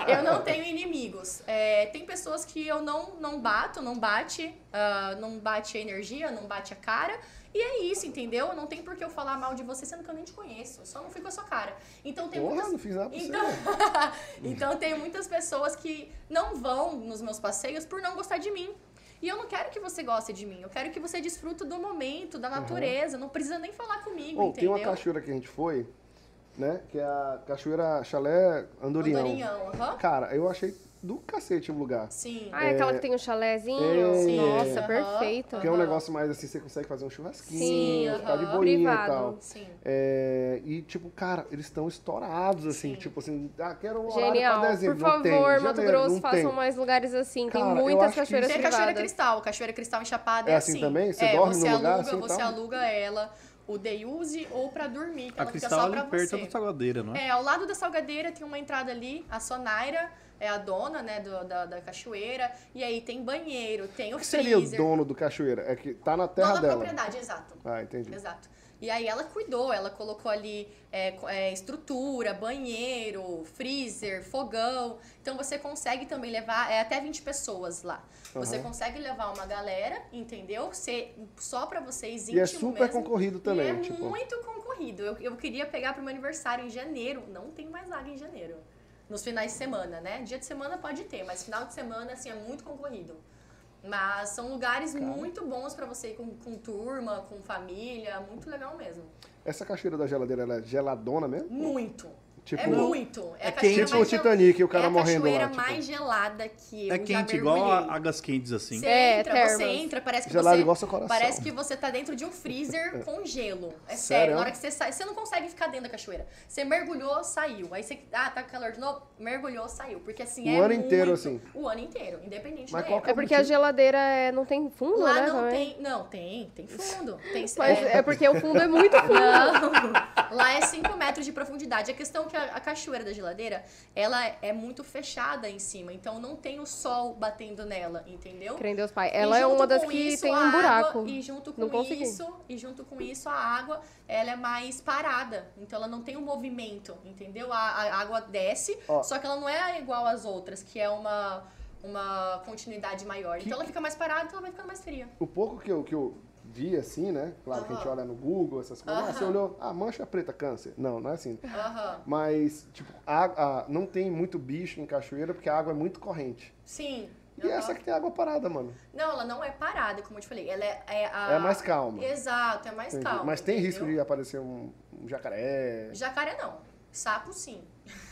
S4: eu não tenho inimigos. É, tem pessoas que eu não, não bato, não bate, ah, não bate a energia, não bate a cara. E é isso, entendeu? Não tem por que eu falar mal de você, sendo que eu nem te conheço. Só não fui com a sua cara. Então tem
S1: Porra,
S4: muitas...
S1: não fiz nada pra você.
S4: Então, então tem muitas pessoas que não vão nos meus passeios por não gostar de mim. E eu não quero que você goste de mim. Eu quero que você desfruta do momento, da natureza. Não precisa nem falar comigo,
S1: Ou tem
S4: entendeu?
S1: uma cachoeira que a gente foi, né? Que é a Cachoeira Chalé Andorinhão.
S4: Andorinhão, aham.
S1: Cara, eu achei do cacete o lugar.
S4: Sim.
S3: Ah, é aquela que tem um chalézinho?
S1: É.
S3: Nossa,
S4: Aham.
S3: perfeita.
S1: Que é um negócio mais assim, você consegue fazer um churrasquinho,
S3: Então, Sim,
S1: ficar de
S4: aham.
S1: boinha e
S3: Privado.
S1: tal.
S4: Sim.
S1: É, e tipo, cara, eles estão estourados, assim,
S4: Sim.
S1: tipo assim, ah, quero um horário
S3: Genial.
S1: pra dezembro.
S3: Por
S1: não tem,
S3: favor, Mato
S1: janeiro,
S3: Grosso,
S1: não
S3: façam
S1: tem.
S3: mais lugares assim.
S1: Cara,
S3: tem
S1: eu
S3: muitas
S1: acho que
S3: cachoeiras
S1: isso-
S4: Tem a
S3: privadas.
S4: cachoeira cristal. Cachoeira cristal enchapada é,
S1: É assim também? Você
S4: é,
S1: dorme
S4: você
S1: no
S4: aluga,
S1: lugar assim e
S4: você
S1: tal?
S4: aluga ela, o day use ou pra dormir, que
S2: A
S4: ela fica só
S2: cristal
S4: pra
S2: ali perto
S4: você.
S2: da salgadeira, não é?
S4: É, ao lado da salgadeira tem uma entrada ali, a Sonaira é a dona, né, do- da, da cachoeira. E aí tem banheiro, tem o
S1: O que
S4: freezer.
S1: seria o dono do cachoeira? É que tá na terra
S4: Dona da
S1: dela.
S4: propriedade, É exato.
S1: Ah, entendi.
S4: Exato. E aí ela cuidou, ela colocou ali é, co- é, estrutura, banheiro, freezer, fogão. Então você consegue também levar é, até 20 pessoas lá. Você
S1: Aham.
S4: consegue levar uma galera, entendeu? Ser só pra vocês
S1: E é
S4: íntimo
S1: super
S4: mesmo.
S1: concorrido também,
S4: E é
S1: tipo.
S4: muito concorrido. Eu, eu queria pegar pro meu aniversário em janeiro. Não tem mais vaga em janeiro. Nos finais de semana, né? Dia de semana pode ter, mas final de semana, assim, é muito concorrido. Mas são lugares muito bons pra você ir com, com turma, com família. Muito legal mesmo.
S1: Essa cachoeira da geladeira, ela é geladona mesmo?
S4: Muito.
S1: Tipo,
S4: é muito.
S2: É
S4: É, a cachoeira
S2: quente.
S1: tipo o
S4: mais gel-
S1: Titanic, o cara
S4: é a
S1: morrendo
S4: cachoeira
S1: lá. Tipo.
S4: mais gelada que eu
S2: É
S4: já
S2: quente, igual a
S4: mergulhei.
S2: águas quentes, assim.
S4: Você
S3: É,
S4: entra,
S3: termas.
S4: você entra, parece que
S1: Gelado
S4: você.
S1: igual seu coração.
S4: Parece que você tá dentro de um freezer com gelo. É sério.
S1: Sério?
S4: Na hora que você sai, você não consegue ficar dentro da cachoeira. Você mergulhou, saiu. Aí você. Ah, tá com calor de novo? Mergulhou, saiu. Porque assim
S1: O
S4: é.
S1: ano inteiro,
S4: muito-
S1: assim.
S4: O ano inteiro, independente
S1: Mas
S4: da
S1: qual que
S4: época.
S3: É porque a geladeira é- não tem fundo,
S4: Lá
S3: né?
S4: não
S3: também?
S4: tem. Não, tem, tem fundo. Tem
S3: Mas é porque o fundo é muito fundo.
S4: Não, lá é 5 metros de profundidade. A questão é que a, a cachoeira da geladeira, ela é muito fechada em cima, então não tem o sol batendo nela, entendeu?
S3: Crê em Deus Pai.
S4: E
S3: Ela é
S4: junto
S3: uma das
S4: com
S3: que
S4: isso,
S3: tem
S4: a
S3: um
S4: água-
S3: buraco.
S4: e junto com
S3: Não consegui.
S4: isso, e junto com isso a água, ela é mais parada, então ela não tem um movimento, entendeu? A, a água desce,
S1: Ó.
S4: só que ela não é igual às outras, que é uma uma continuidade maior. Então ela fica mais parada, então ela vai ficando mais fria.
S1: O pouco que eu, que eu vi assim, né? Claro que a gente
S4: Aham.
S1: olha no Google, essas coisas. Ah,
S4: Aham.
S1: você olhou, ah, mancha preta, câncer. Não, não é assim.
S4: Aham.
S1: Mas, tipo, a, a- não tem muito bicho em cachoeira porque a água é muito corrente.
S4: Sim.
S1: E é
S4: aham.
S1: essa que tem água parada, mano.
S4: Não, ela não é parada, como eu te falei. Ela é, é a.
S1: É mais calma.
S4: Exato, é mais
S1: Entendi.
S4: calma.
S1: Mas tem
S4: entendeu?
S1: risco de aparecer um, um jacaré.
S4: Jacaré não. Sapo sim.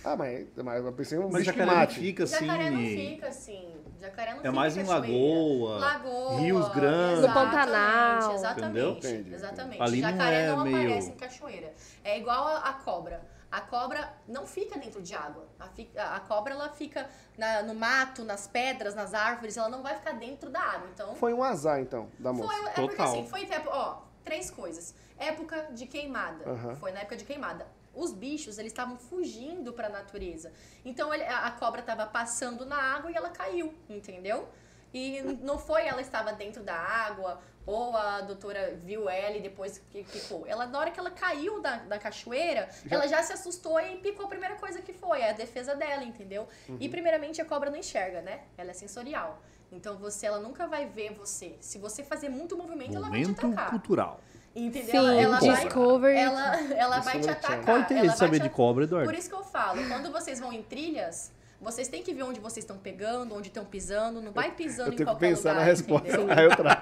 S1: Ah, mas, mas eu pensei um
S2: Mas
S1: bicho que
S2: jacaré não
S1: mate.
S2: fica assim.
S4: Jacaré não
S2: e-
S4: fica assim. Jacaré não
S2: É
S4: fica
S2: mais em
S4: cachoeira.
S2: lagoa,
S4: Lagoa,
S2: rios grandes.
S3: No Pantanal.
S2: Entendeu?
S4: Exatamente.
S1: Entendi.
S4: Exatamente.
S2: Ali não
S4: Jacaré
S2: é
S4: não,
S2: meio-
S4: aparece em cachoeira. É igual a, a cobra. A cobra não fica dentro de água. A, fi- a- a cobra ela fica na- no mato, nas pedras, nas árvores. Ela não vai ficar dentro da água. Então
S1: Foi um azar, então, da moça.
S4: Foi, é porque
S2: Total.
S4: assim, foi tempo, ó, três coisas. Época de queimada.
S1: Aham.
S4: Foi na época de queimada. Os bichos, eles estavam fugindo pra natureza. Então ele- a a cobra tava passando na água e ela caiu, entendeu? E não foi ela estava dentro da água, ou a doutora viu ela e depois que ficou. Ela, na hora que ela caiu da, da cachoeira,
S1: Já-
S4: ela já se assustou e picou a primeira coisa que foi, é a defesa dela, entendeu?
S2: Uhum.
S4: E primeiramente a cobra não enxerga, né? Ela é sensorial. Então você, ela nunca vai ver você. Se você fazer muito movimento, então ela vai te
S2: Momento
S4: atacar. Ah,
S2: cultural.
S4: Entendeu?
S3: Sim,
S4: ela vai,
S3: Discovery.
S4: ela, ela vai te
S1: Discovery Channel.
S4: atacar.
S2: Qual o
S4: ela
S2: interesse
S4: vai
S2: de saber
S4: te
S2: de
S4: at-
S2: cobra,
S4: Por
S2: Eduardo?
S4: isso que eu falo, quando vocês vão em trilhas, vocês têm que ver onde vocês estão pegando, onde estão pisando, não vai pisando
S1: eu
S4: em
S1: tenho que
S4: qualquer
S1: pensar
S4: lugar,
S1: na resposta.
S4: entendeu?
S1: Aí eu trago.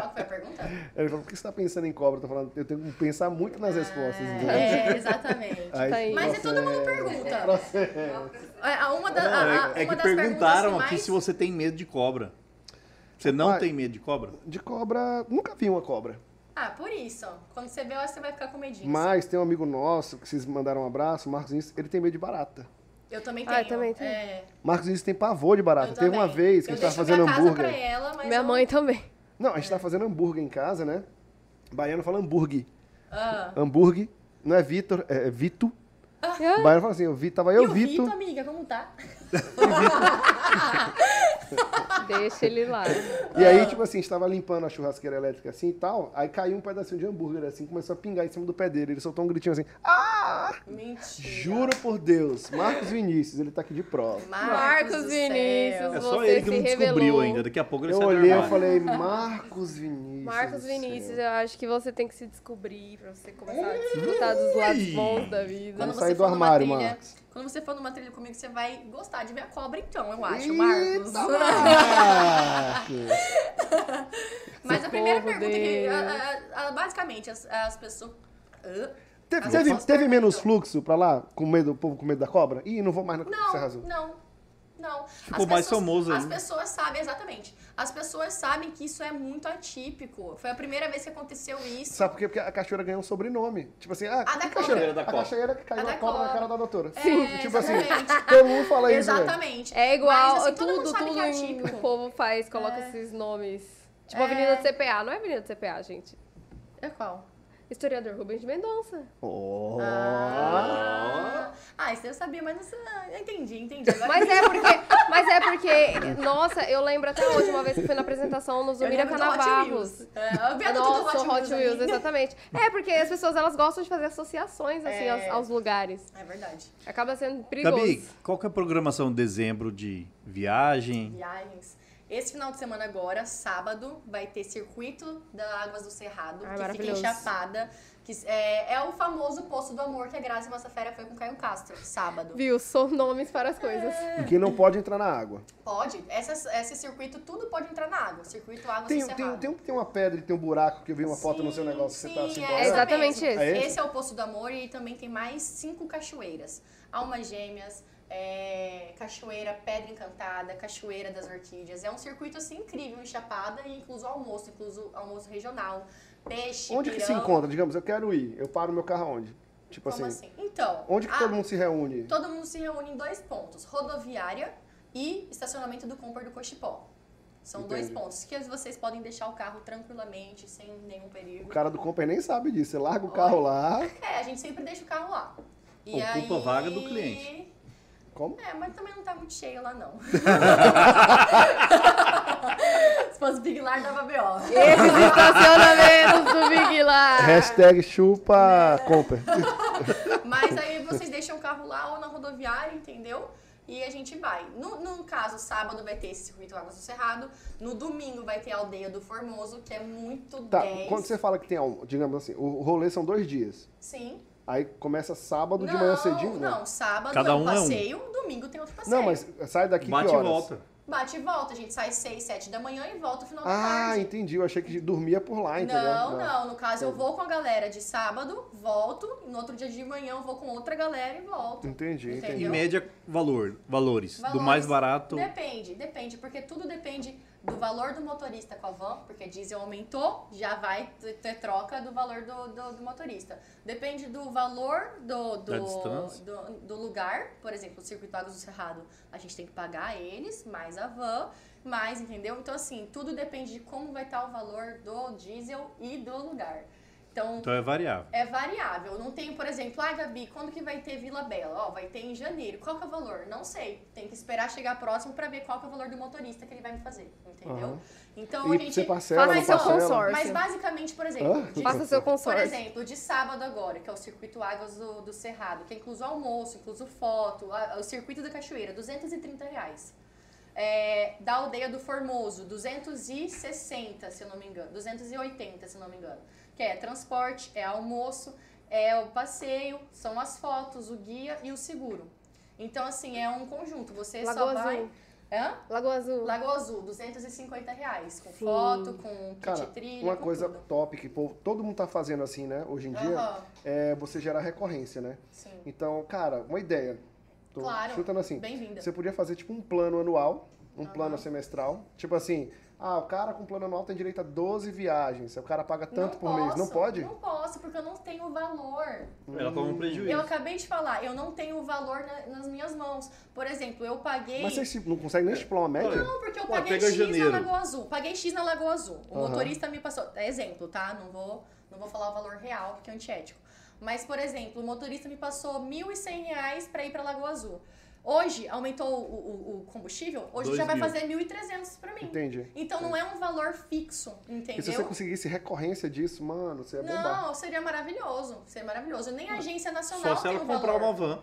S4: Qual foi a pergunta?
S1: Ele falou, por que você tá pensando em cobra? Eu tô falando, eu tenho que pensar muito nas respostas. entendeu?
S4: Ah, É, exatamente.
S1: Aí,
S3: Tá aí.
S4: Mas é todo mundo pergunta. É, a uma da- a- a-
S2: é, é
S4: uma
S2: que
S4: das perguntas
S2: perguntaram
S4: mais-
S2: aqui se você tem medo de cobra. Você não
S1: Vai.
S2: tem medo de cobra?
S4: então
S1: De cobra, nunca vi uma cobra.
S4: Ah, por isso. Quando você vê, eu acho que você vai ficar com medinho.
S1: Mas tem um amigo nosso, que vocês mandaram um abraço, o Marcos Inês, ele tem medo de barata.
S4: Eu também
S3: Ah,
S4: tenho.
S3: eu também tenho.
S4: É,
S1: Marcos Inês tem pavor de barata.
S4: eu
S1: Tá, Teve uma
S4: também.
S1: vez que
S4: eu
S1: a gente tava
S4: deixo
S1: fazendo
S4: minha Casa pra
S1: hambúrguer.
S4: ela, mas
S3: Minha
S4: eu-
S3: mãe também.
S1: Não, a gente tava fazendo hambúrguer em casa, né? Baiano fala hambúrguer.
S4: Ah.
S1: Hambúrguer, não é Vitor, é é Vito.
S3: Ah.
S1: Baiano fala assim, eu vi, tava
S4: E
S1: eu,
S4: o
S1: Vito.
S4: Vito, amiga, como tá?
S3: Deixa ele lá.
S1: E
S4: Ah.
S1: aí, tipo assim, a gente tava limpando a churrasqueira elétrica assim e tal, aí caiu um pedacinho de hambúrguer assim, começou a pingar em cima do pé dele. Ele soltou um gritinho assim, ah!
S4: Mentira.
S1: Juro por Deus, Marcos Vinícius, ele tá aqui de prova.
S3: Marcos
S4: do
S3: Vinícius.
S4: céu.
S2: É só
S3: Você
S2: ele que
S3: se
S2: não descobriu
S3: revelou.
S2: ainda. Daqui a pouco ele
S1: Eu
S2: sai do
S1: olhei e
S2: armário.
S1: falei, Marcos Vinícius.
S3: Marcos
S1: do céu."
S3: Vinícius, eu acho que você tem que se descobrir pra você começar a desfrutar dos lados bons da vida.
S1: Vamos
S4: Quando
S1: sair
S4: você
S1: do
S4: for numa
S1: armário,
S4: trilha,
S1: Marcos.
S4: Quando você for numa trilha comigo, você vai gostar de ver a cobra, então, eu acho,
S1: Eita,
S4: Marcos.
S1: Marcos!
S4: Mas a primeira
S3: Socorro,
S4: pergunta que.
S3: Deus.
S4: a- a- a- basicamente, as, as pessoas. Hã?
S1: Teve,
S4: As
S1: teve,
S4: pessoas
S1: teve menos
S4: perguntam.
S1: fluxo pra lá, com medo, o povo com medo da cobra? Ih, não vou mais na Serra
S4: Não,
S1: Azul.
S4: não, não.
S2: Ficou mais famoso
S4: As
S2: ainda.
S4: pessoas sabem, exatamente. As pessoas sabem que isso é muito atípico. Foi a primeira vez que aconteceu isso.
S1: Sabe por quê? Porque a cachoeira ganhou um sobrenome. Tipo assim, ah,
S4: A da
S1: que cachoeira?
S2: cobra. Da
S1: A
S2: é cobra.
S1: cachoeira que caiu
S4: A
S1: a
S4: da
S1: cobra na
S4: cobra.
S1: cara da doutora.
S4: É,
S1: Tipo assim,
S4: exatamente.
S1: todo mundo fala isso, né? velho.
S4: Exatamente.
S3: É igual
S4: Mas, assim, todo mundo
S3: tudo,
S4: sabe
S3: tudo
S4: que é
S3: em-
S4: atípico.
S3: o povo faz, coloca
S4: É.
S3: esses nomes. Tipo
S4: É.
S3: Avenida do CPA, não é Avenida do CPA, gente.
S4: É qual?
S3: Historiador Rubens de Mendonça.
S1: Oh.
S4: Ah, ah, isso eu sabia, mas não sei. ah, Entendi, entendi. Agora
S3: Mas é porque, mas é porque, nossa, eu lembro até hoje, uma vez que fui na apresentação no
S4: eu
S3: Zumira
S4: lembro do Hot
S3: Canavarros.
S4: Wheels. É, eu vendo tudo assim.
S3: Nossa, o Hot Wheels,
S4: ali.
S3: exatamente. É, porque as pessoas, elas gostam de fazer associações, assim,
S4: É.
S3: aos, aos lugares.
S4: É verdade.
S3: Acaba sendo perigoso.
S2: Gabi, qual que é a programação de dezembro de viagem?
S4: Viagens. Esse final de semana agora, sábado, vai ter circuito da Águas do Cerrado,
S3: Ah,
S4: que fica em
S3: maravilhoso.
S4: Chapada, que Que é, é o famoso Poço do Amor que a Grazi Massafera foi com Caio Castro, sábado.
S3: Viu? São nomes para as coisas.
S4: É.
S1: E que não pode entrar na água.
S4: Pode? Essas- esse circuito, tudo pode entrar na água. Circuito, água,
S1: Tem, tem,
S4: sossegado.
S1: tem, um- tem uma pedra que tem um buraco que eu vi uma foto no seu
S4: é Sim,
S1: negócio que você tá
S4: sim,
S1: se
S4: é
S1: embolando.
S3: essa Exatamente
S1: esse.
S4: mesmo.
S1: É esse?
S4: Esse é o Poço do Amor e também tem mais cinco cachoeiras. Almas Gêmeas, é, Cachoeira Pedra Encantada, Cachoeira das Orquídeas. É um circuito assim incrível, em Chapada, e incluso almoço, incluso almoço regional, peixe,
S1: Onde que se
S4: pirão.
S1: encontra? Digamos, eu quero ir. Eu paro meu carro onde? Tipo
S4: Como
S1: assim,
S4: assim? Então,
S1: onde que
S4: a-
S1: todo mundo se reúne?
S4: todo mundo se reúne em dois pontos, rodoviária e estacionamento do Compor do Cochipó. São dois
S1: Entendi.
S4: pontos que vocês podem deixar o carro tranquilamente, sem nenhum perigo.
S1: O cara do Comper nem sabe disso. Você larga o carro lá.
S4: É, a gente sempre deixa o carro lá. E
S2: Ocupa
S4: aí...
S2: a vaga do cliente.
S1: Como?
S4: É, mas também não tá muito cheio lá, não. Se fosse Big Lar, dava B.O.
S3: Esses estacionamentos do Big
S4: Ah.
S3: Lá.
S1: Hashtag chupa Comper.
S4: Mas aí vocês deixam o carro lá ou na rodoviária, entendeu? E a gente vai. No, no caso, sábado vai ter esse circuito Águas do Cerrado. No domingo vai ter a Aldeia do Formoso, que é muito
S1: Tá,
S4: 10.
S1: quando você fala que tem, um- digamos assim, o rolê são dois dias.
S4: Sim.
S1: Aí começa sábado de
S4: não,
S1: manhã cedinho, né?
S4: não. Sábado
S2: Cada
S4: é
S2: um
S4: um
S2: é um.
S4: passeio, domingo tem outro passeio.
S1: Não, mas sai daqui
S2: Bate
S1: que
S2: e
S1: horas?
S2: volta.
S4: Bate e volta, a gente sai 6, 7 da manhã e volta no final da
S1: Ah,
S4: tarde.
S1: entendi. Eu achei que dormia por lá, Ah, entendeu?
S4: Não, não. No caso, eu
S1: Entendi.
S4: vou com a galera de sábado, volto, e no outro dia de manhã eu vou com outra galera e volto.
S1: Entendi,
S4: Entendi.
S2: Em
S1: entendi.
S4: Entendeu?
S2: média, valor, valores. Do
S4: Valores. Né?
S2: mais barato.
S4: Depende, depende, porque tudo depende do valor do motorista com a van, porque diesel aumentou, já vai t- ter troca do valor do, do, do motorista. Depende do valor do, do,
S2: Da distância.
S4: do, do lugar, por exemplo, o Circuito Águas do Cerrado, a gente tem que pagar eles, mais a van, mais, entendeu? Então, assim, tudo depende de como vai estar o valor do diesel e do lugar. Então,
S2: Então é variável.
S4: é variável. Não tem, por exemplo, ah, Gabi, quando que vai ter Vila Bela? Ó, vai ter em janeiro. Qual que é o valor? Não sei. Tem que esperar chegar próximo pra ver qual que é o valor do motorista que ele vai me fazer, entendeu?
S1: Aham.
S4: Então
S1: E
S4: a gente é um
S1: você parcela,
S3: Faz
S1: não
S3: seu
S1: parcela?
S3: consórcio.
S4: mas basicamente, por exemplo,
S1: Hã?
S4: de-
S3: Faça seu
S4: por
S3: consórcio.
S4: exemplo, de sábado agora, que é o circuito Águas do, do Cerrado, que é incluso almoço, incluso foto, a- o circuito da Cachoeira, 230 reais. É, da aldeia do Formoso, 260, se eu não me engano. 280, se eu não me engano. Que é transporte, é almoço, é o passeio, são as fotos, o guia e o seguro. Então, assim, é um conjunto. Você
S3: Lagoa
S4: só vai.
S3: Azul.
S4: Hã?
S3: Lagoa Azul.
S4: Lagoa Azul, 250 reais. Com
S3: Sim.
S4: foto, com kit
S1: Cara,
S4: trilha,
S1: Uma
S4: com
S1: coisa
S4: tudo.
S1: top que pô, todo mundo tá fazendo assim, né? Hoje em dia,
S4: Aham,
S1: é você gerar recorrência, né?
S4: sim.
S1: Então, cara, uma ideia. Tô
S4: Claro.
S1: chutando assim.
S4: Bem-vinda.
S1: Você podia fazer tipo um plano anual, um
S4: Aham.
S1: plano semestral. Tipo assim, ah, o cara com plano anual tem direito a 12 viagens. O cara paga tanto
S4: Não
S1: por mês. Não
S4: posso,
S1: pode?
S4: Não posso, porque eu não tenho valor.
S2: Ela toma um prejuízo.
S4: Hum, Eu acabei de falar, eu não tenho valor na- nas minhas mãos. Por exemplo, eu paguei...
S1: Mas vocês não conseguem nem estipular uma média?
S4: Não, porque eu
S2: Pô,
S4: paguei
S2: pega
S4: X
S2: janeiro.
S4: na Lagoa Azul. Paguei X na Lagoa Azul. O
S1: Aham.
S4: motorista me passou. É exemplo, tá? Não vou, não vou falar o valor real, porque é antiético. Mas, por exemplo, o motorista me passou R$ 1.100 reais pra ir pra Lagoa Azul. Hoje aumentou o, o- o combustível, hoje
S2: Dois
S4: já vai
S2: mil.
S4: fazer 1.300 pra mim.
S1: Entendi.
S4: Então não é um valor fixo,
S1: E se você
S4: entendeu?
S1: conseguisse recorrência disso, mano, você ia bombar.
S4: Não, seria maravilhoso. Seria maravilhoso. Nem a agência nacional
S2: Só se
S4: tem
S2: ela
S4: o
S2: comprar
S4: um valor.
S2: uma van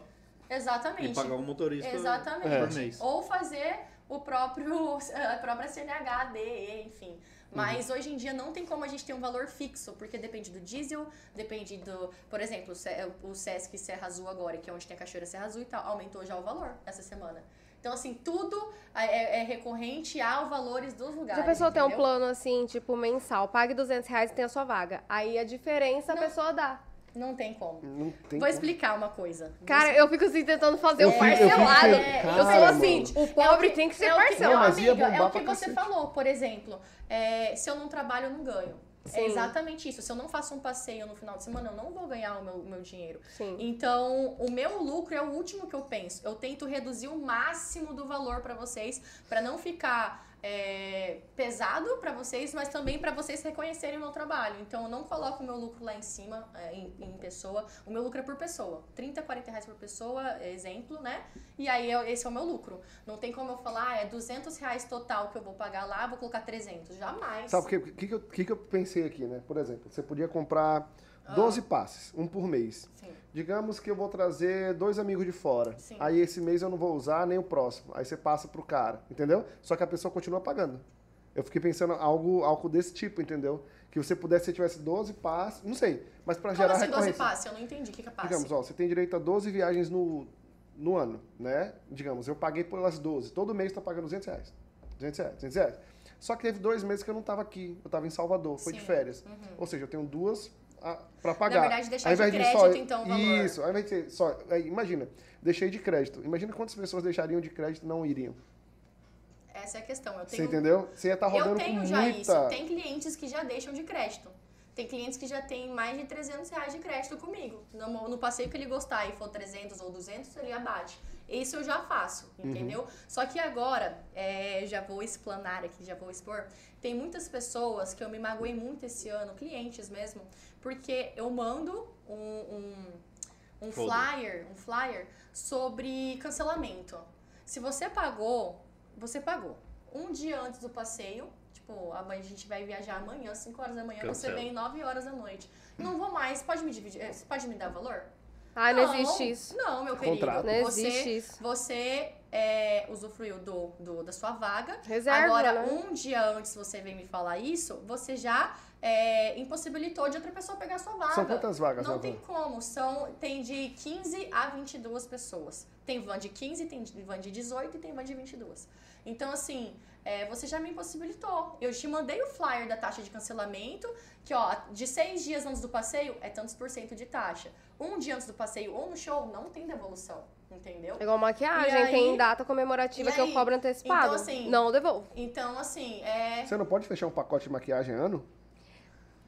S4: Exatamente.
S2: e pagar um motorista
S4: Exatamente.
S2: É. por mês.
S1: É.
S4: Ou fazer o próprio, a própria CNH, DE, enfim.
S2: Uhum.
S4: Mas hoje em dia não tem como a gente ter um valor fixo, porque depende do diesel, depende do. Por exemplo, o Se- o Sesc Serra Azul agora, que é onde tem a Cachoeira Serra Azul e tal, aumentou já o valor essa semana. Então, assim, tudo é, é recorrente ao valores dos lugares.
S3: Já pensou ter um
S4: entendeu?
S3: plano assim, tipo, mensal? Pague 200 reais e tem a sua vaga. Aí a diferença
S4: Não.
S3: a pessoa dá.
S4: Não tem como.
S1: Não tem
S4: Vou
S1: como.
S4: explicar uma coisa.
S3: Cara, eu fico assim tentando fazer
S1: Eu
S3: o
S1: fico- eu fico
S3: parcelado. Eu,
S1: tentando-
S3: sou
S1: Cara,
S3: assim, o pobre tem que ser
S4: é o
S3: parcelado.
S1: Não, mas ia
S4: amiga, é
S1: bombar
S4: o que
S1: pra
S4: você
S1: cacete.
S4: falou, por exemplo, é, se eu não trabalho, eu não ganho.
S3: Sim.
S4: É exatamente isso. Se eu não faço um passeio no final de semana, eu não vou ganhar o meu, meu dinheiro.
S3: Sim.
S4: Então, o meu lucro é o último que eu penso. Eu tento reduzir o máximo do valor pra vocês, pra não ficar é, pesado pra vocês, mas também pra vocês reconhecerem o meu trabalho. Então, eu não coloco o meu lucro lá em cima, é, em, em pessoa. O meu lucro é por pessoa. 30, 40 reais por pessoa, exemplo, né? E aí, eu- esse é o meu lucro. Não tem como eu falar, ah, é 200 reais total que eu vou pagar lá, vou colocar 300. Jamais.
S1: Sabe o que, que, que, eu, que, que eu pensei aqui, né? Por exemplo, você podia comprar
S4: Ah.
S1: 12 passes, um por mês.
S4: Sim.
S1: Digamos que eu vou trazer dois amigos de fora.
S4: Sim.
S1: Aí esse mês eu não vou usar nem o próximo. Aí você passa pro cara, entendeu? Só que a pessoa continua pagando. Eu fiquei pensando algo, algo desse tipo, entendeu? Que você pudesse, se tivesse 12 passes, não sei, mas para
S4: Como
S1: gerar
S4: assim 12
S1: recorrência.
S4: passes? Eu não entendi. O que que é passe?
S1: Digamos, ó, você tem direito a 12 viagens no, no ano, né? Digamos, eu paguei pelas 12. Todo mês tá pagando 200 reais. 200 reais, 200 reais. Só que teve dois meses que eu não tava aqui. Eu tava em Salvador, foi de
S4: Sim. Uhum.
S1: férias. Ou seja, eu tenho duas a- pra pagar.
S4: verdade, deixar
S1: Ao invés
S4: de
S1: só-
S4: crédito, então, o valor.
S1: Isso, ao invés de ser só... aí, imagina, deixei de crédito. Imagina quantas pessoas deixariam de crédito e não iriam.
S4: Essa é a questão. Eu
S1: Você
S4: tenho
S1: entendeu? Você ia estar tá rodando
S4: eu tenho
S1: com
S4: já
S1: muita...
S4: isso. Tem clientes que já deixam de crédito. Tem clientes que já tem mais de 300 reais de crédito comigo. No, no passeio que ele gostar e for 300 ou 200, ele abate. Isso eu já faço,
S1: Uhum.
S4: entendeu? Só que agora, é, já vou explanar aqui, já vou expor. Tem muitas pessoas que eu me magoei muito esse ano, clientes mesmo, porque eu mando um, um, um
S2: Folder.
S4: flyer, um flyer sobre cancelamento. Se você pagou, você pagou. Um dia antes do passeio, tipo, amanhã a gente vai viajar amanhã, 5 horas da manhã, você
S2: Cancela.
S4: vem 9 horas da noite. Não vou mais, pode me dividir, eh, você pode me dar valor?
S3: Ai, Ah, não existe isso.
S4: Não, meu querido.
S1: Contrato.
S3: Não
S4: você,
S3: existe isso.
S4: Você é, usufruiu do, do- da sua vaga.
S3: Reserva,
S4: Agora,
S3: né?
S4: um dia antes você vem me falar isso, você já é, impossibilitou de outra pessoa pegar a sua vaga.
S1: São quantas vagas,
S4: Não
S1: Navan?
S4: tem como, são tem de 15 a 22 pessoas. Tem van de 15, tem de- van de 18 e tem van de 22. Então, assim, é, você já me impossibilitou. Eu te mandei o flyer da taxa de cancelamento, que ó, de seis dias antes do passeio é tantos por cento de taxa. Um dia antes do passeio ou no show não tem devolução, entendeu?
S3: É Igual maquiagem,
S4: um E aí-
S3: tem data comemorativa
S4: e
S3: que eu
S4: aí?
S3: cobro antecipado.
S4: Então, assim-
S3: Não devolvo.
S4: Então, assim, é.
S1: Você não pode fechar um pacote de maquiagem ano?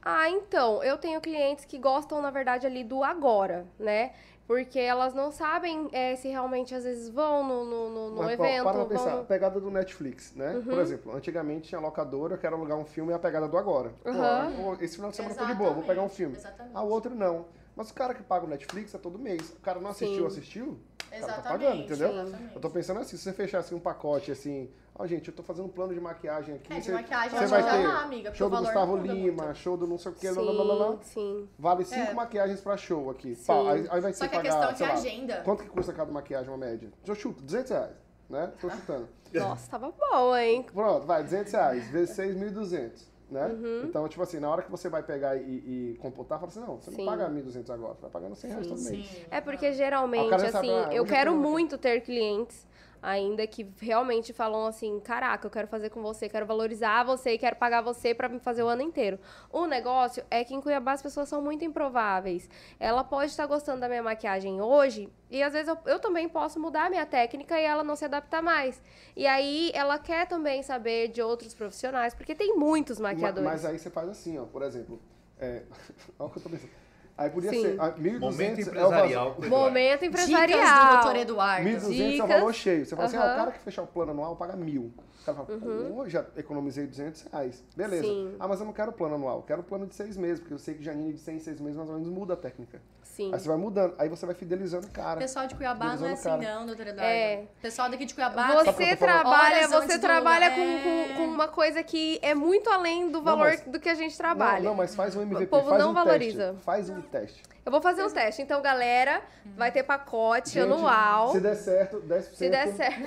S3: Ah, então, eu tenho clientes que gostam, na verdade, ali do agora, né? Porque elas não sabem eh, se realmente às vezes vão no, no, no- no
S1: Mas, pa-
S3: evento.
S1: Para pra
S3: vão
S1: pensar,
S3: no-
S1: pegada do Netflix, né?
S4: Uhum.
S1: Por exemplo, antigamente tinha locadora, eu quero alugar um filme, é a pegada do agora. Pô,
S3: Uhum.
S1: ah, Esse final de semana eu tô de boa, vou pegar um filme.
S4: Exatamente.
S1: Ah, o outro não. Mas o cara que paga o Netflix é todo mês. O cara não assistiu,
S3: Sim.
S1: assistiu? O cara tá
S4: Exatamente,
S1: pagando, entendeu?
S4: exatamente.
S1: Eu tô pensando assim, se você fechasse um pacote assim, ó, gente, eu tô fazendo um plano de maquiagem aqui.
S4: É, de
S1: você-
S4: maquiagem
S1: você
S3: eu
S1: vai
S3: já
S1: ter
S4: lá, amiga, porque
S1: show
S4: o
S1: do
S4: valor
S1: Gustavo
S4: muda
S1: Lima,
S4: muito.
S1: show do não sei o que, lá, lá, lá, lá.
S3: Sim, sim.
S1: Vale cinco
S4: É.
S1: maquiagens pra show aqui.
S3: Sim.
S1: Pá, aí, ao invés de você
S4: Só que a
S1: pagar,
S4: questão é que
S1: sei
S4: a
S1: lá,
S4: agenda.
S1: Quanto que custa cada maquiagem, uma média? Eu chuto, 200 reais, né?
S4: Ah.
S1: Tô chutando.
S3: Nossa, tava boa, hein?
S1: Pronto, vai, 200 reais, vezes 6.200, né?
S3: Uhum.
S1: Então, tipo assim, na hora que você vai pegar e, e computar, fala assim, não, você
S3: Sim.
S1: não paga 1.200 agora, você vai pagando 100 reais todo mês.
S4: Sim.
S3: É porque
S1: Ah, o
S3: geralmente,
S1: cara já sabe,
S3: assim,
S1: ah,
S3: eu
S1: hoje eu
S3: quero
S1: tenho-
S3: muito ter clientes ainda que realmente falam assim: caraca, eu quero fazer com você, quero valorizar você e quero pagar você pra me fazer o ano inteiro. O negócio é que em Cuiabá as pessoas são muito improváveis. Ela pode estar gostando da minha maquiagem hoje e às vezes eu, eu também posso mudar a minha técnica e ela não se adaptar mais. E aí ela quer também saber de outros profissionais, porque tem muitos
S1: Ma-
S3: maquiadores.
S1: Mas aí você faz assim, ó, por exemplo, é, olha o que eu tô pensando. Aí podia
S3: Sim.
S1: ser, ah, 1.200
S2: Momento
S1: é o valor.
S2: empresarial.
S3: Momento
S4: Dicas do
S3: empresarial.
S4: doutor Eduardo.
S1: 1.200 é o
S3: Dicas.
S1: valor cheio. Você fala assim, ah,
S3: Aham. Uhum.
S1: o cara que fechar o plano anual paga mil. O cara fala, pô, já economizei 200 reais. Beleza.
S3: Sim.
S1: Ah, mas eu não quero o plano anual, eu quero o plano de seis meses, porque eu sei que Janine de 100 em seis meses mais ou menos muda a técnica.
S3: Sim.
S1: Aí
S4: Assim,
S1: você vai mudando, aí você vai fidelizando o
S4: O
S1: cara.
S4: pessoal de Cuiabá não é assim,
S1: Cara.
S4: não, doutor Eduardo.
S3: É.
S4: O pessoal daqui de Cuiabá.
S3: Você trabalha,
S4: Horas antes
S3: você
S4: do
S3: trabalha
S4: lugar.
S3: com, com- com uma coisa que é muito além do valor
S1: mas-
S3: do que a gente
S1: Não,
S3: trabalha.
S1: Não, mas faz um MVP,
S3: povo
S1: faz
S3: não
S1: um
S3: valoriza.
S1: teste. Faz um teste.
S3: Eu vou fazer um teste. Então, galera,
S4: Hum.
S3: vai ter pacote anual.
S1: Se der certo, 10%.
S3: Se der certo.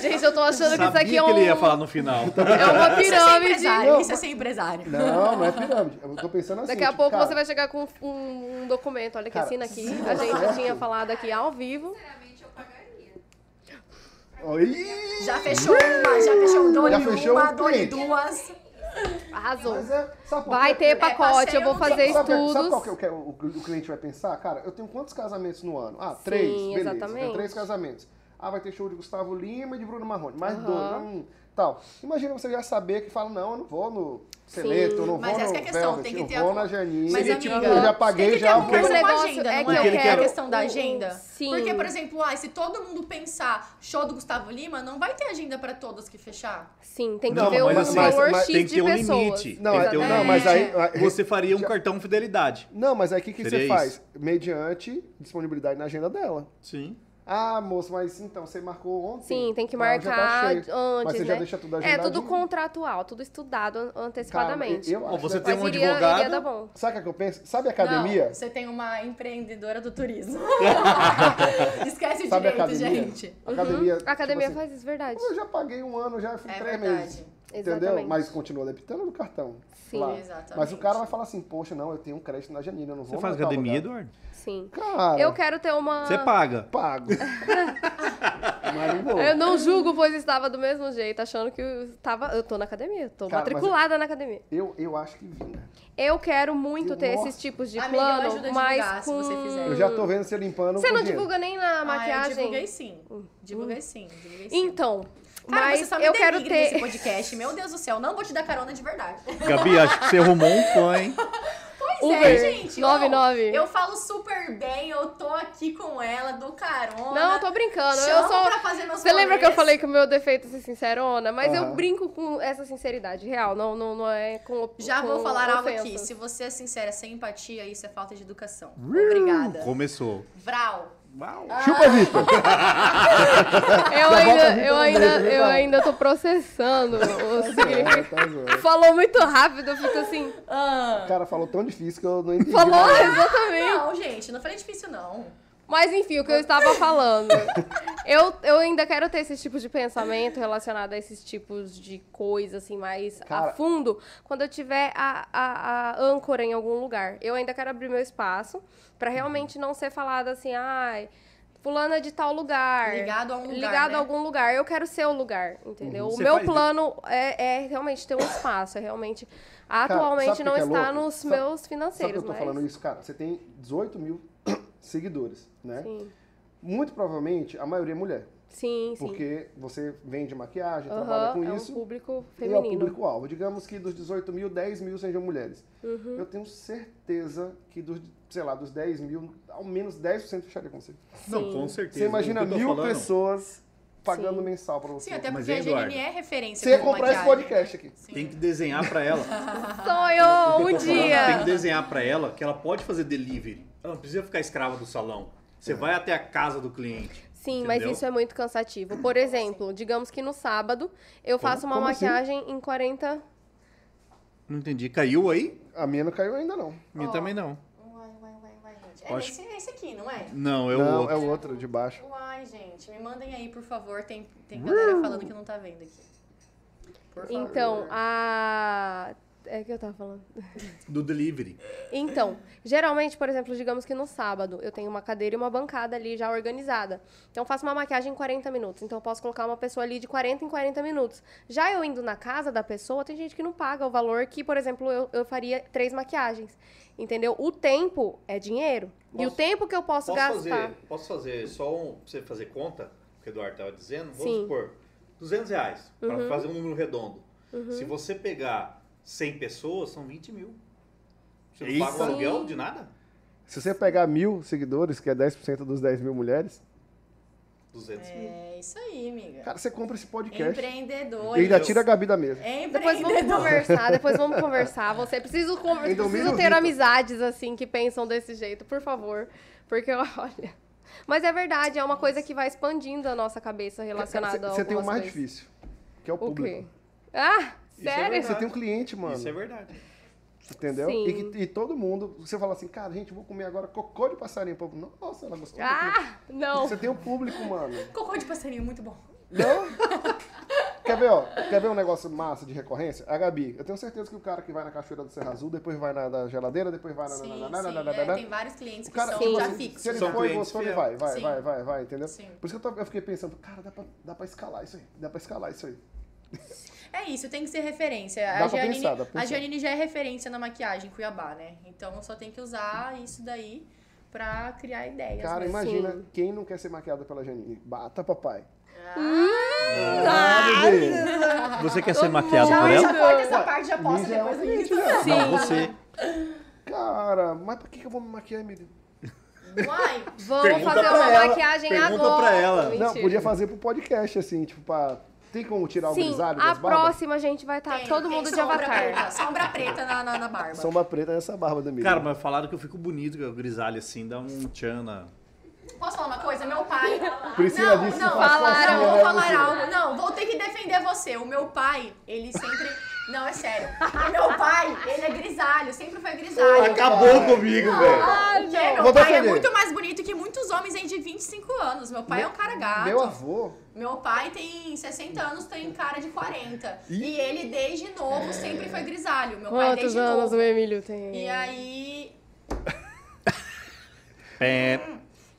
S3: gente, eu tô achando que isso
S2: Sabia
S3: aqui é,
S2: que ele ia
S3: um,
S2: falar no final.
S3: é uma
S4: Isso é
S3: pirâmide.
S4: ser empresário.
S1: Não,
S4: Isso é ser empresário.
S1: Não, não é pirâmide. Eu tô pensando assim.
S3: Daqui a
S1: tipo,
S3: pouco
S1: cara,
S3: você vai chegar com um, um documento. Olha que
S1: Cara,
S3: assina aqui.
S1: se
S3: A
S1: der
S3: gente
S1: certo-
S3: tinha falado aqui ao vivo.
S5: Sinceramente, eu pagaria.
S1: Oi!
S4: Já fechou uma, já fechou um
S1: Já
S4: dole
S1: fechou
S4: uma,
S1: um
S4: dole
S1: cliente.
S4: duas.
S3: Arrasou.
S1: Mas é, sabe por
S3: Vai
S1: quê?
S3: ter
S4: passeio
S3: pacote, eu vou
S4: não
S3: fazer
S4: tem
S1: Sabe,
S3: estudos.
S1: sabe qual que, eu quero- o, o cliente vai pensar? Cara, eu tenho quantos casamentos no ano? Ah, três. Beleza,
S3: exatamente.
S1: tem três casamentos. Ah, vai ter show de Gustavo Lima e de Bruno Marrone. Mais
S3: Aham.
S1: dois, hum, tal. Imagina você já saber que fala, não, eu não vou no Seleto, eu não
S4: Mas
S1: vou
S4: essa
S1: no
S4: que é a questão,
S1: Velvet,
S4: tem que
S1: eu
S4: ter a
S1: vou
S4: con-
S1: na Janine.
S4: Mas,
S2: Seria tipo,
S4: amiga,
S1: eu já
S4: tem
S1: paguei,
S4: que ter
S1: já
S4: a
S1: vou.
S3: O
S4: conversa com a
S3: negócio
S4: agenda,
S3: é
S4: não
S3: que
S4: é?
S3: eu
S4: Porque a
S3: quero-
S4: questão da
S3: um-
S4: agenda.
S3: sim.
S4: Porque, por exemplo, ah, se todo mundo pensar show do Gustavo Lima, não vai ter agenda pra todos que fechar.
S3: Sim, tem que
S2: Não,
S3: ter um
S2: mas assim,
S3: valor
S1: mas
S3: X
S2: tem que
S3: de
S2: ter um
S3: pessoas.
S2: limite.
S1: Não,
S2: Tem
S1: é-
S2: que ter um
S1: não, mas aí.
S2: Você faria um cartão fidelidade.
S1: Não, mas aí o que, que
S2: Seria
S1: você faz? Mediante disponibilidade na agenda dela.
S2: Sim.
S1: Ah, moço, mas então, você marcou ontem.
S3: Sim, tem que
S1: Ah, já tá
S3: marcar
S1: cheio.
S3: antes,
S1: Mas você
S3: né?
S1: já deixa tudo
S3: É,
S1: agendadinho?
S3: tudo contratual, tudo estudado an-
S1: Cara,
S3: antecipadamente.
S1: eu acho,
S2: você
S1: né?
S2: tem
S3: Mas
S2: um
S3: iria,
S2: advogado-
S3: iria dar bom.
S1: Sabe o que é que eu penso? Sabe a academia?
S4: Não,
S3: Uhum.
S4: você tem uma empreendedora do turismo. Esquece o
S1: Sabe a
S4: direito,
S1: academia?
S4: gente.
S1: Academia.
S3: A Uhum. academia
S1: tipo assim,
S3: faz isso, verdade.
S1: "Pô, Eu já paguei um ano, já fui
S4: É
S1: três
S4: verdade.
S1: meses. Entendeu?
S3: Exatamente.
S1: Mas continua debitando no cartão.
S3: Sim,
S4: exatamente.
S1: Mas o cara vai falar assim, poxa, não, eu tenho um crédito na Janine, eu não vou
S2: Você faz
S1: aumentar o
S2: academia,
S1: lugar.
S2: Eduardo?
S3: Sim.
S1: Cara,
S3: Eu quero ter uma.
S2: Você paga.
S1: pago. mas não vou.
S3: Eu não julgo, pois estava do mesmo jeito, achando que eu estava. Eu tô na academia, eu tô
S1: Cara, mas
S3: matriculada na academia.
S1: Eu, eu acho que vinga.
S3: Eu quero muito
S1: Eu-
S3: ter
S1: nossa.
S3: esses tipos de
S4: Amiga,
S3: plano,
S4: ajuda a
S3: mas
S4: divulgar, se
S3: com...
S4: você fizer.
S1: Eu já tô vendo você limpando um
S3: Você
S1: com
S3: não
S1: dinheiro.
S3: divulga nem na
S4: Ah, eu
S3: maquiagem? Uh,
S4: divulguei sim. Divulguei sim, divulguei sim.
S3: Então,
S4: Cara,
S3: mas
S4: você tá só me
S3: eu quero
S4: denigre nesse
S3: ter.
S4: podcast. Meu Deus do céu, não vou te dar carona de verdade.
S2: Gabi, acho que você arrumou um fã, hein?
S4: Pois
S3: Uber,
S4: é, gente.
S3: 99.
S4: não, Eu falo super bem, eu tô aqui com ela, dou carona.
S3: Não, eu tô brincando. eu
S4: chamo
S3: sou.
S4: pra fazer meus
S3: Você lembra
S4: rolês.
S3: que eu falei que o meu defeito é ser sincerona? Mas eu
S1: Aham.
S3: brinco com essa sinceridade real, não, não, não é com.
S4: Já
S3: com
S4: vou falar algo aqui.
S3: ofensas.
S4: Se você é sincera, sem empatia, isso é falta de educação. Obrigada.
S2: Começou.
S4: Vral.
S2: Uau.
S3: Ah,
S1: Chupa, Vitor!
S3: Eu
S1: Já volta
S3: ainda,
S1: aqui
S3: eu
S1: pra
S3: ainda,
S1: ler, viu,
S3: eu
S1: Paulo?
S3: ainda tô processando o
S1: É,
S3: significado.
S1: tá zoando.
S3: Falou muito rápido, eu fico assim.
S1: O cara falou tão difícil que eu não entendi.
S3: Falou
S1: nada.
S3: exatamente.
S4: Ah. Não, gente, não falei difícil, não.
S3: Mas enfim, o que eu estava falando. Eu, eu ainda quero ter esses tipos de pensamento relacionado a esses tipos de coisa, assim, mais
S1: Cara-
S3: a fundo, quando eu tiver a, a, a âncora em algum lugar. Eu ainda quero abrir meu espaço pra realmente não ser falada assim, ai, fulana de tal lugar.
S4: Ligado a um lugar.
S3: ligado
S4: né?
S3: a algum lugar. Eu quero ser o lugar, entendeu?
S2: Uhum.
S3: O
S2: Você
S3: meu
S2: faz-
S3: plano é, é realmente ter um espaço, é realmente...
S1: sabe
S3: Atualmente
S1: o
S3: não
S1: que é
S3: está
S1: louco?
S3: nos
S1: Sabe-
S3: meus
S1: Sabe que eu
S3: financeiros,
S1: tô
S3: mas...
S1: falando isso, cara? Você tem 18 mil seguidores, né?
S3: Sim,
S1: Muito provavelmente a maioria é mulher.
S3: sim, sim.
S1: Porque você vende maquiagem,
S3: Aham,
S1: trabalha com
S3: é um
S1: isso.
S3: público
S1: e é o
S3: feminino.
S1: público-alvo. Digamos que dos 18 mil, 10 mil sejam mulheres.
S3: Uhum.
S1: Eu tenho certeza que dos, sei lá, dos 10 mil, ao menos 10% fecharia com você.
S2: Não,
S3: Sim.
S2: com certeza. é
S1: Você imagina
S2: O que eu tô
S1: mil
S2: falando?
S1: pessoas pagando
S3: Sim.
S1: mensal pra você.
S4: Sim, até
S2: Mas
S4: porque
S2: e
S4: a
S2: Eduardo?
S4: Janine é referência.
S1: Você ia
S4: como
S1: comprar esse
S4: maquiagem.
S1: podcast aqui.
S4: Sim.
S2: Tem que desenhar pra ela.
S3: Sonho
S2: Eu
S3: um
S2: tô falando, Tem que
S3: dia.
S2: desenhar pra ela que ela pode fazer delivery. Ela não precisa ficar escrava do salão. Você vai até a casa do cliente.
S3: Sim, mas
S2: Entendeu?
S3: isso é muito cansativo. Por exemplo, digamos que no sábado eu faço uma
S1: como assim?
S3: maquiagem em 40.
S2: Não entendi. Caiu aí?
S1: A minha não caiu ainda, não.
S2: Minha
S4: Ó.
S2: também não.
S4: Uai, uai, uai, uai, gente. É
S2: Acho-
S4: esse, é esse aqui, não é?
S2: Não, é o
S1: não,
S2: outro.
S1: é o outro de baixo.
S4: Uai, gente, me mandem aí, por favor. Tem, tem galera falando que não tá vendo aqui. Por favor.
S3: Então, a. É que eu tava falando.
S2: Do delivery.
S3: Então, geralmente, por exemplo, digamos que no sábado eu tenho uma cadeira e uma bancada ali já organizada. Então eu faço uma maquiagem em 40 minutos. Então eu posso colocar uma pessoa ali de 40 em 40 minutos. Já eu indo na casa da pessoa, tem gente que não paga o valor que, por exemplo, eu, eu faria três maquiagens. Entendeu? O tempo é dinheiro. e o
S2: Posso-
S3: tempo que eu posso, gastar.
S2: fazer, posso fazer só um, pra você fazer conta, o que o Eduardo estava dizendo, vamos
S3: Sim.
S2: supor, 200 reais,
S4: Uhum.
S2: para fazer um número redondo. Se você pegar 100 pessoas, são 20 mil. Você não paga
S1: Eita.
S2: o aluguel
S3: Sim.
S2: de nada?
S1: Se você pegar mil seguidores, que é 10% dos 10 mil mulheres,
S2: 200 mil.
S4: É isso aí, amiga.
S1: cara, você compra esse podcast
S4: Empreendedor.
S1: e ainda
S2: Deus.
S1: tira a Gabi da mesa.
S3: Depois vamos
S4: Empreendedor.
S3: conversar, depois vamos conversar. Você precisa conver...
S1: Ainda humilha
S3: preciso
S1: o
S3: ter
S1: Vitor.
S3: amizades assim que pensam desse jeito, por favor. Porque olha. Mas é verdade, é uma coisa que vai expandindo a nossa cabeça relacionada
S1: Cara,
S3: a
S1: você tem o
S3: algumas
S1: mais
S3: coisas.
S1: difícil, que é o
S3: O quê?
S1: público.
S3: Ah,
S2: é
S3: sério?
S1: Você tem um cliente, mano.
S2: Isso é verdade.
S1: Entendeu?
S3: Sim.
S1: E, que- e todo mundo, você fala assim, cara, gente, vou comer agora cocô de passarinho. O povo, Nossa, ela gostou. daquilo."
S3: ah, não.
S1: Você tem o público, mano.
S4: Cocô de passarinho, muito bom.
S1: Não? quer ver, ó? Quer ver um negócio massa de recorrência? A Gabi, eu tenho certeza que o cara que vai na Cachoeira do Serra Azul, depois vai na, na geladeira, depois vai na...
S4: Sim,
S1: na- na- na-
S4: sim,
S1: na- na-
S4: é,
S1: na-
S4: tem vários clientes
S1: O
S4: que
S1: cara,
S4: são
S1: tipo
S4: já
S1: assim,
S4: fixos.
S1: se ele
S2: São
S1: for e
S2: clientes
S1: gostou, ele
S2: fiel.
S1: vai, vai,
S4: Sim.
S1: vai, vai, vai, entendeu?
S4: Sim.
S1: Por isso que eu, tava- eu fiquei pensando, cara, dá pra, dá pra escalar isso aí, dá pra escalar isso aí.
S4: É isso, tem que ser referência.
S1: Dá pra
S4: A Janine,
S1: pensar, dá pra
S4: a
S1: pensar.
S4: Janine já é referência na maquiagem em Cuiabá, né? Então só tem que usar isso daí pra criar ideias.
S1: Cara,
S4: mas-
S1: imagina, quem não quer ser maquiada pela Janine? Bata, papai.
S3: Ah,
S1: bebê.
S2: Você quer ser
S3: maquiado
S4: Já,
S3: por
S4: Então, já
S3: ela?
S4: corta essa parte, já posta
S1: Ninja é um
S4: depois
S1: cliente,
S4: do
S1: já.
S2: Não, você.
S1: Cara, mas pra que, que eu vou me maquiar, amigo?
S4: Uai,
S1: é
S3: Vamos
S2: Pergunta
S3: fazer
S2: pra
S3: uma
S2: ela,
S3: maquiagem
S2: pergunta
S3: agora.
S2: pra ela. Não,
S1: Não,
S3: Mentira.
S1: podia fazer pro podcast, assim, tipo, pra... Tem como tirar o
S3: Sim,
S1: grisalho
S3: a
S1: das barbas?
S3: próxima gente vai estar
S4: tem-
S3: Tá todo
S4: tem
S3: mundo de
S4: sombra
S3: avatar.
S4: Preta, sombra preta na, na, na barba.
S1: Sombra preta nessa barba da amiga.
S2: Cara, mas falaram que eu fico bonito, que eu grisalho assim, dá um tchana.
S4: Posso falar uma coisa? Meu pai.
S1: Priscila
S4: não,
S1: disse que
S4: não,
S1: faz
S3: Falaram.
S1: cosquinha,
S4: não, vou
S1: né,
S4: falar
S1: Priscila?
S4: algo. Não, vou ter que defender você. O meu pai, ele sempre. Não, é sério. O meu pai, ele é grisalho, sempre foi grisalho.
S2: Acabou comigo, velho.
S4: Ah, o quê?
S1: Vou
S4: meu pai é
S1: defender.
S4: muito mais bonito que muitos muitos homens aí de 25 anos. Meu pai é um cara gato.
S1: Meu avô.
S4: Meu pai tem 60 anos, tem cara de 40. E ele, desde novo, sempre foi grisalho. Meu pai,
S3: Quantos
S4: desde
S3: anos o
S4: novo.
S3: Emílio tem?
S4: E aí,
S2: É,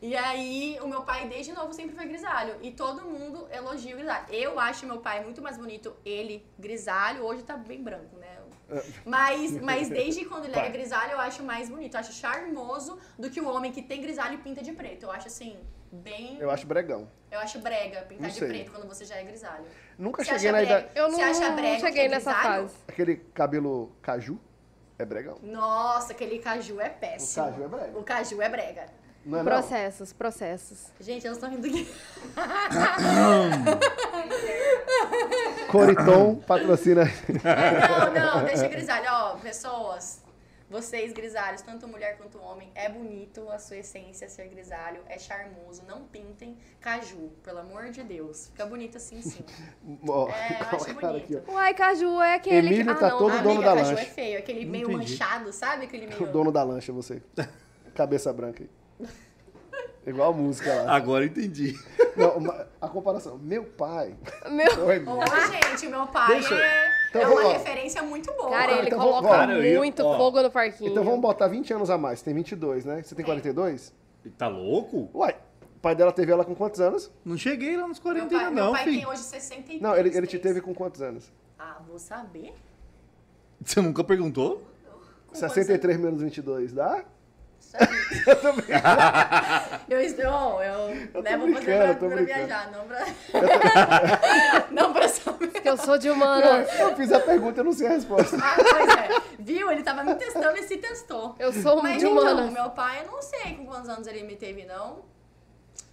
S4: E aí, o meu pai, desde novo, sempre foi grisalho. E todo mundo elogia o grisalho. Eu acho meu pai muito mais bonito, ele grisalho. Hoje tá bem branco, né?
S1: É.
S4: Mas, mas desde quando ele era
S1: Pai.
S4: grisalho, eu acho mais bonito. Eu acho charmoso do que o homem que tem grisalho e pinta de preto. Eu acho assim, bem.
S1: Eu acho bregão.
S4: Eu acho brega pintar
S1: Não
S4: de
S1: sei.
S4: preto quando você já é grisalho.
S1: Nunca
S4: Você
S1: cheguei na
S4: acha brega?
S1: idade.
S3: Eu não,
S4: Você acha
S3: não
S4: brega
S3: cheguei
S4: que é
S3: nessa
S4: grisalho?
S3: fase.
S1: Aquele cabelo caju é bregão.
S4: Nossa, aquele caju é péssimo.
S1: caju é brega.
S4: O caju é brega.
S1: Não é não?
S3: Processos, processos.
S4: Gente, elas estão rindo aqui.
S1: Coriton patrocina.
S4: Não, não, deixa grisalho. Ó, pessoas, vocês grisalhos, tanto mulher quanto homem, é bonito a sua essência ser grisalho, é charmoso. Não pintem caju, pelo amor de Deus. Fica bonito assim, sim.
S1: Ó,
S4: É, eu
S1: qual
S4: acho
S1: cara aqui, ó.
S3: Uai, Caju é aquele
S1: Emílio
S4: Ah,
S3: que...
S1: tá todo
S4: Amiga,
S1: dono da
S4: caju
S1: lancha.
S4: é feio, aquele
S2: Não
S4: meio
S2: entendi.
S4: manchado, sabe? Aquele meio...
S1: O dono da lancha, você. Cabeça branca aí. Igual a música lá.
S2: agora eu entendi.
S1: Não, uma- a comparação. Meu pai.
S3: Meu...
S1: Oi, meu.
S4: Ô, gente, meu pai
S1: Deixa eu-
S4: é,
S1: Então,
S4: é uma
S1: ó.
S4: referência muito boa.
S3: Cara, ele
S1: Então vamos-
S3: coloca
S1: vamos.
S2: Cara, eu ia-
S3: muito
S2: ó.
S3: fogo no parquinho.
S1: Então vamos botar 20 anos a mais. Tem 22, né? Você tem
S4: É.
S1: 42?
S2: Tá louco?
S1: Uai, o pai dela teve ela com quantos anos?
S2: Não cheguei lá nos
S4: Meu
S2: 40
S4: pai,
S2: ainda
S4: meu
S2: não,
S4: pai tem
S2: filho.
S4: hoje 63.
S1: Não, ele, ele te teve com quantos anos?
S4: Ah, vou saber.
S2: Você nunca perguntou?
S4: Com
S1: 63 menos 22, dá?
S4: Eu estou, eu,
S1: tô
S4: levo você
S1: brincando,
S4: pra,
S1: eu tô
S4: pra
S1: brincando.
S4: viajar, não pra. não pra saber.
S3: Que eu sou de humanas.
S1: Eu fiz a pergunta, eu não sei a resposta.
S4: Ah, pois é. Viu? Ele tava me testando e se testou.
S3: Eu sou
S4: Mas
S3: de
S4: então,
S3: humanas.
S4: meu pai, eu não sei com quantos anos ele me teve, não.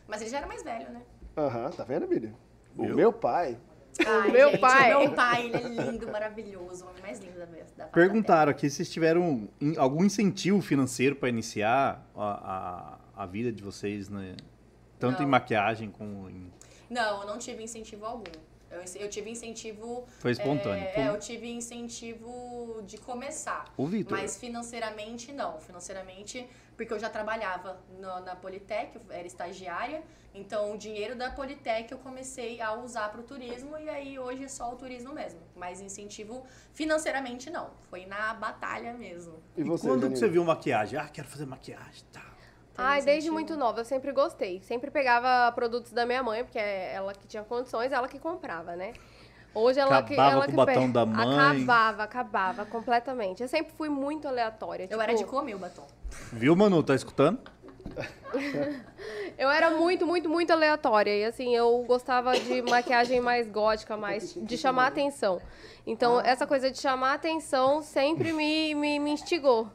S4: Mas ele já era mais velho, né?
S1: Aham, tá vendo, Emílio? O
S2: Viu?
S1: meu pai.
S4: Ai,
S3: meu
S4: gente,
S3: pai.
S4: o Meu pai, ele é lindo, maravilhoso, o homem mais lindo da da face da Terra.
S2: Perguntaram aqui se vocês tiveram in- algum incentivo financeiro para iniciar a, a, a vida de vocês, né? Tanto em
S4: Não.
S2: maquiagem como em.
S4: Não, eu não tive incentivo algum. Eu, eu tive incentivo.
S2: Foi espontâneo.
S4: É,
S2: Pum.
S4: é, eu tive incentivo de começar.
S2: O Vitor.
S4: Mas financeiramente não. Financeiramente, porque eu já trabalhava na- na Politec, eu era estagiária. Então o dinheiro da Politec eu comecei a usar para o turismo e aí hoje é só o turismo mesmo. Mas incentivo financeiramente não. Foi na batalha mesmo.
S1: E você,
S2: Quando que
S1: Janine?
S2: você viu maquiagem? Ah, quero fazer maquiagem. Tá.
S3: Ai,
S4: Tem
S3: desde
S4: incentivo.
S3: muito nova, eu sempre gostei. Sempre pegava produtos da minha mãe, porque é ela que tinha condições, ela que comprava, né? Hoje ela que.
S2: Acabava
S3: Ela
S2: com
S3: que
S2: o batom
S3: pe-
S2: da mãe.
S3: Acabava, acabava completamente. Eu sempre fui muito aleatória.
S4: Eu era de
S3: tipo,
S4: comer o batom.
S2: Viu, Manu? Tá escutando?
S3: Eu era muito, muito, muito aleatória. E assim, eu gostava de maquiagem mais gótica, mais de chamar atenção. Então,
S2: Ah.
S3: essa coisa de chamar atenção sempre me, me, me instigou.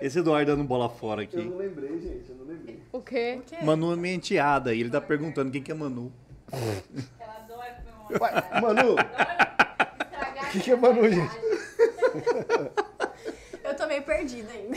S2: Esse Eduardo dando bola fora
S1: Eu
S2: aqui.
S1: não lembrei, gente, eu não lembrei.
S3: O quê?
S4: Por quê?
S2: Manu é minha enteada e ele tá perguntando quem que é Manu.
S5: Ela adora comer uma
S1: Uai, Manu, o que, que é Manu, gente?
S4: Eu tô meio perdida ainda.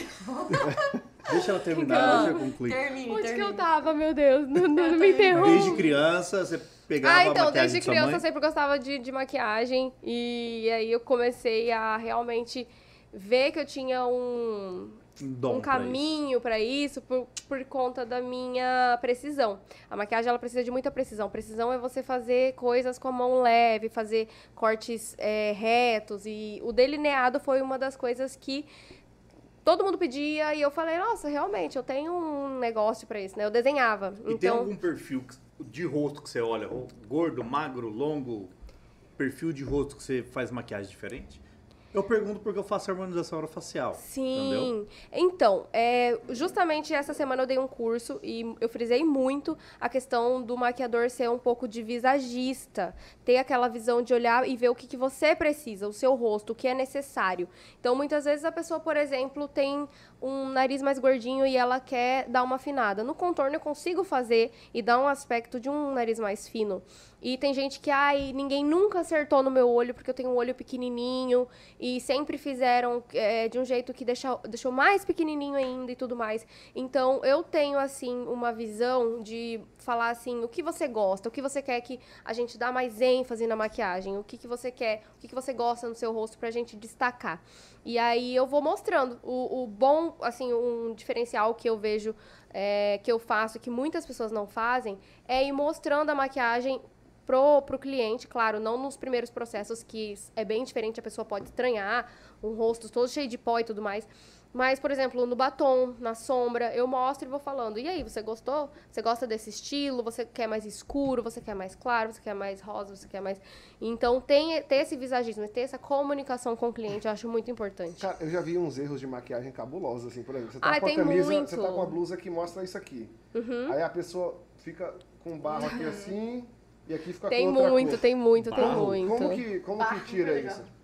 S2: Deixa ela terminar, deixa eu concluir.
S4: Termine,
S3: Onde que
S4: termine.
S3: eu tava, meu Deus? Não, não me interrompa.
S2: Desde criança, você pegava
S3: Ah,
S2: a
S3: então,
S2: maquiagem
S3: desde
S2: de sua
S3: criança eu
S2: mãe?
S3: sempre gostava de, de maquiagem. E aí eu comecei a realmente ver que eu tinha um,
S2: dom
S3: um
S2: pra isso.
S3: caminho pra isso, por, por conta da minha precisão. A maquiagem ela precisa de muita precisão. Precisão é você fazer coisas com a mão leve, fazer cortes é, retos. E o delineado foi uma das coisas que todo mundo pedia. E eu falei, nossa, realmente, eu tenho um negócio pra isso, né? Eu desenhava.
S2: E tem um
S3: então,
S2: algum perfil que- de rosto que você olha? ro- Gordo, magro, longo? Perfil de rosto que você faz maquiagem diferente? Eu pergunto porque eu faço harmonização orofacial. Entendeu?
S3: Sim. Então, é, justamente essa semana eu dei um curso e eu frisei muito a questão do maquiador ser um pouco de visagista. Ter aquela visão de olhar e ver o que, que você precisa, o seu rosto, o que é necessário. Então, muitas vezes a pessoa, por exemplo, tem um nariz mais gordinho e ela quer dar uma afinada. No contorno eu consigo fazer e dar um aspecto de um nariz mais fino. E tem gente que, ai, ninguém nunca acertou no meu olho porque eu tenho um olho pequenininho e sempre fizeram é, de um jeito que deixa, deixou mais pequenininho ainda e tudo mais. Então, eu tenho, assim, uma visão de falar, assim, o que você gosta, o que você quer que a gente dá mais ênfase na maquiagem, o que, que você quer, o que, que você gosta no seu rosto pra gente destacar. E aí eu vou mostrando o, o bom, assim, um diferencial que eu vejo é, que eu faço, que muitas pessoas não fazem, é ir mostrando a maquiagem pro, pro cliente, claro, não nos primeiros processos, que é bem diferente, a pessoa pode estranhar, um rosto todo cheio de pó e tudo mais. Mas, por exemplo, no batom, na sombra, eu mostro e vou falando. E aí, você gostou? Você gosta desse estilo? Você quer mais escuro? Você quer mais claro? Você quer mais rosa? Você quer mais. Então, tem, ter esse visagismo, ter essa comunicação com o cliente, eu acho muito importante.
S1: Cara, eu já vi uns erros de maquiagem cabulosos, assim, por exemplo. Você tá
S3: Ai,
S1: com a
S3: tem
S1: camisa,
S3: muito. Uhum.
S1: você tá com a blusa que mostra isso aqui. Aí a pessoa fica com um barro aqui assim, e aqui fica
S3: Tem
S1: com outra
S3: muito,
S1: cor.
S3: tem muito, tem
S2: Barro?
S3: muito.
S1: Como que, como
S4: Barro
S1: que tira
S4: legal.
S1: isso?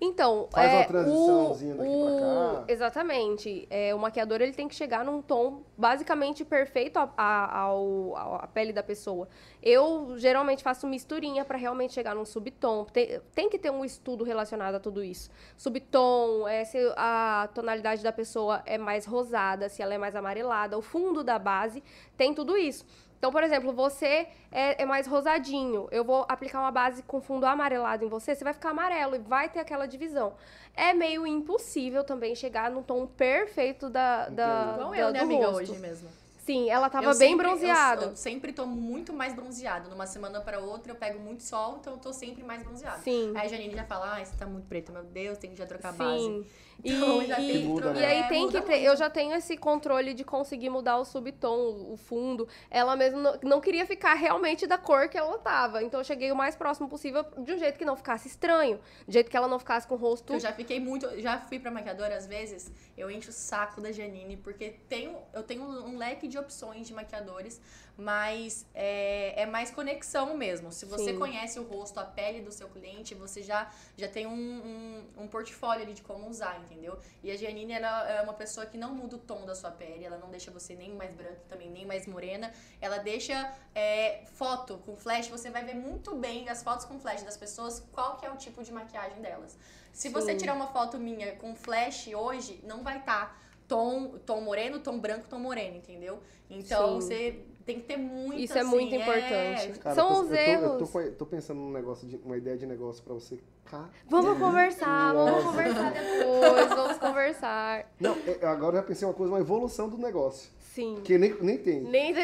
S3: Então,
S1: Faz
S3: é,
S1: uma transiçãozinha
S3: o,
S1: daqui
S3: o-
S1: pra cá.
S3: Exatamente. É, o maquiador ele tem que chegar num tom basicamente perfeito à a, ao- ao- à pele da pessoa. Eu geralmente faço misturinha pra realmente chegar num subtom. Tem, tem que ter um estudo relacionado a tudo isso. Subtom, é, se a tonalidade da pessoa é mais rosada, se ela é mais amarelada, o fundo da base, tem tudo isso. Então, por exemplo, você é, é mais rosadinho. Eu vou aplicar uma base com fundo amarelado em você, você vai ficar amarelo e vai ter aquela divisão. É meio impossível também chegar no tom perfeito da, da,
S4: Igual
S3: da-
S4: eu, né,
S3: Tá do
S4: amiga,
S3: rosto.
S4: hoje mesmo.
S3: Sim, ela tava
S4: Eu
S3: bem
S4: sempre- eu-
S3: bronzeada.
S4: Eu, sempre tô muito mais bronzeada. Numa semana pra outra eu pego muito sol, então eu tô sempre mais bronzeada.
S3: Sim.
S4: Aí a Janine já fala, ah, você tá muito preta, meu Deus, tem que já trocar base.
S3: Sim. E,
S4: Então, já tem
S3: e-
S4: que
S1: Muda,
S4: trocar-
S1: né?
S3: e aí
S4: É,
S3: tem
S4: muda
S3: que ter, eu já tenho esse controle de conseguir mudar o subtom, o fundo. Ela mesmo não, não queria ficar realmente da cor que ela tava. Então eu cheguei o mais próximo possível de um jeito que não ficasse estranho, de jeito que ela não ficasse com o rosto
S4: Eu já fiquei muito. Já fui pra maquiadora às vezes, eu encho o saco da Janine, porque tenho, eu tenho um leque de opções de maquiadores, mas é, é mais conexão mesmo. Se você
S3: Sim.
S4: conhece o rosto, a pele do seu cliente, você já, já tem um, um, um portfólio ali de como usar, entendeu? E a Janine, ela é uma pessoa que não muda o tom da sua pele, ela não deixa você nem mais branca também, nem mais morena. Ela deixa é, foto com flash, você vai ver muito bem as fotos com flash das pessoas, qual que é o tipo de maquiagem delas. Se você
S3: Sim.
S4: tirar uma foto minha com flash hoje, não vai estar tom, tom moreno, tom branco, tom moreno, entendeu? Então
S3: Sim.
S4: você tem que ter muito
S3: Isso é
S4: assim,
S3: muito importante.
S1: Cara,
S3: São
S1: eu tô- eu
S3: os
S1: tô, Eu tô,
S3: erros.
S1: com- eu tô pensando num negócio, de, uma ideia de negócio pra você. Cara,
S3: Vamos conversar, vamos
S1: Nossa.
S3: conversar depois, vamos conversar.
S1: Não, é- agora eu já pensei uma coisa, uma evolução do negócio.
S3: Sim.
S1: Que nem, nem tem.
S3: Nem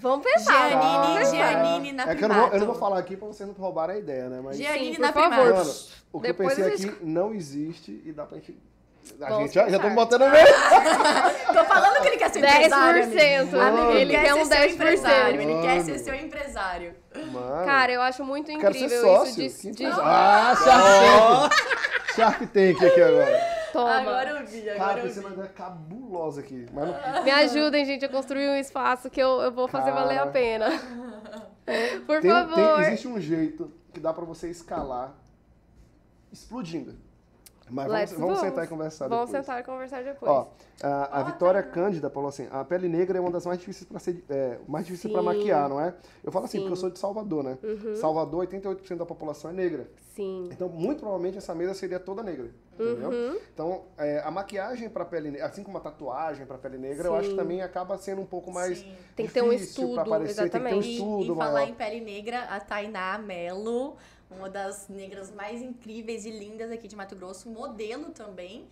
S3: Vamos pensar. vamos
S4: Janine,
S3: pensar.
S4: Janine na
S1: é que eu não, vou, eu não
S4: Primato.
S1: vou falar aqui pra vocês não roubarem a ideia, né? Mas,
S4: Janine
S3: Sim, por
S4: na
S3: favor.
S4: Primato.
S1: mano, o que eu
S3: Depois
S1: pensei
S3: eu
S1: aqui não existe e dá pra gente... A
S3: Vamos
S1: gente já, já
S3: pensar.
S1: estamos botando mesmo.
S4: Tô falando que ele quer ser
S3: 10%.
S4: empresário.
S1: amiga.
S3: Amiga, ele quer um
S4: ser seu empresário.
S3: 10%.
S4: Ele quer ser
S1: Mano.
S4: seu empresário.
S1: Mano,
S3: Cara, eu acho muito
S1: quero ser
S3: incrível isso
S1: sócio.
S3: de,
S1: Que
S3: de-
S1: empresa- Ah, Shark Tank. Shark Tank aqui agora.
S3: Toma.
S4: Agora eu vi, agora
S1: Cara, um
S4: eu vi.
S1: pensei uma ideia cabulosa aqui. Mas não...
S3: Me ajudem, gente, a construir um espaço que eu, eu vou fazer
S1: Cara.
S3: valer a pena. Por
S1: Tem- tem-
S3: favor.
S1: existe um jeito que dá pra você escalar explodindo. Mas vamos,
S3: Let's-
S1: vamos sentar e conversar
S3: Vamos
S1: depois.
S3: sentar e conversar depois.
S1: Ó, a, a Vitória Cândida falou assim: a pele negra é uma das mais difíceis para ser é, mais difícil para
S3: Sim.
S1: maquiar, não é? Eu falo assim
S3: Sim. Uhum.
S1: porque eu sou de Salvador, né? Salvador, 88% da população é negra.
S3: Sim.
S1: Então, muito provavelmente essa mesa seria toda negra, entendeu?
S3: Uhum.
S1: Então, é, a maquiagem para pele negra, assim como a tatuagem para pele negra, eu acho que
S3: Sim.
S1: também acaba sendo um pouco mais
S4: Sim.
S3: Tem que ter um
S1: difícil pra
S3: estudo,
S1: aparecer, Tem que
S3: exatamente.
S1: ter um
S4: E,
S1: estudo
S4: e
S1: maior.
S4: falar em pele negra, a Tainá Melo, uma das negras mais incríveis e lindas aqui de Mato Grosso, modelo também.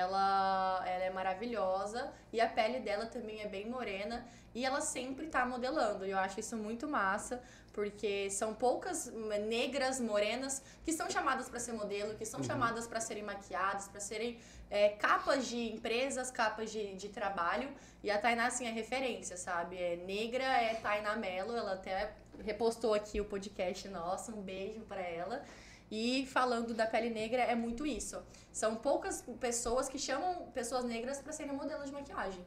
S4: Ela, ela é maravilhosa e a pele dela também é bem morena e ela sempre tá modelando. E eu acho isso muito massa, porque são poucas hum, negras morenas que são chamadas para ser modelo, que são
S1: Uhum.
S4: chamadas para serem maquiadas, para serem é, capas de empresas, capas de, de trabalho. E a Tainá, assim, é referência, sabe? É negra, é Tainá Mello, ela até repostou aqui o podcast nosso, um beijo pra ela. E falando da pele negra, é muito isso. São poucas pessoas que chamam pessoas negras pra serem modelo de maquiagem.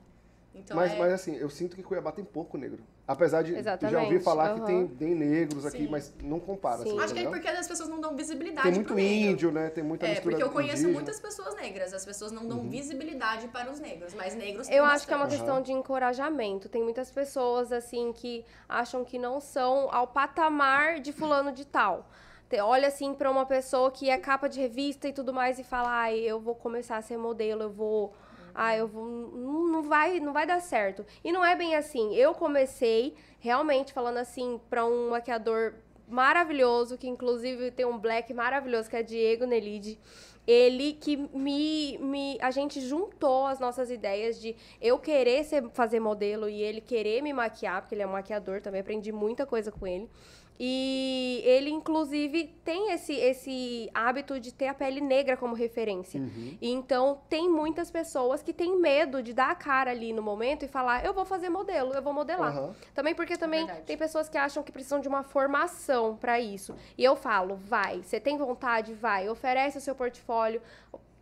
S4: Então
S1: mas,
S4: é...
S1: mas assim, eu sinto que Cuiabá tem pouco negro. Apesar de eu já ouvir
S3: Exatamente,
S1: falar que tem,
S3: aham.
S1: tem negros aqui,
S4: Sim.
S1: mas não compara.
S3: Sim.
S1: Assim,
S4: Acho que é
S1: entendeu?
S4: porque as pessoas não dão visibilidade
S1: Tem muito
S4: pro negro.
S1: índio, né? Tem muita
S4: É,
S1: mistura
S4: porque eu conheço
S1: indígena. Uhum.
S4: muitas pessoas negras. As pessoas não dão visibilidade para os negros, mas negros têm
S3: Eu acho que é uma
S1: bastante.
S3: questão de encorajamento. Tem muitas pessoas, assim, que acham que não são ao patamar de fulano de tal. Te- Olha, assim, pra uma pessoa que é capa de revista e tudo mais e fala, ai, eu vou começar a ser modelo, eu vou... Ah, eu vou. Não, não vai, não vai dar certo. E não é bem assim. Eu comecei realmente falando assim pra um maquiador maravilhoso, que inclusive tem um black maravilhoso, que é Diego Nelide. ele que me, me. A gente juntou as nossas ideias de eu querer ser, fazer modelo e ele querer me maquiar, porque ele é um maquiador também, aprendi muita coisa com ele. E ele, inclusive, tem esse, esse hábito de ter a pele negra como
S1: Hum.
S3: referência.
S1: Uhum.
S3: E então, tem muitas pessoas que têm medo de dar a cara ali no momento e falar: eu vou fazer modelo, eu vou modelar.
S1: Aham.
S3: Também porque também
S4: verdade.
S3: tem pessoas que acham que precisam de uma formação pra isso. E eu falo, vai, você tem vontade, vai, oferece o seu portfólio,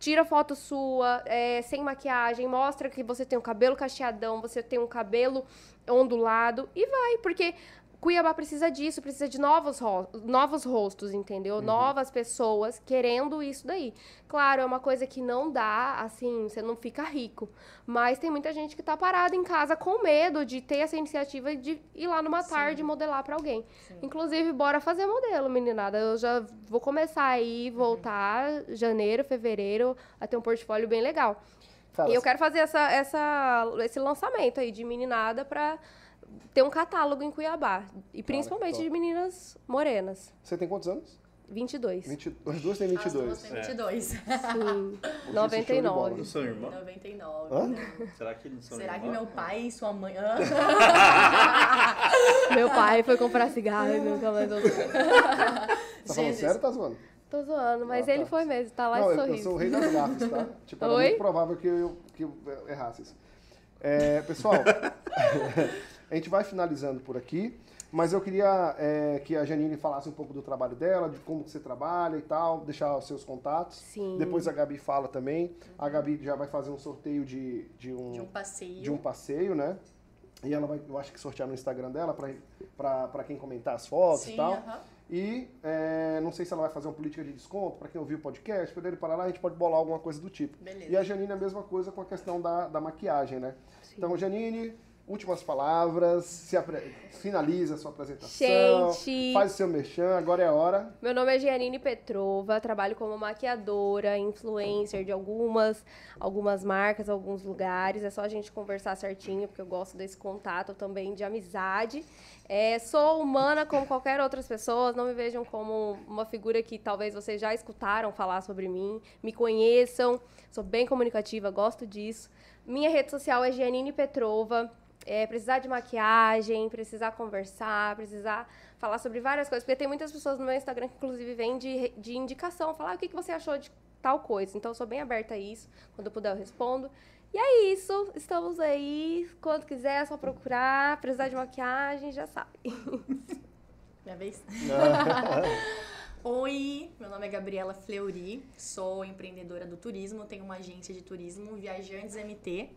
S3: tira foto sua, é, sem maquiagem, mostra que você tem um cabelo cacheadão, você tem um cabelo ondulado e vai, porque Cuiabá precisa disso, precisa de novos, ro- novos rostos, entendeu? Novas pessoas querendo isso daí. Claro, é uma coisa que não dá, assim, você não fica rico. Mas tem muita gente que tá parada em casa com medo de ter essa iniciativa de ir lá numa tarde e modelar pra alguém. Inclusive, bora fazer modelo, meninada. Eu já vou começar aí, voltar janeiro, fevereiro, a ter um portfólio bem legal.
S1: Cara,
S3: E eu quero fazer essa, essa, esse lançamento aí de meninada pra ter um catálogo em Cuiabá.
S1: Tá,
S3: E principalmente
S1: top.
S3: de meninas morenas.
S1: Você tem quantos anos?
S3: 22.
S1: 20... As duas têm
S4: As
S1: 22.
S4: duas têm 22.
S3: Sim.
S1: show de bola,
S3: 99.
S2: Não são irmãos?
S4: 99.
S1: Hã?
S2: Será que não são
S4: Será que
S2: irmãos?
S4: meu pai e sua mãe. Ah.
S3: Meu pai foi comprar cigarro e nunca mais voltou.
S1: Tá falando
S4: Jesus.
S1: sério ou tá zoando?
S3: Tô zoando, mas
S1: Ah,
S3: ele
S1: tá.
S3: foi mesmo, tá lá
S1: não,
S3: de
S1: eu, eu
S3: sorriso.
S1: sou o rei das gafas, tá? Tipo, era
S3: Oi?
S1: muito provável que eu, que eu eh, errasse isso. É, pessoal, a gente vai finalizando por aqui, mas eu queria é, que a Janine falasse um pouco do trabalho dela, de como que você trabalha e tal, deixar os seus contatos.
S3: Sim.
S1: Depois a Gabi fala também. A Gabi já vai fazer um sorteio de, de, um,
S4: Uhum. De um passeio.
S1: de um passeio, né? E ela vai, eu acho que sortear no Instagram dela pra- pra pra quem comentar as fotos
S4: Sim,
S1: e tal.
S4: aham.
S1: E é, não sei se ela vai fazer uma política de desconto para quem ouviu o podcast, para ele parar lá, a gente pode bolar alguma coisa do tipo.
S4: Beleza.
S1: E a Janine é a mesma coisa com a questão da, da maquiagem, né? Então, Janine, últimas palavras, se apre- finaliza a sua apresentação,
S3: Gente!
S1: faz o seu merchan, agora é a hora.
S3: Meu nome é Gianine Petrova, trabalho como maquiadora, influencer de algumas, algumas marcas, alguns lugares. É só a gente conversar certinho, porque eu gosto desse contato também de amizade. É, sou humana como qualquer outras pessoas, não me vejam como uma figura que talvez vocês já escutaram falar sobre mim, me conheçam, sou bem comunicativa, gosto disso. Minha rede social é Gianine Petrova. É, precisar de maquiagem, precisar conversar, precisar falar sobre várias coisas. Porque tem muitas pessoas no meu Instagram que, inclusive, vêm de, de indicação, falar "Ah, o que, que você achou de tal coisa. Então, eu sou bem aberta a isso. Quando eu puder, eu respondo. E é isso. Estamos aí. Quando quiser, é só procurar. Precisar de maquiagem, já sabe.
S4: Minha vez? Oi, meu nome é Gabriela Fleury, sou empreendedora do turismo, tenho uma agência de turismo, Viajantes MT.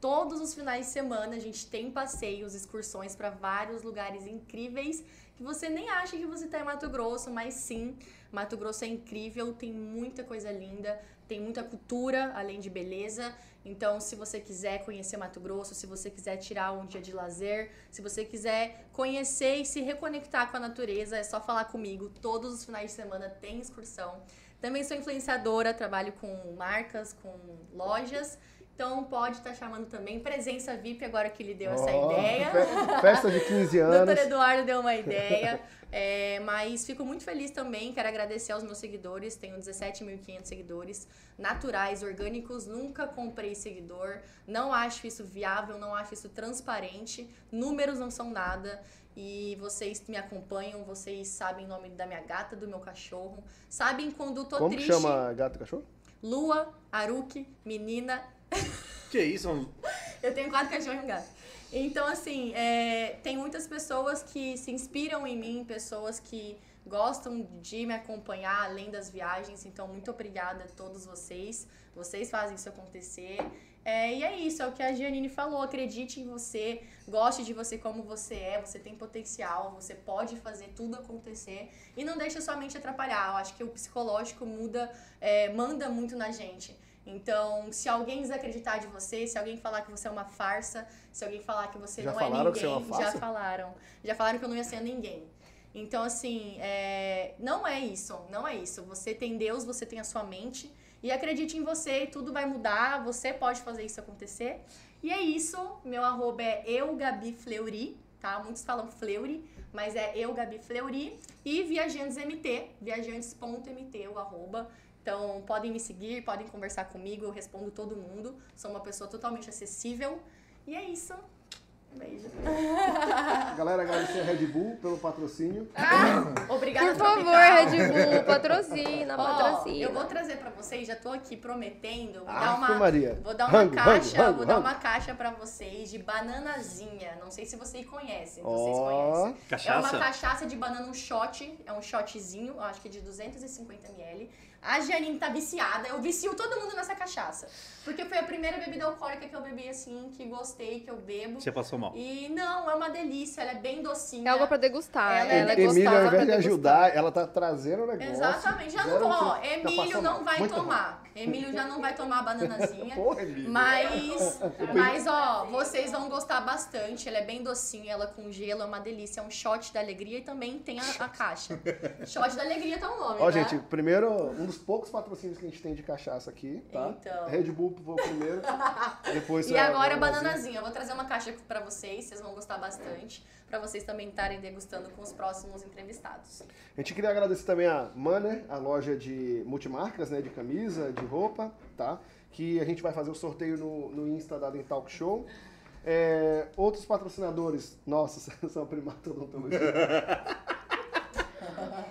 S4: Todos os finais de semana a gente tem passeios, excursões para vários lugares incríveis que você nem acha que você está em Mato Grosso, mas sim, Mato Grosso é incrível, tem muita coisa linda, tem muita cultura além de beleza. Então, se você quiser conhecer Mato Grosso, se você quiser tirar um dia de lazer, se você quiser conhecer e se reconectar com a natureza, é só falar comigo. Todos os finais de semana tem excursão. Também sou influenciadora, trabalho com marcas, com lojas. Então, pode estar chamando também. Presença VIP, agora que ele deu essa
S1: Ó,
S4: ideia.
S1: fe- Festa de 15
S4: Doutor
S1: anos.
S4: Eduardo deu uma ideia. é, mas fico muito feliz também, quero agradecer aos meus seguidores. Tenho 17.500 seguidores naturais, orgânicos. Nunca comprei seguidor. Não acho isso viável, não acho isso transparente. Números não são nada. E vocês me acompanham, vocês sabem o nome da minha gata, do meu cachorro. Sabem quando eu tô
S1: Como que
S4: triste.
S1: chama gato e cachorro?
S4: Lua, Aruki, menina,
S2: Que isso? um-
S4: eu tenho quatro cachorros e um gato. Então, assim, é, tem muitas pessoas que se inspiram em mim, pessoas que gostam de me acompanhar além das viagens. Então, muito obrigada a todos vocês. Vocês fazem isso acontecer. É, e é isso, é o que a Giannini falou. Acredite em você, goste de você como você é, você tem potencial, você pode fazer tudo acontecer. E não deixa sua mente atrapalhar. Eu acho que o psicológico muda, é, manda muito na gente. Então, se alguém desacreditar de você, se alguém falar que você é uma farsa, se alguém falar que você
S1: Já
S4: não é
S1: falaram
S4: ninguém,
S1: que você é uma
S4: já
S1: farsa?
S4: falaram. Já falaram que eu não ia ser ninguém. Então, assim, é, não é isso, não é isso. Você tem Deus, você tem a sua mente. E acredite em você, tudo vai mudar, você pode fazer isso acontecer. E é isso, meu arroba é euGabiFleury, tá? Muitos falam Fleury, mas é euGabiFleury. E Viajantes MT, viajantes.mt, o arroba. Então, podem me seguir, podem conversar comigo, eu respondo todo mundo. Sou uma pessoa totalmente acessível. E é isso. Um beijo.
S1: Galera, agradecer a Red Bull pelo patrocínio.
S4: Obrigada
S3: Por favor,
S4: Tropical.
S3: Red Bull, patrocina,
S4: Ó,
S3: patrocina.
S4: eu vou trazer pra vocês, já tô aqui prometendo. Vou
S1: Ah,
S4: dar uma,
S1: Ave Maria.
S4: Vou dar uma
S1: Rango,
S4: caixa,
S1: rango,
S4: vou
S1: rango,
S4: dar
S1: rango.
S4: uma caixa para vocês de bananazinha. Não sei se vocês conhecem, vocês
S1: Ó.
S4: conhecem. É
S2: Cachaça?
S4: uma cachaça de banana, um shot, é um shotzinho, eu acho que é de 250ml. A Janine tá viciada, eu vicio todo mundo nessa cachaça. Porque foi a primeira bebida alcoólica que eu bebi assim, que gostei, que eu bebo.
S2: Você passou mal.
S4: E não, é uma delícia, ela é bem docinha.
S3: É algo pra degustar.
S4: Ela é
S3: Ela é
S1: Emílio,
S3: gostosa
S1: ao
S3: pra
S1: invés de
S3: degustar.
S1: ajudar, ela tá trazendo o negócio.
S4: Exatamente, já não
S1: Zero
S4: vou. ó,
S1: que- tá
S4: Emílio
S1: passando
S4: não
S1: mal.
S4: vai
S1: Muito
S4: tomar. Emílio já não vai tomar a bananazinha.
S1: mal. Porra, Emílio.
S4: Mas, mas ó, vocês vão gostar bastante. Ela é bem docinha, ela com gelo, é uma delícia. É um shot da alegria e também tem a, a caixa. Shot da alegria tá o nome,
S1: Ó,
S4: né?
S1: gente, primeiro, um dos poucos patrocínios que a gente tem de cachaça aqui, tá?
S4: Então.
S1: Red Bull foi o primeiro. Depois
S4: E agora a
S1: um
S4: bananazinha. Eu vou trazer uma caixa pra vocês, vocês vão gostar bastante. Pra vocês também estarem degustando com os próximos entrevistados.
S1: A gente queria agradecer também a Manner, a loja de multimarcas, né? De camisa, de roupa, tá? Que a gente vai fazer o sorteio no, no Insta da Dental Show. É, outros patrocinadores, nossa, são a primata odontologia.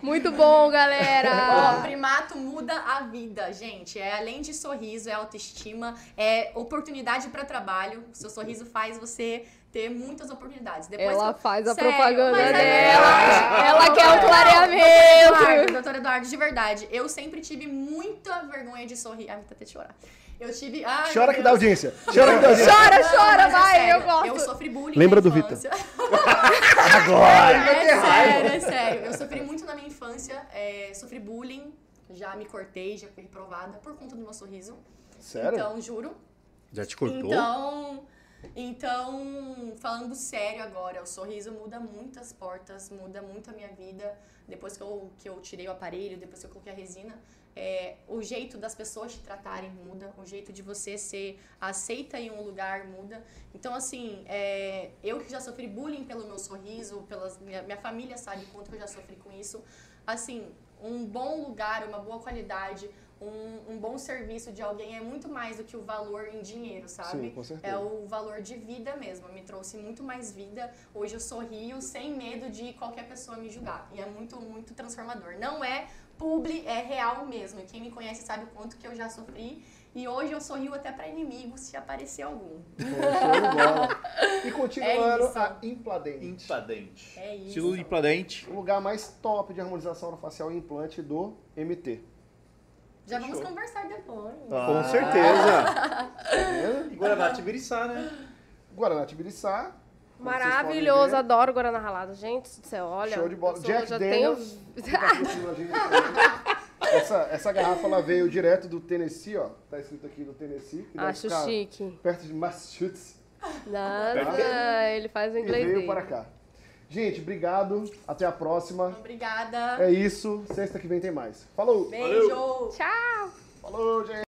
S3: Muito bom,
S4: Ó, o
S3: galera!
S4: primato muda a vida, gente. É além de sorriso, é autoestima, é oportunidade pra trabalho. Seu sorriso faz você ter muitas oportunidades. Depois
S3: Ela
S4: que-
S3: faz a
S4: Sério,
S3: propaganda
S4: mas é
S3: dela.
S4: verdade.
S3: Ela quer um
S4: Eduardo,
S3: clareamento.
S4: doutor Eduardo, de verdade, eu sempre tive muita vergonha de sorrir. Ai, me tá até de chorar. Eu tive. Ai,
S1: Chora
S4: meu
S1: que
S4: Deus.
S1: dá audiência! Chora que dá audiência!
S3: Chora,
S4: Não,
S3: chora,
S4: mas é
S3: vai, eu
S4: sério, Eu
S3: gosto.
S4: sofri bullying.
S1: Lembra
S4: na
S1: do
S4: infância.
S1: Agora!
S4: É, sério, é sério. Eu sofri muito na minha infância, é, sofri bullying, já me cortei, já fui reprovada por conta do meu sorriso.
S1: Sério?
S4: Então, juro.
S2: Já te cortou?
S4: Então, então, falando sério agora, o sorriso muda muitas portas, muda muito a minha vida. Depois que eu, que eu tirei o aparelho, depois que eu coloquei a resina, é, o jeito das pessoas te tratarem muda, o jeito de você ser aceita em um lugar muda. Então, assim, é, eu que já sofri bullying pelo meu sorriso, pelas, minha, minha família sabe quanto eu já sofri com isso. Assim, um bom lugar, uma boa qualidade, um, um bom serviço de alguém é muito mais do que o valor em dinheiro, sabe?
S1: Sim, com certeza.
S4: É o valor de vida mesmo. Me trouxe muito mais vida. Hoje eu sorrio sem medo de qualquer pessoa me julgar. E é muito, muito transformador. Não é publi, é real mesmo. E quem me conhece sabe o quanto que eu já sofri. E hoje eu sorrio até pra inimigos, se aparecer algum.
S1: Então, Show de bola. E continuando,
S4: É isso.
S1: a Impladente.
S2: Impladente.
S4: É isso.
S2: Estilo de impladente.
S1: O lugar mais top de harmonização orofacial e implante do MT.
S4: Já vamos
S2: Fechou. Tá.
S4: conversar depois.
S2: Com certeza.
S1: certeza.
S2: E Guaraná Tibiriçá, né?
S1: tá Guaraná Tibiriçá. como vocês podem
S3: Maravilhoso,
S1: ver.
S3: adoro Guaraná Ralado. Gente do céu, olha.
S1: Show de bola.
S3: eu sou-
S1: Jack
S3: já
S1: Daniels.
S3: tenho...
S1: tá Essa, essa garrafa ela veio direto do Tennessee, ó. Tá escrito aqui do Tennessee. Que deve
S3: Acho
S1: ficar
S3: chique.
S1: Perto de Massachusetts.
S3: Nada, ele faz o
S1: E
S3: inglês
S1: Tá veio
S3: dele.
S1: para cá. Gente, obrigado. Até a próxima.
S4: Obrigada.
S1: É isso. Sexta que vem tem mais. Falou.
S4: Beijo.
S3: Tchau!
S1: Falou, gente.